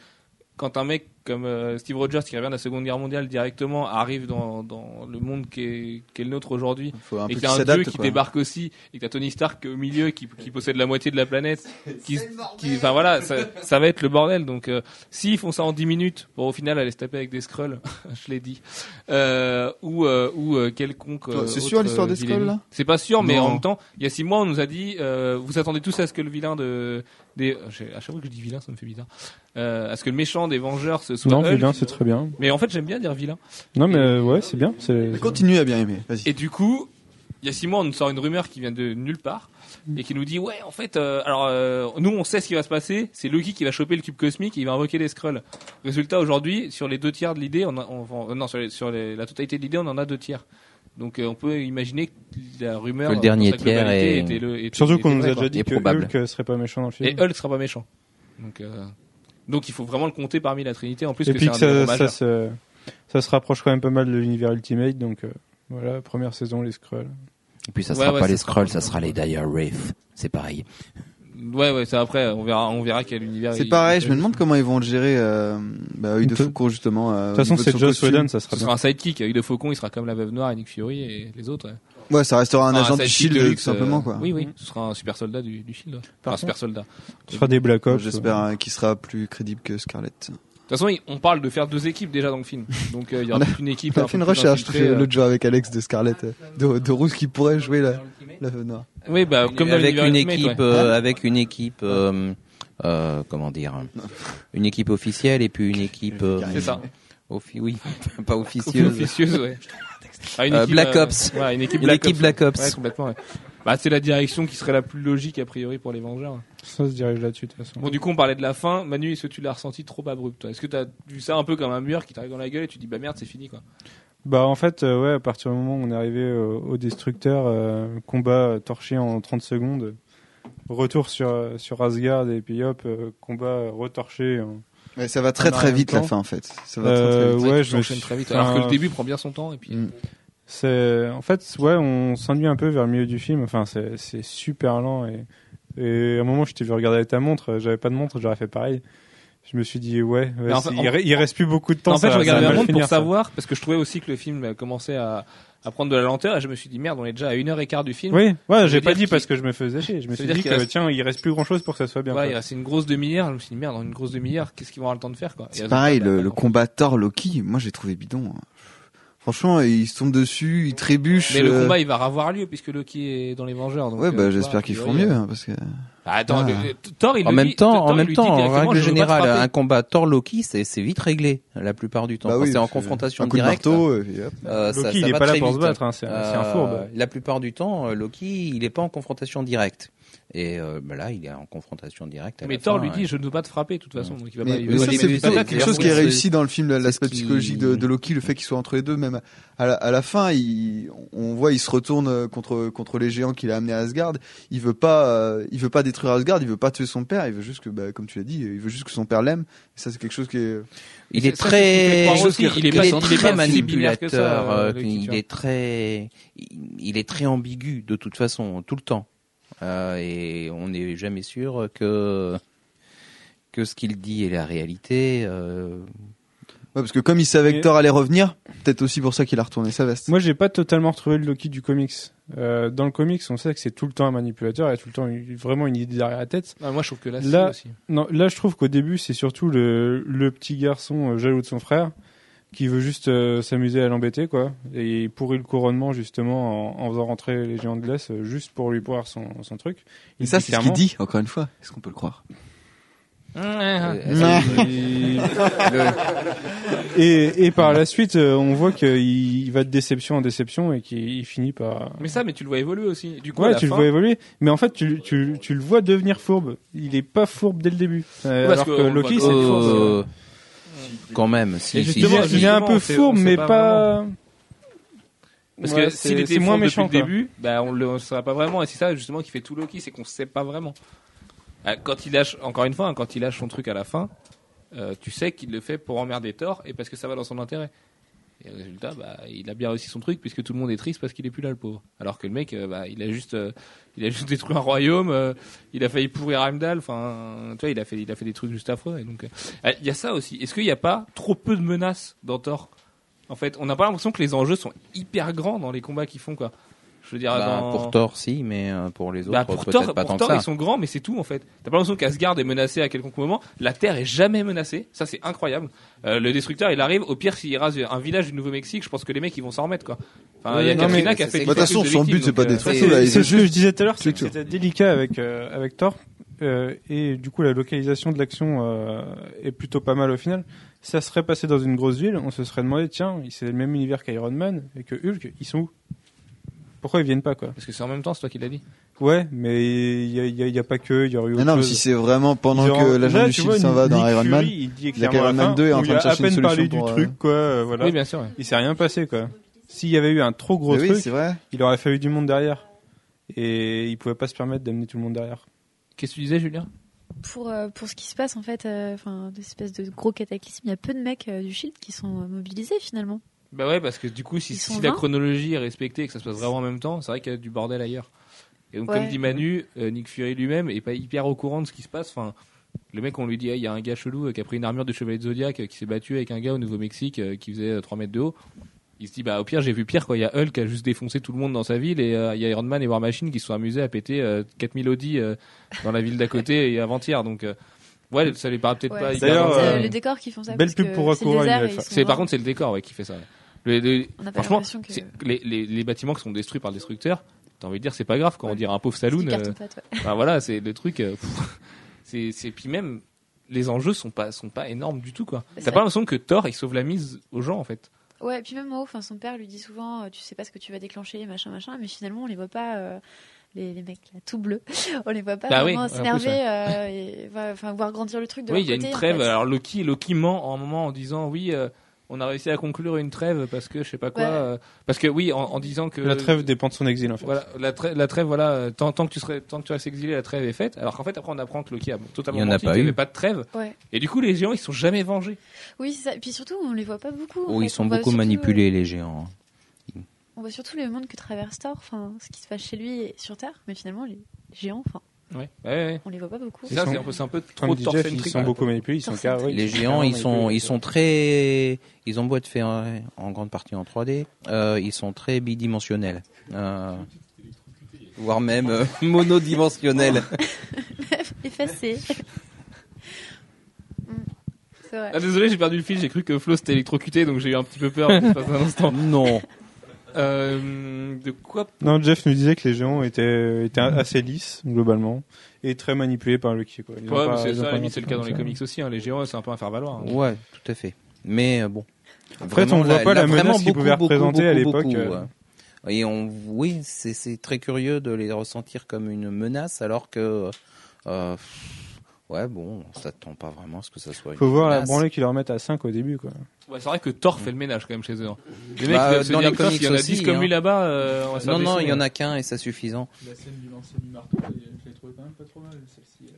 quand un mec comme euh, Steve Rogers, qui revient de la Seconde Guerre mondiale directement, arrive dans, dans le monde qui est, qui est le nôtre aujourd'hui,
Faut un
et que
peu qu'ils
t'as un dieu
s'adaptent.
qui
quoi.
débarque aussi, et que t'as Tony Stark au milieu qui, qui possède la moitié de la planète, qui, qui- enfin voilà, ça, ça va être le bordel. Donc, euh, s'ils font ça en 10 minutes, pour au final aller se taper avec des Skrulls, je l'ai dit, euh, ou euh, ou euh, quelconque. euh,
C'est sûr,
autre,
l'histoire des
euh, vilain.
Skrulls, là
C'est pas sûr, mais
Non.
en même temps, il y a 6 mois, on nous a dit, euh, vous attendez tous à ce que le vilain de des, euh, j'ai- à chaque fois que je dis vilain, ça me fait bizarre, euh, à ce que le méchant des Vengeurs ce soit.
Non,
Hulk.
vilain, c'est très bien.
Mais en fait, j'aime bien dire vilain.
Non, mais euh, ouais, c'est bien. C'est
Mais Continue à bien aimer, vas-y.
Et du coup, il y a six mois, on nous sort une rumeur qui vient de nulle part et qui nous dit ouais, en fait, euh, alors euh, nous on sait ce qui va se passer, c'est Loki qui va choper le cube cosmique, et il va invoquer les Skrulls. Résultat, aujourd'hui, sur les deux tiers de l'idée, on, a- on- on- euh, non sur, les- sur les- la totalité de l'idée, on en a deux tiers. Donc euh, on peut imaginer que la rumeur
Que le
dans
dernier
sa
tiers
globalité
est-
était le- était-
surtout
était
qu'on nous
vraie,
a
quoi.
déjà dit
Et
que
probable.
Hulk serait pas méchant dans le film.
et Hulk sera pas méchant. Donc euh, donc il faut vraiment le compter parmi la Trinité en plus
Et
que
puis
c'est un
que
héros
ça, ça,
majeur.
se, ça se rapproche quand même pas mal de l'univers Ultimate, donc euh, voilà, première saison, les Skrulls.
Et puis ça
Ouais,
sera
ouais,
pas
ça
les
sera
Skrulls,
pas
ça
ça.
sera les Dire Wraith. C'est pareil.
Ouais ouais, c'est après on verra on verra quel univers
C'est
Ah, il-
pareil,
il-
je me demande comment ils vont le gérer euh, bah, œil de
De-
Faucon justement. euh,
De
au
toute façon,
niveau de
c'est
son
Joss
costume.
Whedon, ça sera
Ce
bien.
sera un sidekick avec de Faucon, il sera comme la Veuve Noire et Nick Fury et les autres. ouais.
Ouais, ça restera un
Enfin,
agent du
sidekick de
Shield tout
luxe,
simplement
euh,
quoi.
Oui, oui, ce sera un super soldat du, du Shield. ouais. Enfin, un
Mm. contre-
super soldat.
Ce sera des Black Ops.
J'espère hein, qu'il sera plus crédible que Scarlett.
toute façon, il- on parle de faire deux équipes déjà dans le film. Donc euh, il y
On
aura
a-
toute une équipe.
On a
un
fait
peu
une
plus
recherche
infiltrée, euh.
l'autre jour avec Alex de Scarlett, euh, de, de Rousse qui pourrait jouer la, la femme noire.
Oui, bah, comme dans
avec
l'univers
une
Ultimate,
équipe,
ouais.
euh, avec une équipe, euh, euh, comment dire, une équipe officielle et puis une équipe, euh,
C'est ça.
offi- oui, pas
Officieuse,
officieuse.
ouais. Ah, une
Euh,
équipe,
Black
euh,
Ops.
ouais, une équipe
Une
Black
équipe
Ops.
Black Ops.
Ouais, complètement. ouais. Bah, c'est la direction qui serait la plus logique a priori pour les Vengeurs.
Ça se dirige là-dessus de toute façon.
Bon, du coup, on parlait de la fin. Manu, est-ce que tu l'as ressenti trop abrupte toi Est-ce que t'as vu ça un peu comme un mur qui t'arrive dans la gueule et tu dis bah merde, c'est fini quoi
Bah en fait, euh, ouais, à partir du moment où on est arrivé euh, au destructeur, euh, combat euh, torché en 30 secondes, retour sur, euh, sur Asgard et puis hop, euh, combat euh, retorché. en-
Mais ça va très
On a
très
rien
vite
le
la
temps.
fin en fait. Ça va très, très
Euh,
vite.
ouais,
Ça
je me
enchaîne
suis...
très vite. Alors que le
enfin,
début prend bien son temps et puis.
Mm.
C'est en fait ouais, on s'ennuie un peu vers le milieu du film. Enfin, c'est c'est super lent et et à un moment je t'ai vu regarder avec ta montre. euh, J'avais pas de montre, j'aurais fait pareil. Je me suis dit ouais, vas-y,
en fait,
il,
en-
re- il reste plus beaucoup de temps.
en fait,
ça-
je
ça
regardais
va
la
mal
montre pour
finir, ça.
savoir, parce que je trouvais aussi que le film euh, commençait à, à prendre de la lenteur, et je me suis dit, merde, on est déjà à une heure et quart du film.
Oui, ouais, j'ai
veut
pas
dire
dit
qu'il-
parce que je me faisais chier. Je me
Ça
suis
veut dire
dit
qu'il
que
reste-
tiens, il reste plus grand chose pour que ça soit bien.
Ouais,
quoi.
il restait une grosse demi-heure, je me suis dit, merde, dans une grosse demi-heure, qu'est-ce qu'ils vont avoir le temps de faire, quoi. Et
C'est
à-
pareil, le, le
Mais
combat Thor-Loki, moi j'ai trouvé bidon. hein. Franchement, il se tombe dessus, il trébuche.
le
euh,
combat, il va avoir lieu, puisque Loki est dans les Vengeurs. donc,
Ouais,
euh, tu
bah
vois, a
j'espère qu'ils feront
priori,
mieux,
euh,
hein, parce que.
bah, Attends,
Ah.
le- le- Thor, il
En
le
même
dit-
temps,
Thor,
en
il
même
lui dit
temps, en
directement, je
règle
veux pas te
générale,
frapper.
un combat Thor Loki, c'est c'est vite réglé la plupart du temps.
Bah
Quand
oui,
c'est en
parce que
confrontation
un coup de
directe.
marteau, et puis hop.
euh, ça-
Loki,
ça
il est
va
pas là
très
pour se
vite.
battre. hein, c'est un, c'est un
Euh,
fourbe.
La plupart du temps, euh, Loki, il n'est pas en confrontation directe. Et euh, bah là, il est en confrontation directe. à
Mais
la
Thor
fin,
lui
ouais. Mmh.
dit, je ne veux pas te frapper, de toute façon, donc il va
Mais,
pas il
mais
va
ça,
pas
oui,
c'est
les-
oui,
plutôt
oui,
quelque
oui,
chose
oui,
qui est
c'est-
réussi dans le film, l'aspect
qui-
psychologique de, de Loki, le fait qu'ils soient entre les deux, même à la, à la fin, il, on voit, il se retourne euh, contre contre les géants qu'il a amenés à Asgard. Il veut pas, euh, il veut pas détruire Asgard, il veut pas tuer son père, il veut juste que, bah, comme tu l'as dit, il veut juste que son père l'aime. Et ça, c'est quelque chose qui est.
Il
C'est- ça, c'est ce qui
est,
fait
très,
croire aussi qu'il est
il
pas-
est
il est
très
pas si binaire que
manipulateur.
ça, euh,
euh,
Loki, tu
il
vois.
est très, il il est très ambigu de toute façon, tout le temps. Euh, et on n'est jamais sûr que que ce qu'il dit est la réalité. euh,
Ouais, parce que comme il savait que
Mais-
Thor allait revenir, peut-être aussi pour ça qu'il a retourné sa veste.
Moi, j'ai pas totalement retrouvé le Loki du comics. Euh, dans le comics, on sait que c'est tout le temps un manipulateur et tout le temps une- vraiment une idée derrière la tête.
Ah, moi, je trouve que là,
Là-
c'est aussi.
Non, là, je trouve qu'au début, c'est surtout le, le petit garçon euh, jaloux de son frère qui veut juste euh, s'amuser à l'embêter, quoi. Et il pourrit le couronnement, justement, en, en faisant rentrer les géants de glace euh, juste pour lui boire son, son truc.
Et
Il
ça,
dit
c'est ce qu'il
clairement-
dit, encore une fois. Est-ce qu'on peut le croire
euh, est-ce
Ouais.
Et, et, et par la suite, euh, on voit qu'il il va de déception en déception et qu'il il finit par.
Mais ça, mais tu le vois évoluer aussi. Du coup, à
Ouais,
la
tu le
fin-
vois évoluer, mais en fait, tu, tu, tu le vois devenir fourbe. Il est pas fourbe dès le début. Euh,
Parce
alors
que
que
on le
Loki,
voit-
c'est le fourbe.
Euh, quand même. Si,
Et
si,
justement,
si,
il est un peu
on sait- on
fourbe,
sait
mais
pas
pas.
Parce
Ouais,
que
c'est-
s'il était
c'est
moins méchant depuis le
quoi.
début, bah on le on le saurait pas vraiment. Et c'est ça justement qui fait tout Loki, c'est qu'on sait pas vraiment. Ah, Quand il lâche, encore une fois, hein, quand il lâche son truc à la fin, euh, tu sais qu'il le fait pour emmerder Thor et parce que ça va dans son intérêt. Et résultat, bah, il a bien réussi son truc puisque tout le monde est triste parce qu'il est plus là le pauvre. Alors que le mec, euh, bah, il a juste, euh, il a juste détruit un royaume, euh, il a failli pourrir Heimdall. Enfin, tu vois, il a fait, il a fait des trucs juste affreux. Et donc, euh, ah, il y a ça aussi. Est-ce qu'il n'y a pas trop peu de menaces dans Thor En fait, on n'a pas l'impression que les enjeux sont hyper grands dans les combats qu'ils font, quoi. Je veux dire,
bah,
dans-
pour Thor, si, mais euh, pour les autres,
bah, pour
peut-être
Thor,
pas
pour
tant
Thor,
que
ils
ça.
sont grands, mais c'est tout hein. en fait. T'as pas l'impression qu'Asgard est menacé à quelconque moment. La Terre est jamais menacée. Ça, c'est incroyable. Euh, le destructeur, il arrive. Au pire, s'il rase un village du Nouveau-Mexique, je pense que les mecs, ils vont s'en remettre quoi. Enfin,
Ouais,
il y a
non,
Katrina
mais
qui a fait.
c'est- c'est-
des
Bah, de toute
façon,
de
son
victimes,
but, c'est
donc,
pas
euh,
de détruire.
c'est-
Là, ils
C'est
ont
ce que je disais tout à l'heure, c'est que
Structure.
c'était délicat avec, euh, avec Thor. Euh, et du coup, la localisation de l'action euh, est plutôt pas mal au final. Ça serait passé dans une grosse ville, on se serait demandé, tiens, c'est le même univers qu'Iron Man et que Hulk, ils sont où Pourquoi ils viennent pas, quoi
Parce que c'est en même temps, c'est toi qui l'as dit.
Ouais, mais il y a, il y a- il y a pas que, il y aurait eu
Non,
autre
non, mais
chose.
si c'est vraiment pendant
Ils auront-
que l'agent
Là,
du
tu
shield
vois,
s'en va dans
Nick
Iron
Fury,
Man,
il dit
y a
clairement à
qu'Iron
la
Man
fin,
2 est en train
où il
de
a
chercher
à
une
peine parlé
solution
du
pour, euh,
truc, quoi, euh, voilà.
Oui, bien sûr. ouais.
Il s'est rien passé, quoi. S'il y avait eu un trop gros
Mais oui,
truc,
c'est vrai.
il aurait fallu du monde derrière. Et il pouvait pas se permettre d'amener tout le monde derrière.
Qu'est-ce que tu disais, Julien
Pour, euh, pour ce qui se passe, en fait, euh, enfin, des espèces de gros cataclysmes, il y a peu de mecs euh, du Shield qui sont euh, mobilisés finalement.
Bah ouais, parce que du coup, si,
Ils
si
sont
la
vingt
chronologie est respectée et que ça se passe vraiment en même temps, c'est vrai qu'il y a du bordel ailleurs. Et donc,
Ouais.
comme dit Manu, euh, Nick Fury lui-même est pas hyper au courant de ce qui se passe. Enfin, le mec, on lui dit, Ah, il y a un gars chelou euh, qui a pris une armure de chevalier de Zodiac euh, qui s'est battu avec un gars au Nouveau-Mexique euh, qui faisait euh, 3 mètres de haut. Il se dit, bah, au pire, j'ai vu pire, quoi. Il y a Hulk qui a juste défoncé tout le monde dans sa ville et euh, il y a Iron Man et War Machine qui se sont amusés à péter euh, 4000 Audi euh, dans la ville d'à côté et avant-hier. Donc, euh, Ouais, ça les paraît peut-être
Ouais.
pas. hyper
D'ailleurs,
dans-
C'est
euh,
les décors qui font ça.
belle
parce
pub
que
pour
c'est
Akura,
des arts
Universal.
et ils sont
C'est par
vraiment-
contre c'est le décor ouais, qui fait ça. ouais. Le- le-
on n'a pas
franchement,
l'impression que.
c'est- les, les, les bâtiments qui sont détruits par le destructeur, t'as envie de dire c'est pas grave quand on dirait un pauvre saloon.
c'est
euh,
carton pâte, ouais.
Enfin, voilà, c'est le truc. euh, pff, c'est c'est puis même les enjeux sont pas sont pas énormes du tout quoi.
Bah, C'est
T'as
vrai.
pas l'impression que Thor il sauve la mise aux gens en fait.
Ouais, et puis même en haut, enfin, son père lui dit souvent, euh, tu sais pas ce que tu vas déclencher, machin, machin, mais finalement, on les voit pas, euh, les, les mecs là, tout bleus, on les voit pas
Bah oui,
vraiment
en plus,
s'énerver, euh, et va- enfin, voir grandir le truc de
oui,
leur
il y a
côté,
une
en
trêve.
fait.
Alors Loki Loki ment en un moment en disant oui. euh, on a réussi à conclure une trêve parce que je sais pas quoi.
Ouais.
euh, parce que oui, en, en disant que
La trêve dépend de son exil en fait.
Voilà, la, trê- la trêve, voilà, euh, tant, tant que tu serais, tant que tu restes exilé, la trêve est faite. Alors qu'en fait, après, on apprend que Loki a totalement
Il y en a
menti,
pas
qu'il n'y
eu.
avait pas de trêve.
Ouais.
Et du coup, les géants, ils sont jamais vengés.
Oui, c'est ça. Et puis surtout, on les voit pas beaucoup. en
Où
fait.
ils sont
Bah,
On voit
beaucoup
surtout,
manipulés, les géants.
euh, on voit surtout le monde que traverse Thor, enfin, ce qui se passe chez lui et sur Terre, mais finalement, les géants, enfin,
Ouais, ouais, ouais.
on les voit pas beaucoup.
C'est ça,
sont-
c'est un peu, c'est un peu
Comme
trop hein.
dit Jeff,
torcentrique.
ils sont beaucoup manipulés, ils sont
Torcentrique.
carrés.
les géants, ils sont, ils sont très, ils ont beau être faits euh, en grande partie en 3D, euh, ils sont très bidimensionnels, euh, voire même euh, monodimensionnels.
Effacé. Mm. c'est vrai.
Ah, désolé, j'ai perdu le fil, j'ai cru que Flo s'était électrocuté, donc j'ai eu un petit peu peur qu'il se passe un instant.
non.
Euh, de quoi
Non, Jeff nous disait que les géants étaient, étaient assez lisses, globalement, et très manipulés par Loki. Quoi. Ils ont
Ouais,
pas-
mais c'est ça,
ils ont
à
pas
la limite, c'est le cas dans les
inventé
comics aussi. hein. Les géants, c'est un peu à faire valoir. hein.
Ouais, tout à fait. Mais euh, bon. En
fait, on voit pas la menace qu'ils pouvaient représenter à l'époque, euh.
Et on, oui, c'est c'est très curieux de les ressentir comme une menace, alors que, euh, pff, ouais, bon, on s'attend pas vraiment à ce que ça soit.
ça.
Une
Faut voir la
menace.
branlée qu'ils leur mettent à 5 au début. Quoi.
Ouais, c'est vrai que Thor fait le ménage quand même chez eux. hein. Les mecs,
Mm. Bah,
ils doivent se
dans
dire,
les
putain, s'il y en a
comics
10 comme
aussi,
lui
hein.
là-bas, euh, on va se faire
Non, non,
dessiner.
il y en a qu'un et c'est suffisant.
La scène du lancer du marteau, je l'ai trouvé quand même pas trop mal, celle-ci.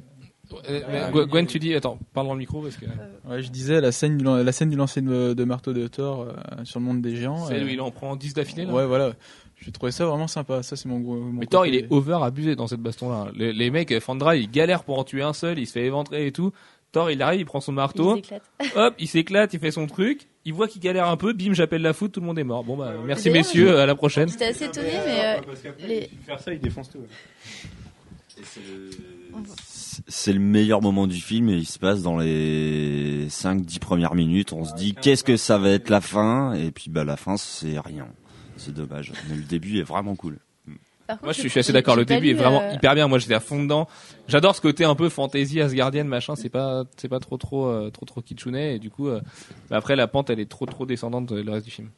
Ah,
Euh, mais Gwen, Gwen, tu dis, attends, parle dans le micro parce que euh,
Ouais, je disais, la scène du, lan- la scène du lancer de, de marteau de Thor euh, sur le monde des géants.
c'est
euh,
il en prend 10 d'affilée là.
Ouais, voilà. J'ai trouvé ça vraiment sympa. Ça, c'est mon gros. mon
Mais Thor, il
côté-
est over abusé dans cette baston-là. Les, les mecs, Fandra, il galère pour en tuer un seul, il se fait éventrer et tout. Thor, il arrive, il prend son
Ils
marteau,
éclatent.
hop, il s'éclate, il fait son truc, il voit qu'il galère un peu, bim, j'appelle la foudre, tout le monde est mort. Bon bah, merci
D'ailleurs,
messieurs, à la prochaine.
J'étais assez étonnée, mais euh, les-
faire ça, ils défoncent tout.
C'est le meilleur moment du film et il se passe dans les 5-10 premières minutes. On se dit qu'est-ce que ça va être la fin et puis bah la fin c'est rien. C'est dommage. Mais le début est vraiment cool.
par contre,
Moi, je suis,
j'ai-
je suis assez
j'ai-
d'accord. Le
j'ai pas
début est
lu,
vraiment
euh,
hyper bien. Moi, j'étais à fond dedans. J'adore ce côté un peu fantasy, Asgardienne, machin. C'est pas, c'est pas trop, trop, euh, trop, trop kitschounet. Et du coup, euh, bah, après, la pente, elle est trop, trop descendante euh, le reste du film.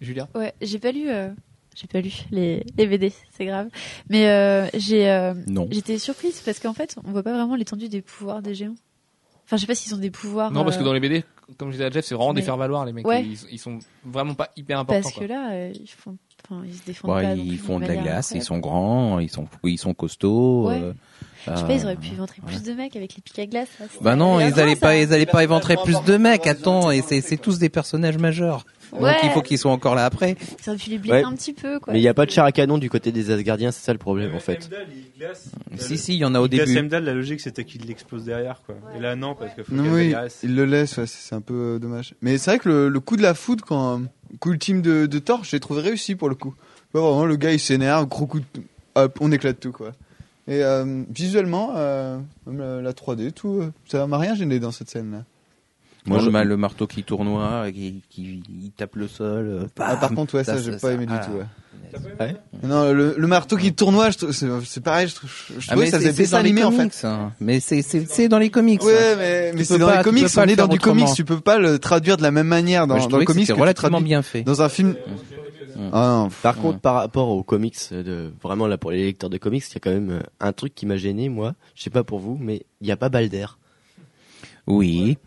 Julia.
Ouais, j'ai pas lu, euh, j'ai pas lu les, les BD, c'est grave. Mais euh, j'ai, euh,
Non.
j'étais surprise parce qu'en fait, on voit pas vraiment l'étendue des pouvoirs des géants. Enfin, je sais pas s'ils ont des pouvoirs.
Non, parce que
euh,
dans les BD, comme je disais à Jeff, c'est vraiment des
mais-
faire-valoir, les mecs.
Ouais.
Ils, ils sont vraiment pas hyper importants.
parce
quoi.
que là, euh, ils font, enfin, ils se défendent
Ouais,
pas. non plus
ils font de la
manière
glace, ils
incroyable.
sont grands, ils sont, ils sont costauds.
Ouais.
euh,
Je sais
euh,
pas, ils auraient pu inventer plus de mecs avec les pics à glace. là, c'était-
Bah non,
Et
ils
après,
allaient
ça-
pas, ils allaient pas éventrer
pas
plus
important,
de mecs.
ouais,
Attends,
ils
et
ont
c'est,
été
c'est
quoi.
tous des personnages majeurs. Donc
Ouais.
il faut qu'ils soient encore là après.
Ils auraient pu les blesser
Ouais.
un petit peu, quoi.
Mais il n'y a pas de chair à canon du côté des Asgardiens, c'est ça le problème en fait.
Si si, il y en a au
Au début.
début.
Semdal, la logique c'était qu'il l'explose derrière quoi. Et là non parce que faut
Non,
qu'elle
oui,
reste.
il le laisse, ouais, c'est c'est un peu euh, dommage. Mais c'est vrai que le, le coup de la foudre, quand le coup ultime de, de Thor, je l'ai trouvé réussi pour le coup. Bah, vraiment, le gars il s'énerve, gros coup de. Hop, on éclate tout quoi. Et euh, visuellement, euh, même la, la 3D, tout, euh, ça m'a rien gêné dans cette scène là.
Moi,
je-
le marteau qui tournoie, qui, qui il tape le sol. euh,
Ah, par
bam.
contre, ouais, ça,
Ça,
j'ai
ça,
pas
ça.
aimé
Ah.
du tout. Ouais.
Ouais.
Non, le, le marteau qui tournoie, je trou- c'est c'est pareil, je, trou- je- je
Ah,
trouvais
mais
que ça
c'est,
faisait
c'est
dessin
dans les
animé en fait.
comics. hein. Mais c'est, c'est, c'est dans les comics.
Ouais, mais, mais
peux
c'est dans
pas-
les
tu
comics,
peux pas
on
le
est dans
faire
du
autrement.
comics, tu peux pas le traduire de la même manière dans,
Moi, je
dans le
trouvais que
comics
c'était
que tu
relativement
traduis
bien fait.
dans un film. Ah non,
Par contre, par rapport aux comics, euh, de, vraiment là pour les lecteurs de comics, il y a quand même euh, un truc qui m'a gêné, moi. Je sais pas pour vous, mais il n'y a pas Balder.
Oui.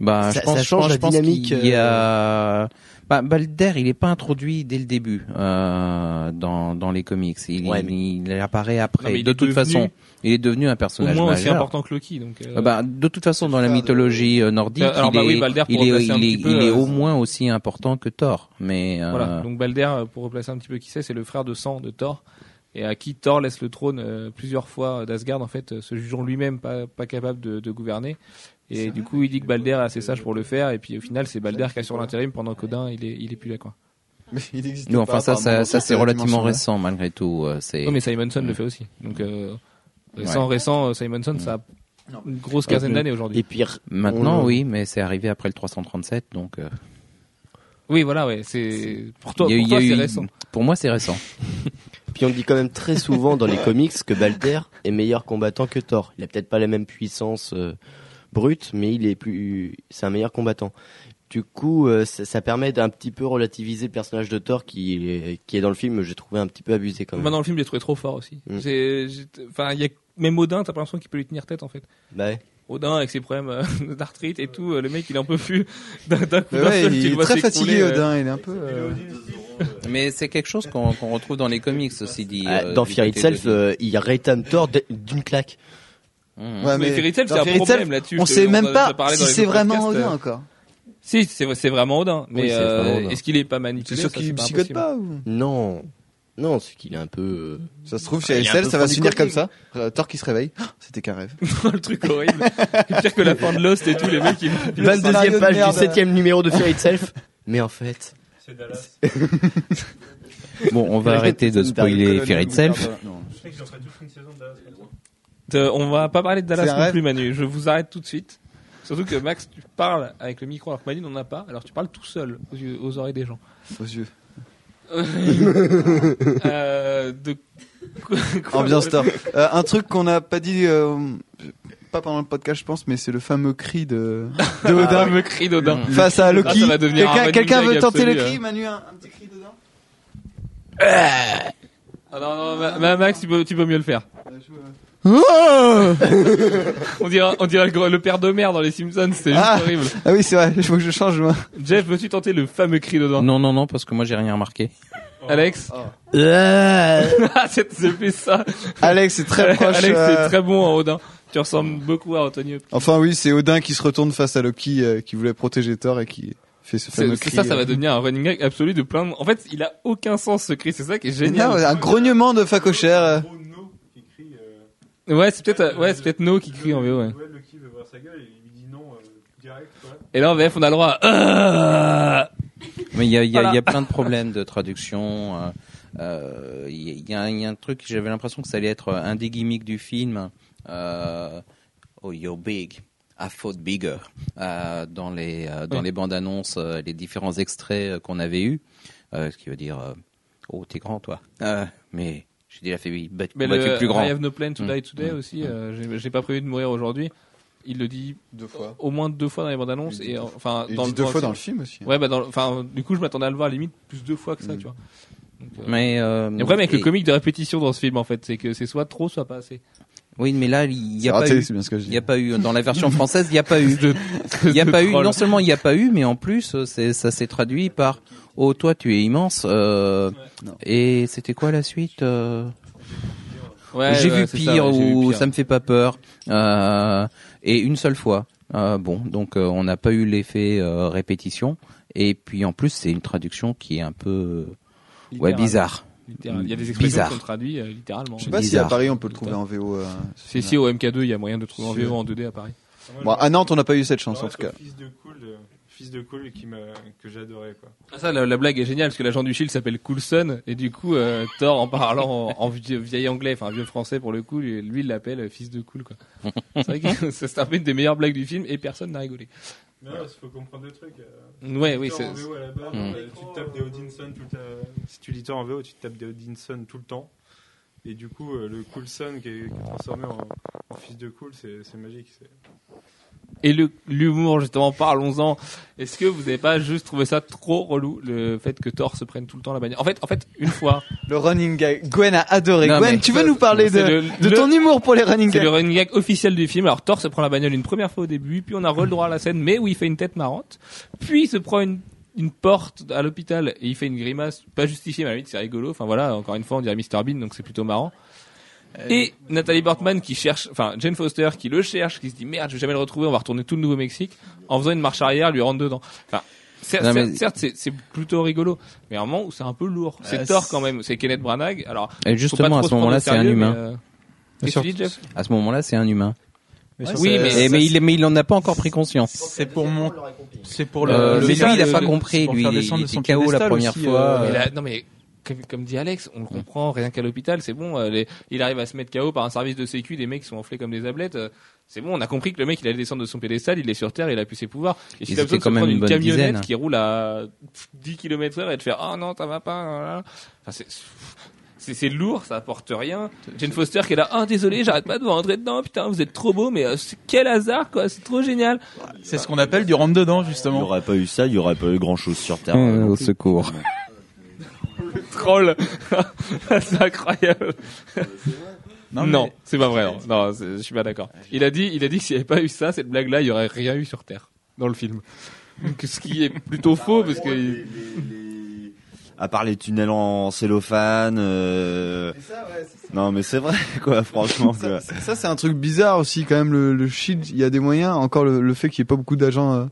Bah,
Ça-
je pense,
ça
je pense-
change la
je pense
dynamique, euh,
qu'il y a... bah, Balder, il est pas introduit dès le début euh, dans, dans les comics. Il,
Ouais, mais-
il apparaît
Non,
après.
mais il
de
est
toute
devenu-
façon, il est devenu un
Au
personnage
moins aussi
majeur.
important que Loki. Donc, euh,
Euh, bah, de toute façon, dans la mythologie euh, nordique,
Alors,
il,
bah
est,
oui, Balder, pour
il, est,
replacer un
il est-
petit peu,
il est
euh,
au moins aussi important que Thor. Mais euh,
Voilà. Donc Balder, euh, pour replacer un petit peu qui c'est, c'est le frère de sang de Thor. Et à qui Thor laisse le trône euh, plusieurs fois euh, d'Asgard, en fait, euh, se jugeant lui-même pas, pas capable de, de gouverner. Et du coup, il dit que Balder est assez sage pour le faire. Et puis au final, c'est Balder qui assure l'intérim pendant qu'Odin, il est, il est plus là, quoi.
mais il existe
non,
pas,
enfin ça, ça,
apparemment,
ça
dans
c'est
cette
relativement
dimension-là.
récent malgré tout. euh, C'est
Non, mais Simonson
Mm.
le fait aussi. Donc, euh,
Ouais.
récent, récent, euh, Simonson,
Mm.
ça a une grosse quinzaine
Euh,
d'années aujourd'hui.
Et puis, r-
Maintenant,
Oh,
on-
oui, mais c'est arrivé après le 337, donc euh,
Oui, voilà, ouais. C'est pour toi,
il y a
pour
eu- il y a
toi, c'est
eu-
récent.
Pour moi, c'est récent.
Puis on dit quand même très souvent dans les comics que Balder est meilleur combattant que Thor. Il a peut-être pas la même puissance euh, brute, mais il est plus, c'est un meilleur combattant. Du coup, euh, ça, ça permet d'un petit peu relativiser le personnage de Thor qui est, qui est dans le film, j'ai trouvé un petit peu abusé quand même.
Bah, dans le film, je l'ai trouvé trop fort aussi.
Mm.
C'est- j'étais- Enfin, il y a même Odin, t'as pas l'impression qu'il peut lui tenir tête en fait.
Bah ouais.
Odin avec ses problèmes euh, d'arthrite et tout, euh, le mec il en peut plus. D'un d'un coup,
Ouais,
d'un seul, tu
il
le
est
vois
très
s'écrouler,
fatigué,
euh.
Odin. Il est un peu. euh,
Mais c'est quelque chose qu'on qu'on retrouve dans les comics, ceci dit.
Ah,
euh,
dans
du
Fear
côté de-
Itself, euh, il rétame Thor d- d'une claque.
Mmh.
ouais,
Mais Fairy Tail,
dans
c'est un
Fairy Tail,
problème là-dessus.
On
je te-
sait
en
même
a déjà
pas
parlé dans
si
les
c'est
podcasts,
vraiment
euh.
Odin encore.
Si, c'est c'est vraiment Odin. Mais
Oui, c'est
euh,
vraiment Odin.
est-ce qu'il est pas
T'es
manipulé
sûr
Ça,
qu'il
c'est pas
psychote
impossible.
pas ou
Non, non, c'est qu'il est un peu. euh,
Ça se trouve,
Ah,
chez
il est un
SL,
peu
ça va
fort
se
du
finir comme
côté.
ça. Euh, Thor qui se réveille. Ah, C'était qu'un rêve.
Oh, le truc horrible. C'est Pire que la fin de Lost et tout, les mecs ils.
22
scénario de
e page
merde.
du 7 numéro de Fear Itself. mais en fait,
Bon, on va arrêter de spoiler Fear Itself.
Euh, on va pas parler de
C'est un
Dallas non
rêve.
plus, Manu. Je vous arrête tout de suite. Surtout que Max, tu parles avec le micro alors que Manu n'en a pas. Alors tu parles tout seul aux, yeux- aux oreilles des gens.
Aux yeux.
Euh, de quoi- quoi-
Ambiance Thor. Euh, un truc qu'on n'a pas dit, euh, pas pendant le podcast, je pense, mais c'est le fameux cri de, de
Ah,
Odin Mmh.
le cri d'Odin.
face à Loki.
Ah, ça va devenir un
Quelqu'un
running
quelqu'un
gag
veut tenter
absolu,
le cri,
hein.
Manu, un, un petit cri d'Odin
Ah non, non, Ma- Ma- Max, tu peux, tu peux mieux le faire. Ah On dirait, on dirait le, le père de mère dans les Simpsons, c'est juste
Ah.
horrible.
Ah oui, c'est vrai, il faut que je change. moi.
Jeff, veux-tu tenter le fameux cri d'Odin
Non, non, non, parce que moi, j'ai rien remarqué.
Alex Ah, c'est c'est plus ça.
Euh. Alex, c'est très proche.
Alex,
euh,
c'est très bon en Odin. Tu ressembles beaucoup à Antonio.
Enfin oui, c'est Odin qui se retourne face à Loki, euh, qui voulait protéger Thor et qui fait ce
C'est
fameux
c'est
cri.
ça, ça
euh.
va devenir un running gag absolu de plein de... En fait, il a aucun sens ce cri, c'est ça qui est
Non,
génial.
un grognement de facochère. euh.
Ouais, c'est peut-être euh, ouais, c'est peut-être No qui crie en VO. Ouais. Et là en VF, on a le droit. À... euh,
Mais il y a, il y a- il y
Voilà.
a plein de problèmes de traduction. euh, euh, Il y, a- il y a un- il y a un truc, j'avais l'impression que ça allait être un des gimmicks du film. euh, oh, you're big. I fought bigger. euh, dans les, euh, dans
Oui.
les bandes annonces, euh, les différents extraits euh, qu'on avait eus. euh, ce qui veut dire, euh, oh, t'es grand, toi. Euh, mais j'ai déjà fait, oui, but,
Mais
but
le
you're plus grand.
I have no plan to
Mm.
die today aussi. euh, j'ai- J'ai pas prévu de mourir aujourd'hui. Il le dit
Deux fois.
au moins deux fois dans les bandes annonces
Il dit
et euh, enfin
Il
dans
dit
le
deux
dans
fois
le-
dans le film aussi.
Ouais, bah dans le- enfin du coup, je m'attendais à le voir limite plus deux fois que ça, tu vois. Donc, euh, Il y
Mais, euh,
a un problème avec
et-
le comique de répétition dans ce film en fait, c'est que c'est soit trop, soit pas assez.
Oui, mais là, il n'y a
C'est
pas
raté,
eu.
c'est bien ce que je
Il n'y
dis.
a pas eu dans la version française, il n'y a pas eu. Il n'y a pas eu. Non seulement il n'y a pas eu, mais en plus euh, c'est ça s'est traduit par oh toi tu es immense. euh, et c'était quoi la suite euh,
Ouais,
J'ai
ouais,
vu
c'est ça,
pire
ouais, j'ai vu
ou
pire.
ça me fait pas peur. euh, et une seule fois. Euh, bon, donc euh, on n'a pas eu l'effet euh, répétition. Et puis en plus c'est une traduction qui est un peu ouais
Littéral.
bizarre.
Littéral. Il y a des expressions
Bizarre.
qui sont traduites euh, littéralement.
Je sais pas si
Bizarre.
à Paris on peut le trouver en VO. euh, ce
Si,
film-là.
si, au MK2, il y a moyen de le trouver en
Si.
VO en 2D à Paris.
Bon, à Nantes, on n'a pas eu cette chance en tout cas.
Fils de cool, euh, fils de cool qui m'a que j'adorais quoi.
Ah, ça, la, la blague est géniale parce que l'agent du Shield s'appelle Coulson et du coup, euh, Thor, en parlant en, en vieux, vieil anglais, enfin vieux français pour le coup, lui, lui, il l'appelle euh, fils de cool quoi. C'est vrai que ça, c'est un peu une des meilleures blagues du film et personne n'a rigolé.
Non, il faut comprendre le truc. euh,
Ouais, oui,
Thor
c'est.
en VO à la base,
Mm.
euh, tu te tapes des Odinson tout le temps. Si tu lis Thor en VO, tu te tapes des Odinson tout le temps. Et du coup, euh, le Coulson qui est, qui est transformé en, en fils de cool, c'est c'est magique. c'est-
Et le- l'humour, justement, parlons-en. Est-ce que vous n'avez pas juste trouvé ça trop relou, le fait que Thor se prenne tout le temps la bannière En fait, en fait, une fois,
Le running gag. Gwen a adoré.
Non,
Gwen,
mais
tu veux nous parler de,
c'est le-
de ton humour pour les running
C'est
gags
le running gag officiel du film. Alors Thor se prend la bagnole une première fois au début, puis on a le droit à la scène, mais où il fait une tête marrante. Puis il se prend une, une porte à l'hôpital et il fait une grimace pas justifiée, mais à la limite c'est rigolo. Enfin voilà, encore une fois on dirait Mr Bean, donc c'est plutôt marrant. Et Nathalie Portman qui cherche, enfin Jane Foster qui le cherche, qui se dit merde, je vais jamais le retrouver, on va retourner tout le Nouveau-Mexique, en faisant une marche arrière, lui rentre dedans. Enfin, certes,
Non, mais-
certes, certes, c'est c'est plutôt rigolo, mais à un moment où c'est un peu lourd. C'est
Euh,
Thor
c'est-
quand même, c'est Kenneth Branagh. Alors faut
Et
pas
justement
trop
à
se
ce
prendre au
moment-là c'est un
sérieux,
humain.
mais, euh, qu'est-ce que tu dis, Jeff
À ce moment-là c'est un humain.
Oui, mais-
Et- mais il mais il en a pas encore pris conscience.
C'est pour mon. C'est pour le.
Euh,
le-
mais lui, il a
le-
pas compris.
pour
Lui,
faire
il
descendre
était
son
KO la
piédestal
première
aussi,
fois. Mm.
euh,
Mais là, non mais comme, comme dit Alex, on le comprend, rien qu'à l'hôpital, c'est bon, euh, les- il arrive à se mettre KO par un service de sécu, des mecs qui sont enflés comme des ablettes, euh, c'est bon, on a compris que le mec, il allait descendre de son pédestal, il est sur terre, il a pu ses pouvoirs. Et
Ils
s'il a
étaient
besoin de se
quand même
prendre
une
une
bonne
camionnette
dizaine.
qui roule à 10 km heure et de faire, ah non, ça va pas, voilà. Enfin, c'est, c'est, c'est lourd, ça apporte rien. Jane Foster qui est là, ah désolé, j'arrête pas de vous rentrer dedans, putain, vous êtes trop beau, mais euh, c'est- quel hasard, quoi, c'est trop génial.
C'est ce qu'on appelle du rentre dedans
Il n'y
justement.
aurait pas eu ça, il n'y aurait pas eu grand chose sur Terre.
Au secours.
Troll! c'est incroyable! Non,
mais-
c'est pas vrai. Non, non c'est- je suis pas d'accord. Il a dit, il a dit que s'il n'y avait pas eu ça, cette blague-là, il y aurait rien eu sur Terre dans le film. Donc, ce qui est plutôt faux parce que
À part les tunnels en cellophane. euh, Non, mais c'est vrai, quoi, franchement. quoi.
Ça, ça, c'est un truc bizarre aussi quand même le, le shield. Il y a des moyens. Encore le, le fait qu'il n'y ait pas beaucoup d'agents euh,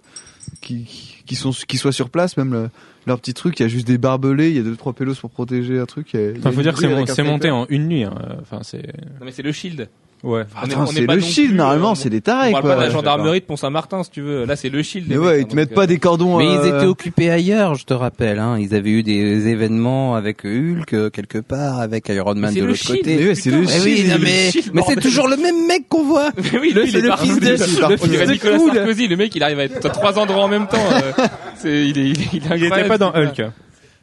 qui, qui- qui sont qui soient sur place. Même le- leur petit truc. Il y a juste des barbelés. Il y a deux trois pélos pour protéger un truc. Il y a- il y a
Enfin, faut
une
dire que
grille
c'est mon-
avec un
c'est monté
sniper.
en une nuit. hein. Enfin, c'est
non mais c'est le Shield.
ouais.
On est-
Attends,
on est
c'est
pas
le
non
shield.
plus,
normalement,
euh,
c'est des
On
tarés
parle
quoi.
pas de la
ouais,
gendarmerie de Pont-Saint-Martin, si tu veux. Là, c'est le Shield.
Mais
les
ouais,
mecs,
ils te
hein,
mettent
donc,
pas
euh,
des cordons.
Mais ils
euh,
étaient occupés ailleurs, je te rappelle. Hein. Ils avaient eu des événements avec Hulk euh, quelque part, avec Iron Man
c'est
de
le
l'autre
Shield,
côté.
Mais ouais, c'est le
Eh oui,
shield.
non, mais,
Shield,
mais c'est
bordel.
toujours le même mec qu'on voit.
Mais oui,
Le-
lui, il
c'est
est
le
par-
fils de-
le
le
fils
fils
de
de
Nicolas
cool.
Sarkozy. Le mec, il arrive à être trois endroits en même temps. euh, C'est, il est, il est, il est
Il était
incroyable,
pas dans
ce
Hulk.
type-là.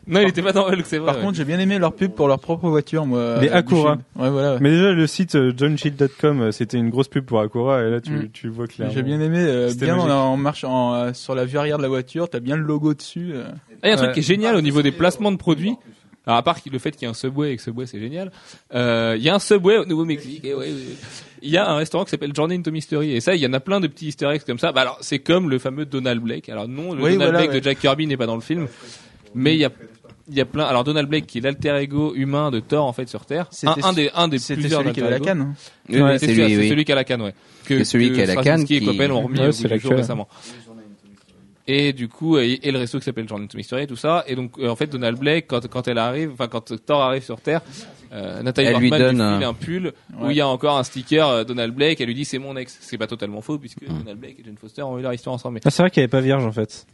Non, il était pas dans Hulk, c'est vrai.
Par
ouais.
contre, j'ai bien aimé leur pub pour leur propre voiture, moi.
Les
euh, du
Acura.
film. Ouais, voilà. ouais.
Mais déjà, le site euh, johnshield.com, euh, c'était une grosse pub pour Acura, et là, tu,
Mm.
tu le vois
Mais
clairement.
J'ai bien aimé, euh,
C'était
bien en,
magique.
en marche en, euh, sur la vue arrière de la voiture, t'as bien le logo dessus. euh.
Ah, Il y a un truc
Ouais.
qui est génial au niveau des placements de produits. Alors, à part qu'il- le fait qu'il y a un Subway et que Subway c'est génial, euh, il y a un Subway au Nouveau-Mexique. et ouais, ouais, ouais. Il y a un restaurant qui s'appelle Journey into Mystery et ça, il y en a plein de petits Easter eggs comme ça. Bah alors c'est comme le fameux Donald Blake. Alors non, le
Oui,
Donald
voilà,
Blake
ouais.
de Jack Kirby n'est pas dans le film, mais il y a il y a plein. Alors Donald Blake qui est l'alter ego humain de Thor en fait sur Terre. Un,
C'était
un des un des
C'était
plusieurs
celui qui avait
alter
la
ego.
canne. hein.
Oui,
Ouais,
oui,
c'est
c'est
celui,
lui,
c'est
oui.
celui qui a la canne, ouais. Que,
C'est celui
que
qui a la
Straczynski
canne,
et
qui-
Coppel ont remis
Ouais,
au
c'est
goût
la
du jour
canne.
récemment. Et du coup, et, et le resto qui s'appelle Journey to Mystery et tout ça. Et donc, euh, en fait, Donald Blake, quand, quand elle arrive, enfin, quand Thor arrive sur Terre, euh, Nathalie
Elle lui
Portman lui,
donne
file
un-
un pull où
Ouais.
il y a encore un sticker euh, Donald Blake. Elle lui dit, c'est mon ex. C'est pas totalement faux puisque
Mm.
Donald Blake et Jane Foster ont eu leur histoire ensemble. Mais
Ah, c'est vrai qu'elle est pas vierge, en fait.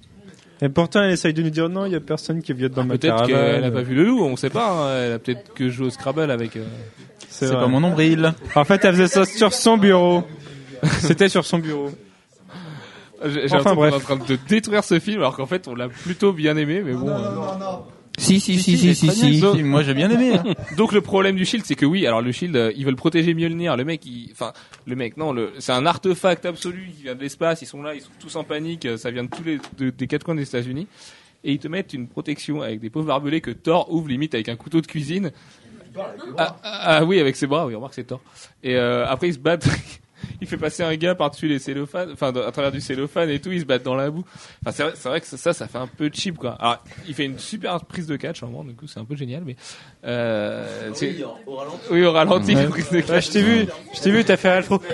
Et pourtant, elle essaye de nous dire, non, il y a personne qui vient dans ma
Peut-être
caravane.
qu'elle a pas vu le loup, on sait pas. hein. Elle a peut-être que joué au Scrabble avec. euh,
C'est
C'est
vrai.
pas mon nombril.
En fait, elle faisait ça sur son bureau. c'était sur son bureau.
J'ai j'ai
Enfin,
l'impression qu'on est
bref.
en train de détruire ce film alors qu'en fait, on l'a plutôt bien aimé, mais bon. euh,
Si, si, si, si, si,
Si,
si.
si, Moi, j'ai bien aimé. hein.
Donc le problème du shield, c'est que oui, alors le shield, euh, ils veulent protéger Mjolnir. Le mec, il- enfin, le mec, non, le- c'est un artefact absolu qui vient de l'espace. Ils sont là, ils sont tous en panique. euh, Ça vient de tous les de- des quatre coins des États-Unis. Et ils te mettent une protection avec des pauvres barbelés que Thor ouvre limite avec un couteau de cuisine. Ah, ah, ah, oui, avec ses bras. Oui, remarque c'est Thor. Et euh, après ils se battent. Il fait passer un gars par-dessus les cellophanes, enfin de- à travers du cellophane et tout, ils se battent dans la boue. Enfin, c'est vrai, c'est vrai que ça, ça fait un peu cheap quoi. Alors, il fait une super prise de catch en moment, du coup, c'est un peu génial, mais euh, c'est- oui, au ralenti, la prise de
Ah,
catch.
je t'ai vu, je t'ai vu, t'as fait Alfro.
Ah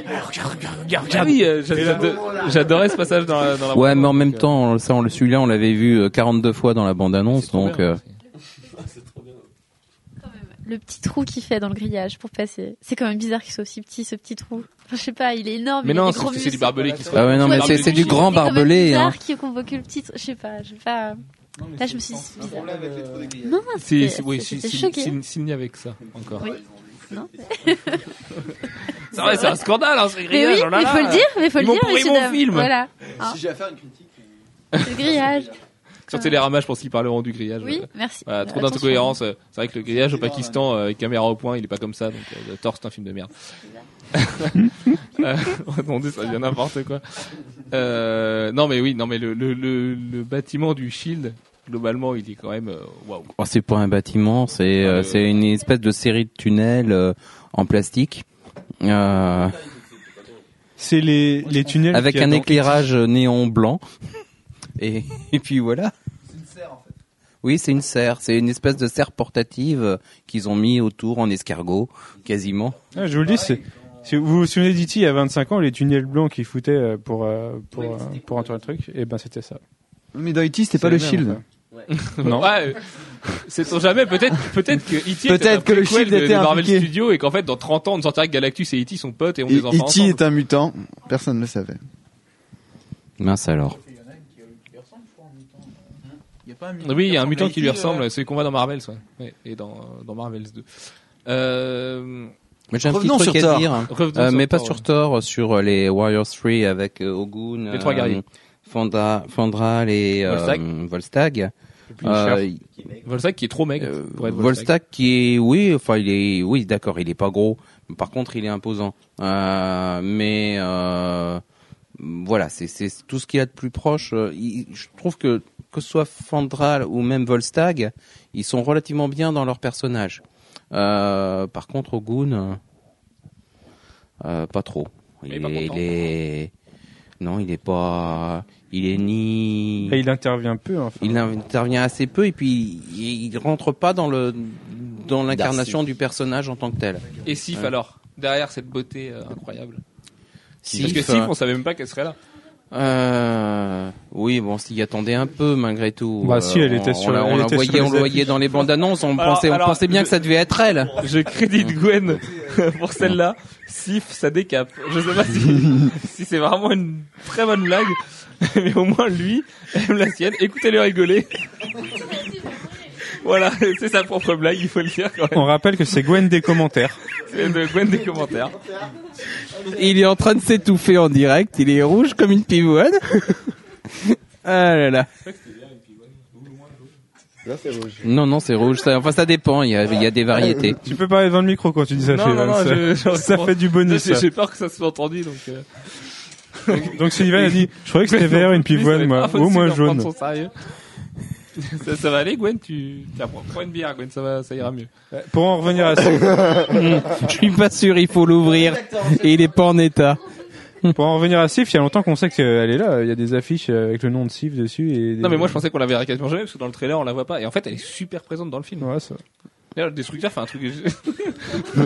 oui, euh, j'a- j'ado- j'adorais ce passage dans la. Dans la
Ouais, mais en
donc,
même
euh,
temps, on- ça, on le celui-là, on l'avait vu euh, 42 fois dans la
c'est
bande-annonce,
trop
donc.
bien,
euh,
Ah,
c'est-
Le petit trou qu'il fait dans le grillage pour passer. C'est quand même bizarre qu'il soit aussi petit, ce petit trou. Enfin, je sais pas, il est énorme.
Mais
il a
non,
des
c'est
gros
parce que c'est du
muscles.
barbelé qui se.
Ah ouais, non, mais
Barbelé
c'est c'est
qui
du
se-
grand
C'est quand même
barbelé.
bizarre
Hein.
qui a convoqué le petit trou. Je sais pas, je sais pas. Là, je me suis dit, c'est bizarre. Non, non,
C'est
c'était-
c'est- oui, c'est-
c'était
c'est-
choqué.
c'est- signe avec ça encore.
Oui. Non.
C'est vrai, c'est un scandale, hein, ce
Mais oui,
grillage. oh là
mais
là.
faut le dire, mais faut
Ils
le
m'ont
dire,
pourri
monsieur
mon
dame.
film. Ah.
Voilà,
Si j'ai à faire une critique.
euh,
c'est le grillage.
Sur Télérama, je pense qu'ils parleront du grillage.
Euh, Oui, merci.
Voilà, trop
Attention.
d'incohérence. euh, C'est vrai que le grillage au
hein.
Pakistan, euh, caméra au point, il est pas comme ça. Donc, euh, le Thor, c'est un film de merde. euh, mon Dieu, ça devient n'importe quoi. Euh, non, mais oui, non, mais le, le, le, le bâtiment du Shield, globalement, il est quand même euh, waouh.
Oh, c'est pas un bâtiment, c'est
Ah, le-
euh, c'est une espèce de série de tunnels euh, en plastique. euh,
C'est les, les tunnels.
avec
qui
un
attendent.
éclairage néon blanc. Et, et puis voilà. Oui, c'est une serre. C'est une espèce de serre portative euh, qu'ils ont mis autour en escargot, quasiment.
Ah, je vous le dis, c'est. Si vous vous souvenez d'E.T. il y a 25 ans, les tunnels blancs qu'ils foutaient euh, pour, euh, pour, euh, pour entrer le truc, et ben c'était ça.
Mais dans E.T., c'était pas le
C'est
shield.
même, enfin. Non.
Ouais, euh, sait-on jamais, peut-être, peut-être que E E.T.
Peut-être
était un
que le
prequel
Shield
de- de
était
Marvel
impliqué.
Studios et qu'en fait, dans 30 ans, on sortira que Galactus et E.T. sont potes et on
Et E
des enfants
E.T.
ensemble.
est un mutant. Personne ne le savait.
Mince alors.
Il a pas un mutant
Oui, il
qui
y a un
ressemble
mutant
à
qui lui
Eddie, euh,
ressemble, c'est celui qu'on voit dans Marvels, ouais. Ouais, et dans, dans Marvels 2. Euh,
Mais j'ai un petit
Revenons
truc
sur
à
Thor.
dire.
revenons
Euh, mais
sur
pas
Thor,
sur
ouais.
Thor, sur euh, les Warriors 3 avec euh, Ogun, euh,
Les trois guerriers.
Fandra, Fandral et euh,
Volstagg.
Volstagg.
Le
Euh,
Punisher. Volstagg qui est trop maigre
euh,
pour être Volstagg.
Volstagg qui est, oui, enfin il est, oui d'accord, il est pas gros. Par contre, il est imposant. Euh, mais euh, voilà, c'est c'est tout ce qu'il a de plus proche. Euh, il- je trouve que que ce soit Fandral ou même Volstagg, ils sont relativement bien dans leur personnage. Euh, par contre, Ogun, euh, euh, pas trop.
Il est pas
est,
content.
est- non, il est pas, il est ni.
Et il intervient peu, hein, enfin.
Il intervient assez peu et puis il, il rentre pas dans le dans l'incarnation du personnage en tant que tel. Euh,
Et Sif
Ouais.
alors Derrière cette beauté euh, incroyable.
Sif,
Parce que Sif, on savait même pas qu'elle serait là.
euh, oui, bon, s'y attendait un peu malgré tout.
Bah, si, elle
on-
était
on
sur-
la- on
elle
la
était sur
voyait,
les
on le voyait
affiches.
dans les bandes annonces. On
Alors,
pensait, on
alors,
pensait bien
je-
que ça devait être elle.
Je crédite Gwen pour celle-là. Sif, ça décape. Je sais pas si, si c'est vraiment une très bonne blague, mais au moins lui aime la sienne. Écoutez-le rigoler. Voilà, c'est sa propre blague, il faut le dire quand même.
On rappelle que c'est Gwen des commentaires.
C'est de Gwen des commentaires.
Il est en train de s'étouffer en direct. Il est rouge comme une pivoine. ah là là. Non, non, c'est rouge. Ça- enfin, ça dépend. Il y a, il y a des variétés.
Euh, Tu peux parler devant le micro quand tu dis ça.
Non,
fait-
non, non,
ça,
je- je-
ça fait du bonus.
J'ai
ça.
j'ai peur que ça soit entendu, donc. euh,
Donc Sylvain a dit, je croyais que c'était vert, une
Lui, ça va
pivoine,
être
moi.
pas
Ou
possible
moi
d'en prendre
jaune.
son sérieux. ça, ça va aller, Gwen Tu tiens, prends, prends une bière, Gwen, ça va, ça ira mieux.
Pour en revenir à Sif,
Je suis pas sûr. Il faut l'ouvrir. Et il est pas en état.
pour en revenir à Sif, il y a longtemps qu'on sait qu'elle est là. Il y a des affiches euh, avec le nom de Sif dessus. Et
Non, mais moi je pensais qu'on la verrait quasiment jamais parce que dans le trailer on la voit pas. Et en fait, elle est super présente dans le film.
Ouais, ça.
D'ailleurs, le destructeur fait un truc.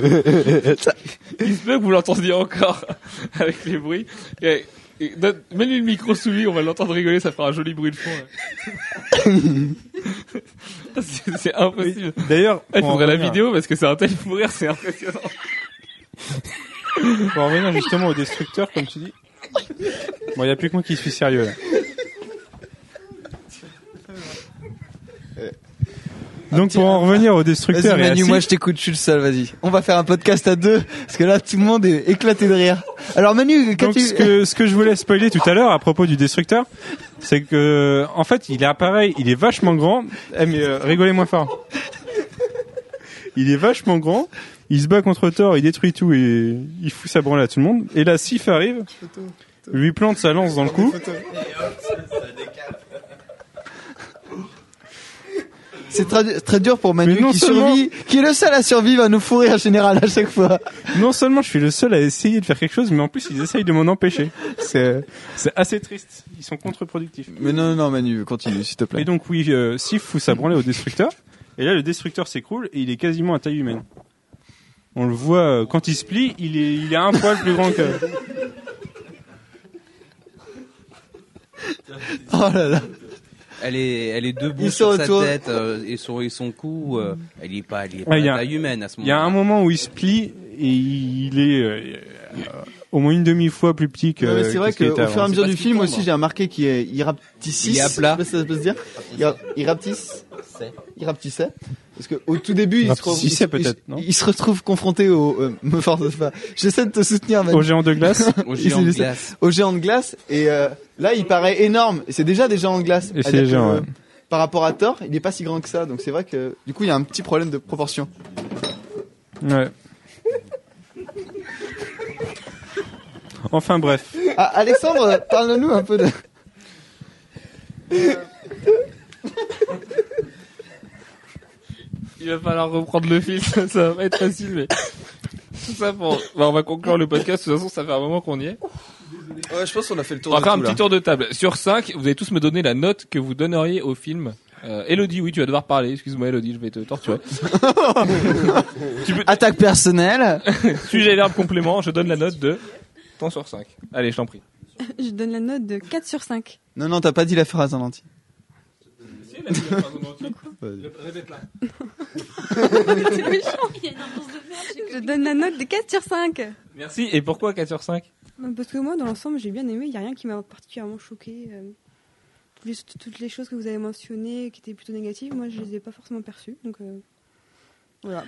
Il se peut que vous l'entendiez encore avec les bruits. Et, et donne- Mets-lui le micro sous lui, on va l'entendre rigoler, ça fera un joli bruit de fond. ouais. c'est c'est impossible.
D'ailleurs,
Il
pour en
faudrait la
revenir-
vidéo parce que c'est un tel fou rire, c'est impressionnant.
Pour en revenir justement au destructeur, comme tu dis. Bon, il n'y a plus que moi qui suis sérieux là. Donc pour en revenir au
Vas-y
destructeur et à
Manu,
Sif-
moi je t'écoute, je suis le seul, vas-y. On va faire un podcast à deux, parce que là tout le monde est éclaté de rire. Alors Manu,
Donc
qu'as-tu...
ce que, ce que je voulais spoiler tout à l'heure à propos du destructeur, c'est que en fait il est pareil, il est vachement grand. Eh, mais euh, rigolez moins fort. Il est vachement grand. Il se bat contre Thor, il détruit tout et il fout sa branle à tout le monde. Et là, Sif arrive, lui plante sa lance dans le cou.
C'est très, très dur pour Manu
Mais non
qui
seulement-
survit, qui est le seul à survivre à nous fourrer en général à chaque fois.
Non seulement je suis le seul à essayer de faire quelque chose, mais en plus ils essayent de m'en empêcher. C'est c'est assez triste. Ils sont contre-productifs.
Mais non, non, non Manu, continue s'il te
Et
plaît.
donc oui, euh, Sif fout sa branlée au destructeur. Et là, le destructeur s'écroule et il est quasiment à taille humaine. On le voit euh, quand il se plie, il est, il est un poil plus grand que.
Oh là là.
Elle est, elle est debout
Il se
sur sa
retourne.
tête euh, et, son, et son cou. euh, elle est pas, elle est
Ah,
pas à
il y a-
taille humaine à ce
Il y a un
moment.
moment où il se plie et il est euh, euh, au moins une demi fois plus petit que.
Non, mais c'est vrai
que ce qui
qu'au
était
fur et à
avant.
mesure
C'est
du
parce
film
qu'il
aussi,
tombe.
j'ai remarqué qu'il est- il rapetissait.
Il est à plat.
Je sais pas si ça peut se dire. Il ra- Il rapetisse. Il rapetissait. Parce qu'au tout début, il se, re-
Rapetissait
il-
Ah, peut-être,
il-
non
il se retrouve confronté au... euh, me force pas. J'essaie de te soutenir, Manu.
Au géant de glace.
Au géant
Et
de
c'est-
glace.
au géant de glace et euh, là il paraît énorme et c'est déjà des géants de glace
Et c'est
C'est-à-dire
les géants,
que,
ouais.
euh, par rapport à Thor il est pas si grand que ça donc c'est vrai que du coup il y a un petit problème de proportion
Ouais. Enfin bref.
Ah, Alexandre euh, parle-nous un peu de
Il va falloir reprendre le fil, ça va pas être facile, mais. Tout ça pour. Bah, on va conclure le podcast, de toute façon, ça fait un moment qu'on y est.
Ouais, je pense qu'on a fait le
On
tour
va
de
faire un
tout, là.
petit tour de table. Sur 5, vous allez tous me donner la note que vous donneriez au film. Euh, Elodie, oui, tu vas devoir parler. Excuse-moi, Elodie, je vais te torturer.
attaque personnelle
Sujet l'herbe complément, je donne la note de 100 sur 5. Allez, je t'en prie.
Je donne la note de 4 sur 5.
non non t'as pas dit la phrase en entier
Je donne la note de 4 sur 5.
Merci. Et pourquoi 4 sur 5
Parce que moi, dans l'ensemble, j'ai bien aimé. Il n'y a rien qui m'a particulièrement choqué. vu euh, t- toutes les choses que vous avez mentionnées qui étaient plutôt négatives, moi je les ai pas forcément perçues. Donc euh, voilà,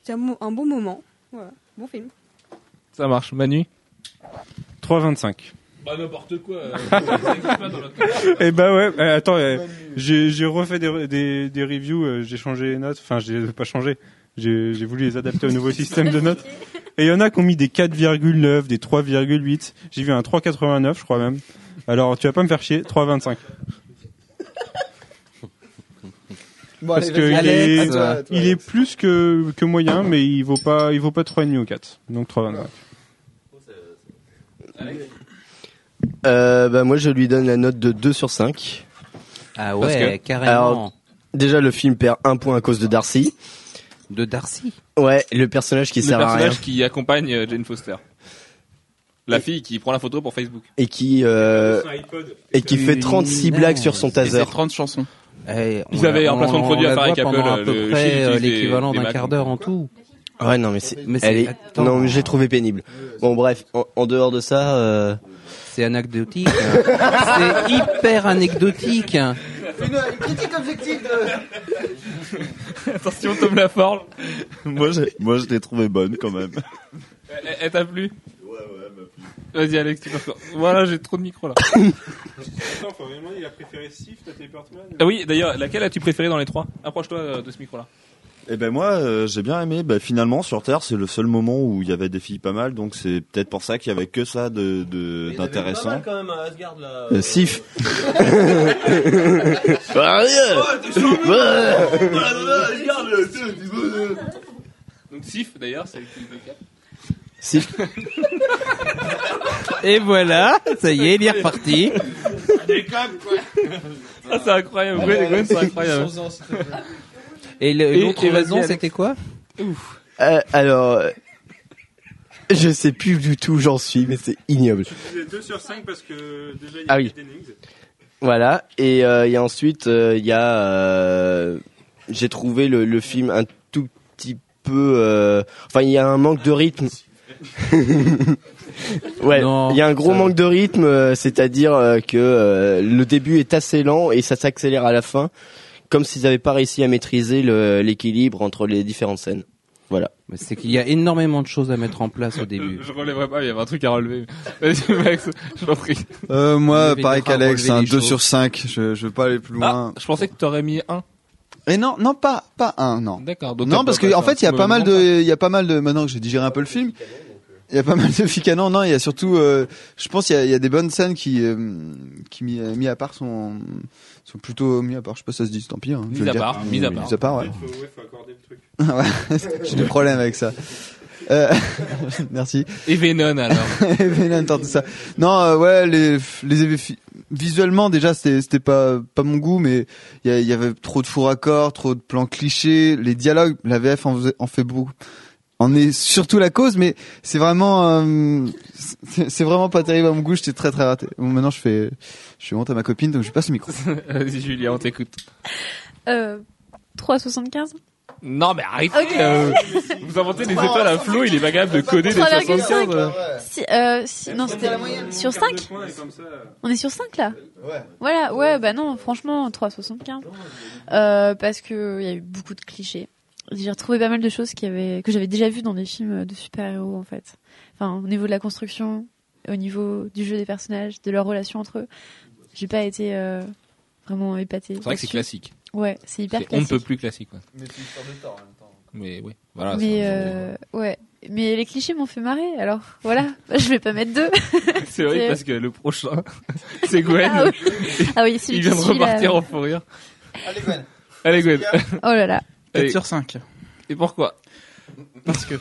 c'était un, mo- un bon moment. Voilà, bon film.
Ça marche, Manu
3,25.
Bah n'importe quoi.
Eh ben ouais, euh, attends, euh, j'ai j'ai refait des, des, des reviews, euh, j'ai changé les notes, enfin j'ai pas changé, j'ai j'ai voulu les adapter au nouveau système de notes. Et il y en a qui ont mis des 4,9, des 3,8, j'ai vu un 3,89 je crois même. Alors tu vas pas me faire chier, 3,25.
Bon,
Parce
allez,
que
vas-y,
il
Alex,
est-
à toi, à toi,
Il est
Alex.
plus que, que moyen, mais il vaut pas, il vaut pas 3,5 ou 4, donc 3,25.
Euh, bah, moi, je lui donne la note de 2 sur 5.
Ah
Parce
ouais,
que-
carrément.
Alors- Déjà, le film perd un point à cause de Darcy.
de Darcy.
Ouais, le personnage qui
le
sert à rien.
personnage qui accompagne euh, Jane Foster. La fille qui prend la photo pour Facebook.
Et qui, euh, et qui fait 36
Non.
blagues sur son
Et c'est
taser.
30 chansons.
Eh, on
Ils avaient
la-
un placement de
on-
produit
on
à
la
faire avec
voit pendant
Apple,
à peu
le
près,
Chili
euh,
Cheese des-
l'équivalent
des
d'un
Macs.
quart d'heure en tout.
Ouais, non, mais c'est,
Mais
elle
c'est-
est-
attends.
non, mais je l'ai trouvé pénible. Bon, bref, en, en dehors de ça, euh,
C'est anecdotique. hein. c'est hyper anecdotique. hein.
Attention, Tom Laforge.
moi, j'ai- moi, je l'ai trouvé bonne quand même.
Elle- Elle elle t'a plu Ouais, ouais, elle m'a plu. Vas-y, Alex, tu peux faire. Voilà, j'ai trop de micro là.
il a préféré Sif, Teleportman
Ah oui, d'ailleurs, laquelle as-tu préférée dans les trois Approche-toi euh, de ce micro là.
Et ben moi, euh, j'ai bien aimé. Ben, finalement, sur Terre, c'est le seul moment où il y avait des filles pas mal, donc c'est peut-être pour ça qu'il y avait que ça de de- d'intéressant.
quand même à Asgard là.
euh, Sif. Ah, ouais.
Oh euh. Donc Sif, d'ailleurs, c'est le clip de Cap.
Sif.
Et voilà, ça y est, il est reparti.
Ah, c'est incroyable. Gwen, Gwen, c'est incroyable.
Et le-
Et-
l'autre
et vas-y,
raison,
Alex.
c'était quoi
Euh, alors, euh, je sais plus du tout où j'en suis, mais c'est ignoble.
disais 2 sur 5 parce que déjà il y
Ah oui. Voilà. Et, euh, et ensuite, euh, il y a. euh, J'ai trouvé le, le film un tout petit peu. euh, Enfin, il y a un manque de rythme. ouais.
Non,
Il y a un gros
ça-
manque de rythme, euh, c'est-à-dire euh, que euh, le début est assez lent et ça s'accélère à la fin, comme s'ils n'avaient pas réussi à maîtriser le- l'équilibre entre les différentes scènes.
Mais C'est qu'il y a énormément de choses à mettre en place au début.
Je relèverai pas, il y avait un truc à relever. Vas-y, Max, je t'en prie.
Euh, moi,
Lever des
pareil
bras,
qu'Alex,
relever
un
des
2
choses.
sur 5. Je, je veux pas aller plus
Ah,
loin.
je pensais que t'aurais mis un.
Et non, non, pas, pas un, non.
D'accord. donc
Non,
t'as
parce
pas
que en
passé un
fait, il y a
mauvais
pas mal
moment.
de, il y a pas mal de. Maintenant que j'ai digéré un peu le film, il y a pas mal de ficanons. Non, il y a surtout, euh, je pense, il y a, il y a des bonnes scènes qui, euh, qui mis, mis à part sont, sont plutôt mis à part. Je sais pas si ça se dit, tant pis. Hein, je
Mis
vais le
à
dire.
part, mis à part.
Mis à part, ouais.
faut, ouais, faut accorder le truc.
J'ai des problèmes avec ça. Euh, merci.
Et Venon alors.
Venom, tant tout ça. Non, euh, ouais, les, les effets fi- visuellement déjà c'était c'était pas pas mon goût, mais il y, a- il y avait trop de faux raccords, trop de plans clichés, les dialogues, la VF en, faisait- en fait beaucoup. En est surtout la cause, mais c'est vraiment euh, c'est c'est vraiment pas terrible à mon goût. J'étais très très raté. Bon, maintenant je fais je suis honte à ma copine, donc je passe le micro.
Vas-y, Julien, on t'écoute.
Euh, 3,75
Non, mais arrêtez.
Ok.
euh, vous inventez des étoiles à flot, il est pas capable de coder des 75.
3,5.
euh.
Si- euh, si- Non, c'était sur 5 On est sur 5 là Voilà, ouais, bah non, franchement, 3,75. Euh, parce que il y a eu beaucoup de clichés. J'ai retrouvé pas mal de choses qui avaient, que j'avais déjà vues dans des films de super-héros, en fait. Enfin, au niveau de la construction, au niveau du jeu des personnages, de leurs relations entre eux. J'ai pas été euh, vraiment épatée.
C'est vrai que c'est classique.
Ouais, c'est hyper
C'est- On ne
classique.
peut plus classique. ouais. Mais oui. Voilà.
Mais
Ah, c'est-
euh, ouais, mais les clichés m'ont fait marrer. Alors voilà, je vais pas mettre deux.
C'est vrai
c'est-
parce que le prochain, c'est Gwen.
Ah oui, ah oui celui
Il
qui
vient de
suit, là.
repartir en fou rire. Allez Gwen. Allez Gwen.
Oh là là.
4
Allez.
sur 5.
Et pourquoi
Parce que.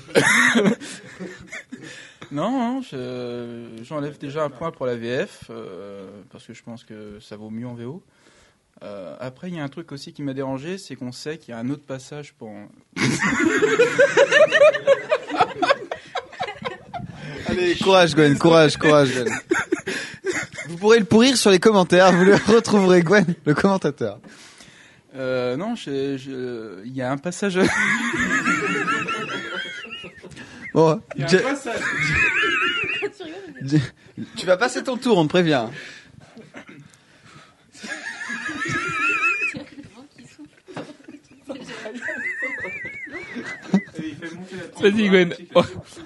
non, non, je- j'enlève déjà un point pour la VF, euh, parce que je pense que ça vaut mieux en VO. Euh, après, il y a un truc aussi qui m'a dérangé, c'est qu'on sait qu'il y a un autre passage pour.
Allez, courage Gwen, courage, courage Gwen. Vous pourrez le pourrir sur les commentaires. Vous le retrouverez Gwen, le commentateur.
Euh, non, je- je- il y a un passage.
Bon, Ja- Ja- tu vas passer ton tour, on te prévient.
Vas-y, Gwen. On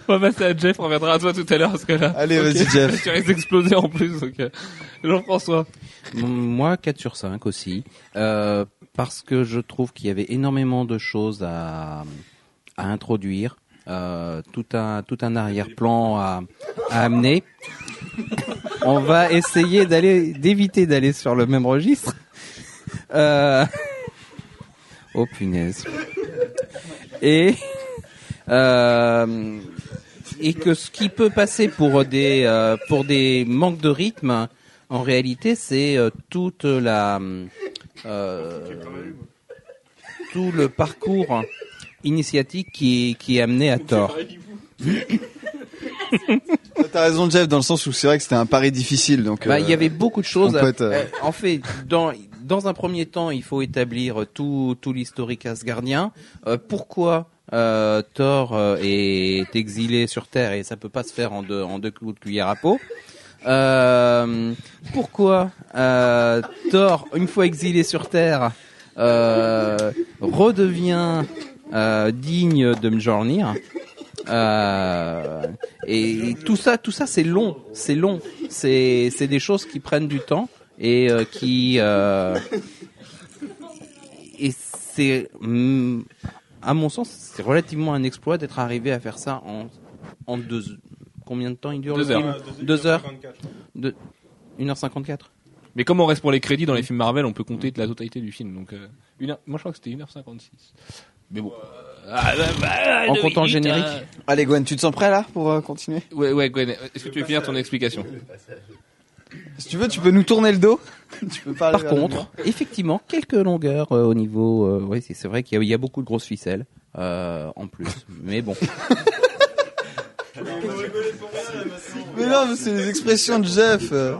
va passer à Jeff, on reviendra à toi tout à l'heure, parce que là.
Allez, vas-y, Jeff.
Tu risques d'exploser en plus, donc, euh, Jean-François.
Moi, 4 sur 5 aussi. Euh, parce que je trouve qu'il y avait énormément de choses à, à introduire. euh, tout un tout un arrière-plan à, à amener. On va essayer d'aller d'éviter d'aller sur le même registre. Euh, Oh punaise. Et euh, et que ce qui peut passer pour des euh, pour des manques de rythme, en réalité, c'est euh, toute la euh, tout le parcours initiatique qui est, qui est amené à tort.
T'as raison, Jeff, dans le sens où c'est vrai que c'était un pari difficile. Donc,
Bah,
euh,
il y avait beaucoup de choses.
on peut être, euh,
Euh, En fait, dans dans un premier temps, il faut établir tout tout l'historique asgardien. Euh, pourquoi euh, Thor euh, est exilé sur Terre et ça peut pas se faire en deux en deux coups de cuillère à peau. Euh, pourquoi euh, Thor, une fois exilé sur Terre, euh, redevient euh, digne de Mjolnir euh, et tout ça, tout ça, c'est long, c'est long, c'est c'est des choses qui prennent du temps et euh, qui euh, et c'est hum, à mon sens c'est relativement un exploit d'être arrivé à faire ça en en deux combien de temps il dure
Deux
le
heures.
film deux heures de 1h54
Mais comme on reste pour les crédits dans les films Marvel, on peut compter de la totalité du film. Donc, euh, une heure- moi, je crois que c'était 1h56. Mais bon. Ah, bah, bah,
En
le
comptant le
hit,
générique.
hein.
Allez, Gwen, tu te sens prêt là pour euh, continuer
Ouais, ouais, Gwen, est-ce que tu veux finir ton explication
Eh, Si tu veux, tu peux nous tourner le dos. tu peux pas
Par
aller vers le
contre, effectivement, quelques longueurs euh, au niveau. euh, oui, c'est c'est vrai qu'il y, a- il y a beaucoup de grosses ficelles euh, en plus. Mais bon,
mur. Mais non, mais c'est les expressions de Jeff. euh.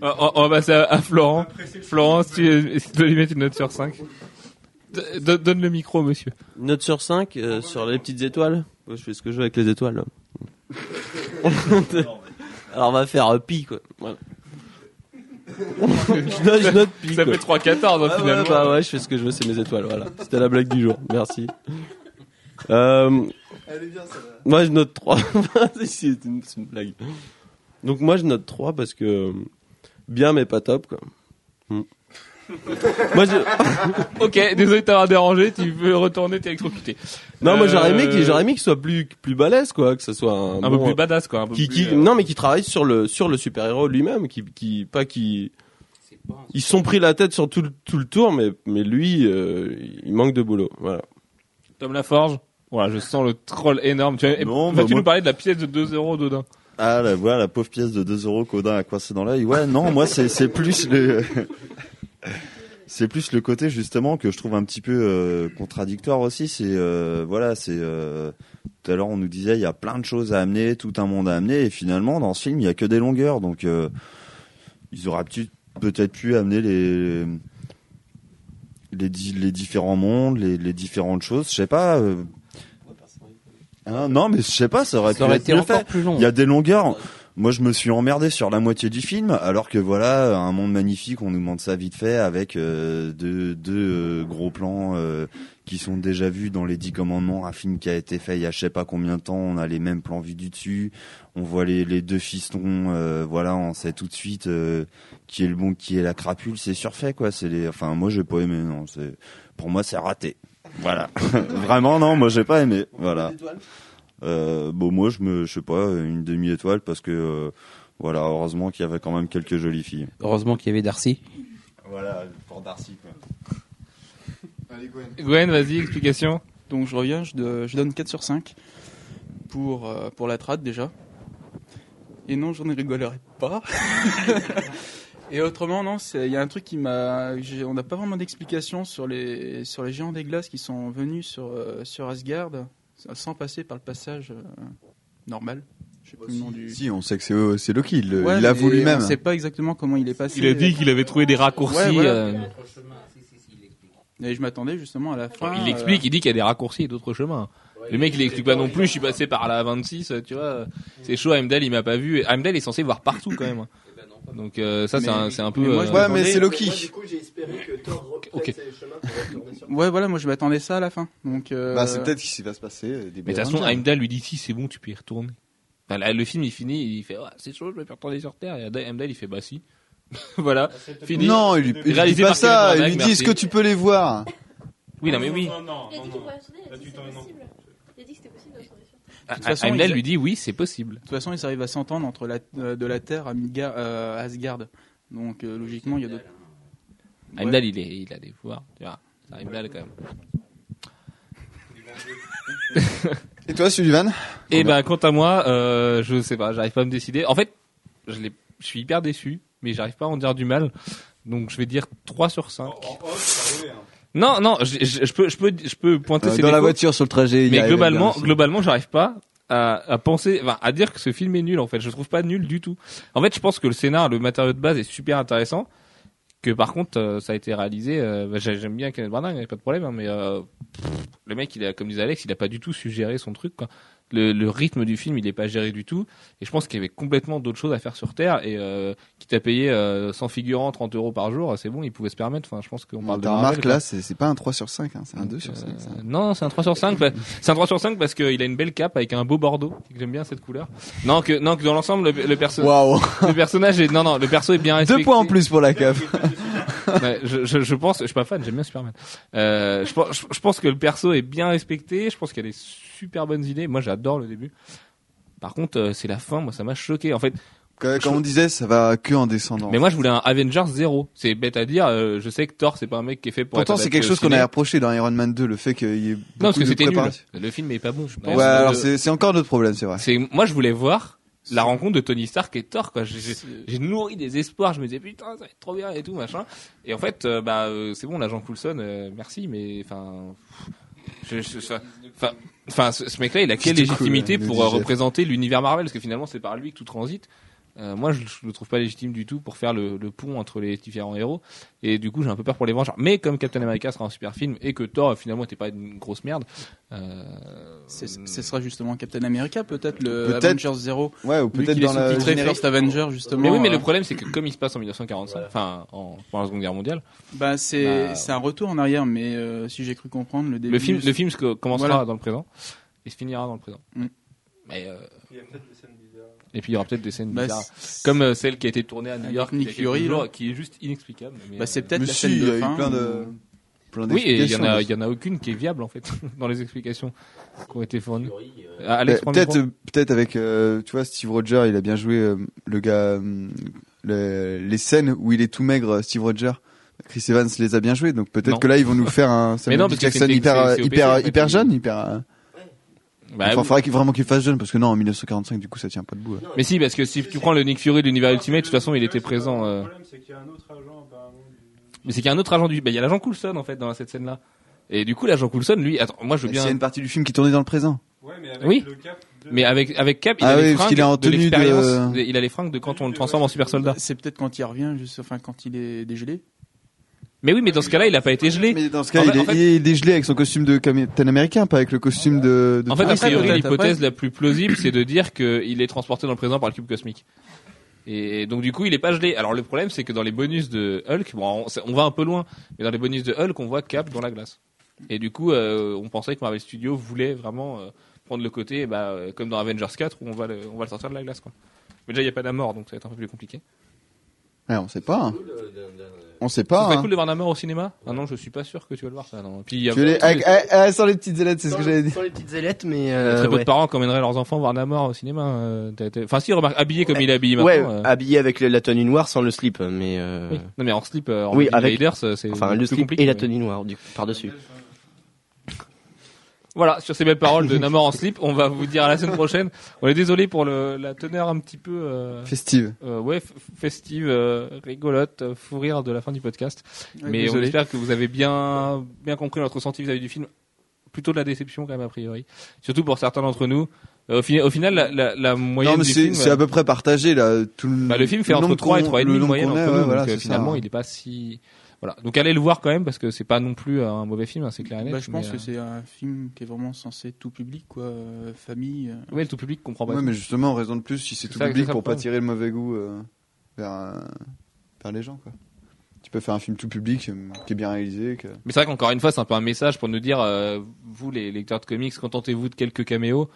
on, on- on va passer à, à Florent. Florent, si tu, si tu dois lui mettre une note sur 5. Do- do- donne le micro, monsieur.
Note sur 5
Ah,
euh, sur les petites étoiles. Moi, je fais ce que je veux avec les étoiles. là. Alors, on va faire euh, pi, quoi. Voilà. je note, je note pi,
Ça
quoi.
fait 3-14 hein,
Ouais,
finalement.
ouais, bah ouais, je fais ce que je veux, c'est mes étoiles, voilà. C'était la blague du jour, merci. Euh, Moi, je note 3. c'est une, c'est une blague. Donc, moi, je note 3 parce que. euh, Bien, mais pas top, quoi. Hmm. moi, je-
Ok, désolé de t'avoir dérangé, tu peux retourner t'électrocuter.
Non, moi, j'aurais aimé
Euh,
qu'il j'aurais aimé qu'il soit plus, plus balèze, quoi. Que ce soit un.
Un
bon,
peu plus badass, quoi. un peu
qui,
plus,
qui,
euh,
non mais qui travaille sur le sur le super héros lui-même qui qui pas qui ils se sont pris la tête sur tout le, tout le tour mais mais lui euh, il manque de boulot voilà
Tom Laforge. Voilà, je sens le troll énorme. Tu,
Non,
vas
bah,
tu
moi-
nous parler de la pièce de 2 euros d'Odin
Ah, la, voilà, la pauvre pièce de 2 euros qu'Odin a coincé dans l'œil. Ouais, non, moi, c'est, c'est plus le, c'est plus le côté, justement, que je trouve un petit peu euh, contradictoire aussi. C'est, euh, voilà, c'est, euh, tout à l'heure, on nous disait, il y a plein de choses à amener, tout un monde à amener, et finalement, dans ce film, il y a que des longueurs. Donc, euh, ils auraient pu- peut-être pu amener les, les, di- les différents mondes, les, les différentes choses. Je sais pas, euh, hein, non, mais je sais pas, ça aurait
ça
pu
aurait
être
été
mieux
encore
fait.
plus long.
Il y a des longueurs. Moi, je me suis emmerdé sur la moitié du film, alors que voilà, un monde magnifique, on nous montre ça vite fait avec euh, deux, deux euh, gros plans euh, qui sont déjà vus dans les Dix Commandements, un film qui a été fait il y a je sais pas combien de temps, on a les mêmes plans vus du dessus, on voit les, les deux fistons, euh, voilà, on sait tout de suite euh, qui est le bon, qui est la crapule, c'est surfait quoi. C'est les, enfin, moi j'ai pas aimé, non, c'est, pour moi c'est raté. Voilà, vraiment non, moi j'ai pas aimé, voilà. Euh, bon, moi, je me, je sais pas, une demi-étoile parce que, euh, voilà, heureusement qu'il y avait quand même quelques jolies filles.
Heureusement qu'il y avait Darcy.
Voilà, pour Darcy, quoi.
Gwen, vas-y, explication.
Donc je reviens, je, do- je donne 4 sur 5 pour, euh, pour la trad déjà. Et non, je ne rigolerai pas. Et autrement, non, c'est- il y a un truc qui m'a. j'ai- On n'a pas vraiment d'explication sur les, sur les géants des glaces qui sont venus sur, euh, sur Asgard sans passer par le passage euh, normal. Je sais plus le nom du.
Si, on sait que c'est eux, c'est Loki, il,
Ouais,
Euh, il l'avoue
mais
lui-même.
On ne sait pas exactement comment il est passé.
Il a dit qu'il avait trouvé des raccourcis.
Ouais, voilà.
euh,
Et je m'attendais justement à la fin.
il
euh,
l'explique, il dit qu'il y a des raccourcis et d'autres chemins. le mec, il explique pas non plus, je suis
Mm. Eh ben
passé par la 26, euh, tu vois. euh, C'est chaud, Heimdall, il m'a pas vu. Heimdall est censé voir partout quand même. Donc euh, ça, c'est
Mais-
un, c'est un peu.
mais moi,
euh,
je
Ouais,
me
mais
demandais-
c'est
Moi,
Loki.
du coup, j'ai espéré que Thor reprenne
Ok.
ses chemins pour retourner sur
Ouais, voilà, moi je m'attendais ça à la fin. Donc, euh,
Bah, c'est peut-être ce qui va se passer. euh, début
Mais de toute façon,
Avengers.
Heimdall lui dit si c'est bon, tu peux y retourner. Enfin, là, le film il finit, il fait ouais, c'est chaud, je vais pas retourner sur Terre. Et Heimdall il fait bah si. voilà,
Ah,
fini.
Non, il, lui- il lui dit
Réalisé
pas
par Kenneth
ça. Il
Branagh,
lui dit est-ce
merci.
que tu peux les voir
Oui, non mais oui.
non,
Il a dit qu'il pourrait retourner, il a
Là,
dit
tu
que
t'en-
c'était
non.
possible. Il a dit que c'était possible de retourner sur Terre.
Ah,
toute façon,
Heimdall
il-
lui dit oui, c'est possible.
de toute façon, ils arrivent à s'entendre entre la, euh, de la Terre à Midgar- euh, Asgard. Donc, euh, logiquement, il y a d'autres. Ouais.
Heimdall il, est, il a des pouvoirs. Tu vois, Ah, C'est Heimdall quand même.
Et toi, Sullivan
Et ben, quant à moi, euh, je sais pas, j'arrive pas à me décider. En fait, je, l'ai- je suis hyper déçu, mais j'arrive pas à en dire du mal. Donc je vais dire 3 sur 5. Non, non, je, je- je peux, je, peux, je peux pointer
Euh,
ses
Dans la
défauts.
voiture sur le trajet. il y
mais
a
globalement,
Evan aussi.
globalement, j'arrive pas à, à penser, enfin, à dire que ce film est nul. En fait, je le trouve pas nul du tout. En fait, je pense que le scénar, le matériau de base est super intéressant. Que par contre, euh, ça a été réalisé. euh, bah, j'ai- J'aime bien Kenneth Branagh, y a pas de problème. hein, mais euh, pff, le mec, il a, comme disait Alex, il a pas du tout suggéré son truc. Quoi. Le, le rythme du film, il est pas géré du tout. Et je pense qu'il y avait complètement d'autres choses à faire sur Terre. Et euh, quitte à payer euh, 100 figurants 30 euros par jour, c'est bon, il pouvait se permettre. Enfin, je pense qu'on parle de
T'as
Marvel,
remarqué
quoi.
là, c'est c'est pas un 3 sur 5, hein, c'est un 2
Euh,
sur 5. ça.
non, c'est un 3 sur 5. bah, c'est un 3 sur 5 parce qu'il a une belle cape avec un beau bordeaux. J'aime bien cette couleur. Non, que, non, que dans l'ensemble, le, le perso,
Waouh
le personnage est, non, non, le perso est bien respecté.
Deux points en plus pour la CAF.
Ouais, je, je, je pense, je suis pas fan, j'aime bien Superman. Euh, je, pense- je, je pense que le perso est bien respecté. Je pense qu'il y a des super bonnes idées. Moi, j'adore le début. Par contre, euh, c'est la fin. Moi, ça m'a choqué. En fait,
Comme comme on disait, ça va que en descendant.
mais moi, je voulais un Avengers 0. C'est bête à dire. euh, je sais que Thor, c'est pas un mec qui est fait pour.
Pourtant,
être
c'est
adapté
quelque
au
chose qu'on
ciné.
a reproché dans Iron Man 2, le fait qu'il y ait beaucoup
Non, parce que
de
c'était nul.
préparation. Euh,
Le film est pas bon. je pense.
Ouais, alors
De-
c'est c'est encore notre problème, c'est vrai.
C'est moi je voulais voir la rencontre de Tony Stark et Thor quoi. J'ai- J'ai j'ai nourri des espoirs. Je me disais putain ça va être trop bien et tout machin. Et en fait euh, bah euh, c'est bon là Jean Coulson euh, merci mais enfin je- je- ça- enfin enfin, ce, ce mec-là il a quelle
C'était cool, hein,
légitimité
le
pour euh,
DJ.
représenter l'univers Marvel parce que finalement c'est par lui que tout transite. Euh, moi je, je le trouve pas légitime du tout pour faire le, le pont entre les différents héros et du coup j'ai un peu peur pour les Avengers. Mais comme Captain America sera un super film et que Thor euh, finalement était pas une grosse merde. euh,
C'est- Ce sera justement Captain America, peut-être le
Peut-être.
Avengers 0.
Ouais, ou
Vu
peut-être
qu'il est
dans la
sous-titré
générique.
First Avenger, justement.
Mais oui, mais
euh,
le problème, c'est que comme il se passe en 1945, enfin, en, pendant la Seconde Guerre mondiale,
bah, c'est
Bah,
c'est un retour en arrière, mais euh, si j'ai cru comprendre, le début.
le film, le film se co- commencera
Voilà.
dans le présent et se finira dans le présent.
Mm.
Mais, euh,
Il y a peut-être des scènes bizarres.
et puis il y aura peut-être des scènes
Bah,
bizarres,
c'est-
comme euh, celle qui a été tournée à New
Avec
York,
Nick
il y a quelques
Fury,
jours,
là.
qui est juste inexplicable. mais,
bah, c'est
euh,
peut-être
Mais
la
si,
scène
il y
de
a eu
fin.
plein de-
où-
Plein
oui, et il y en
d'explications
a,
dessus.
il y en a aucune qui est viable en fait dans les explications qui ont été fournies.
Fury. euh,
Ah, Alex,
Mais
prends le
peut-être,
micro.
euh, peut-être avec, euh, tu vois, Steve Rogers, il a bien joué euh, le gars, euh, le- les scènes où il est tout maigre, euh, Steve Rogers. Chris Evans les a bien joués, donc peut-être
Non.
que là ils vont nous faire un Samuel
non,
L.
parce que
Jackson
c'est-
hyper,
c'est-
euh,
c'est OPC,
hyper,
en fait,
hyper
il-
jeune, hyper. euh,
Bah,
enfin,
oui.
faudrait qu'il- vraiment qu'il fasse jeune parce que non, en 1945 du coup ça tient pas debout. là.
Mais si, parce que si tu prends le Nick Fury de l'univers Ultimate, de toute façon, il était présent.
Le
euh,
problème, c'est qu'il y a un autre agent, apparemment.
Mais c'est qu'il y a un autre agent du, bah, il y a l'agent Coulson en fait dans cette scène-là. Et du coup, l'agent Coulson, lui, attends, moi je veux
S'il
bien.
y a une partie du film qui tournait dans le présent.
Ouais, mais
Oui.
avec le cap de-
Mais avec avec Cap, il
Ah
a
oui,
les
parce
fringues
qu'il est
de
en tenue
l'expérience.
de-
Il a les fringues de quand on le transforme en super soldat.
C'est peut-être quand il revient, juste, enfin, quand il est dégelé.
Mais oui, mais dans ce cas-là, il a pas été gelé.
Mais dans ce
En
cas,
fait-
il, est,
en fait-
il est dégelé avec son costume de Captain américain, pas avec le costume de. de
En fait, a
Après,
priori,
peut-être,
l'hypothèse
après.
la plus plausible, c'est de dire qu'il est transporté dans le présent par le cube cosmique. Et donc du coup, il est pas gelé. Alors le problème, c'est que dans les bonus de Hulk, bon, on, ça- on va un peu loin, mais dans les bonus de Hulk, on voit Cap dans la glace. Et du coup, euh, on pensait que Marvel Studios voulait vraiment euh, prendre le côté, bah, euh, comme dans Avengers 4, où on va le, on va le sortir de la glace, quoi. Mais déjà, il y a pas d'amor, donc ça va être un peu plus compliqué.
Ouais, on sait pas. hein.
cool, euh, d'un- d'un- euh,
On sait
C'est
pas. hein.
cool de voir Namor au cinéma Ah non, je suis pas sûr que tu vas le voir ça. Non. Puis il y a
Tu veux les-
tous les-
avec- ah,
eh,
ah, sans les petites ailettes, c'est ce
sans
que
le-
j'avais dit.
sans les petites ailettes.
Zélette, mais
il y a
euh,
très peu
ouais.
de parents qui emmèneraient leurs enfants voir Namor au cinéma. euh, t'as- t'as- Enfin, si, remarque, habillé comme il est habillé
Ouais,
maintenant. euh,
ah.
habillé avec le- la tenue noire sans le slip, mais euh,
oui. Non mais en slip, euh, en
Oui,
Bill
avec-
Raiders, euh, c'est
enfin
beaucoup
le
plus
slip
compliqué,
et la
mais-
tenue noire du par dessus.
Voilà, sur ces belles paroles de Namor en slip, on va vous dire à la semaine prochaine. On est désolé pour le, la teneur un petit peu euh,
Festive.
euh, ouais f- festive, euh, rigolote, euh, fou rire de la fin du podcast.
Ouais,
mais on
désolé.
espère que vous avez bien bien compris notre ressenti vis-à-vis du film. Plutôt de la déception quand même a priori. Surtout pour certains d'entre nous. Euh, au, fina- au final, la, la, la moyenne
Non, mais
du
c'est
film. euh,
c'est à peu près partagé là. Tout le,
Bah, le film fait
le
entre
nombre
3 et
qu'on-
3 et
le
demi
nombre
moyenne
qu'on
entre
est,
nous,
ouais,
donc
voilà,
euh,
c'est ça,
finalement
hein.
il est pas si voilà. Donc allez le voir quand même parce que c'est pas non plus euh, un mauvais film, hein, c'est clair et net.
Bah, je pense
mais,
que c'est un film qui est vraiment censé tout public, quoi. euh, famille. euh.
euh, ouais, le tout public comprend pas.
Ouais,
tout.
mais justement, raison de plus, si c'est
C'est
tout
ça-
public
c'est ça
pour
le
pas
problème.
tirer le mauvais goût. euh. vers, euh, vers les gens. Quoi. Tu peux faire un film tout public euh, qui est bien réalisé. Que...
Mais c'est vrai qu'encore une fois, c'est un peu un message pour nous dire, euh, vous les lecteurs de comics, contentez-vous de quelques caméos.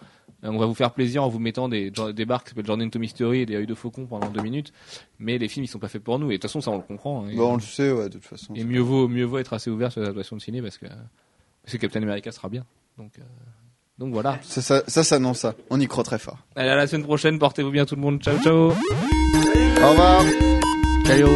Euh, On va vous faire plaisir en vous mettant des, des barques qui s'appellent Jordan Tommy Story et des œils de faucon pendant deux minutes. Mais les films, ils sont pas faits pour nous. Et de toute façon, ça, on le comprend. Et,
Bon, on le sait, ouais, de toute façon.
et mieux vaut, mieux vaut être assez ouvert sur les adaptations de ciné parce que, parce que Captain America sera bien. Donc, euh, donc voilà.
Ça, ça, ça, ça, non, ça. On y croit très fort.
Allez, à la semaine prochaine. Portez-vous bien tout le monde. Ciao, ciao.
Au revoir.
Ciao.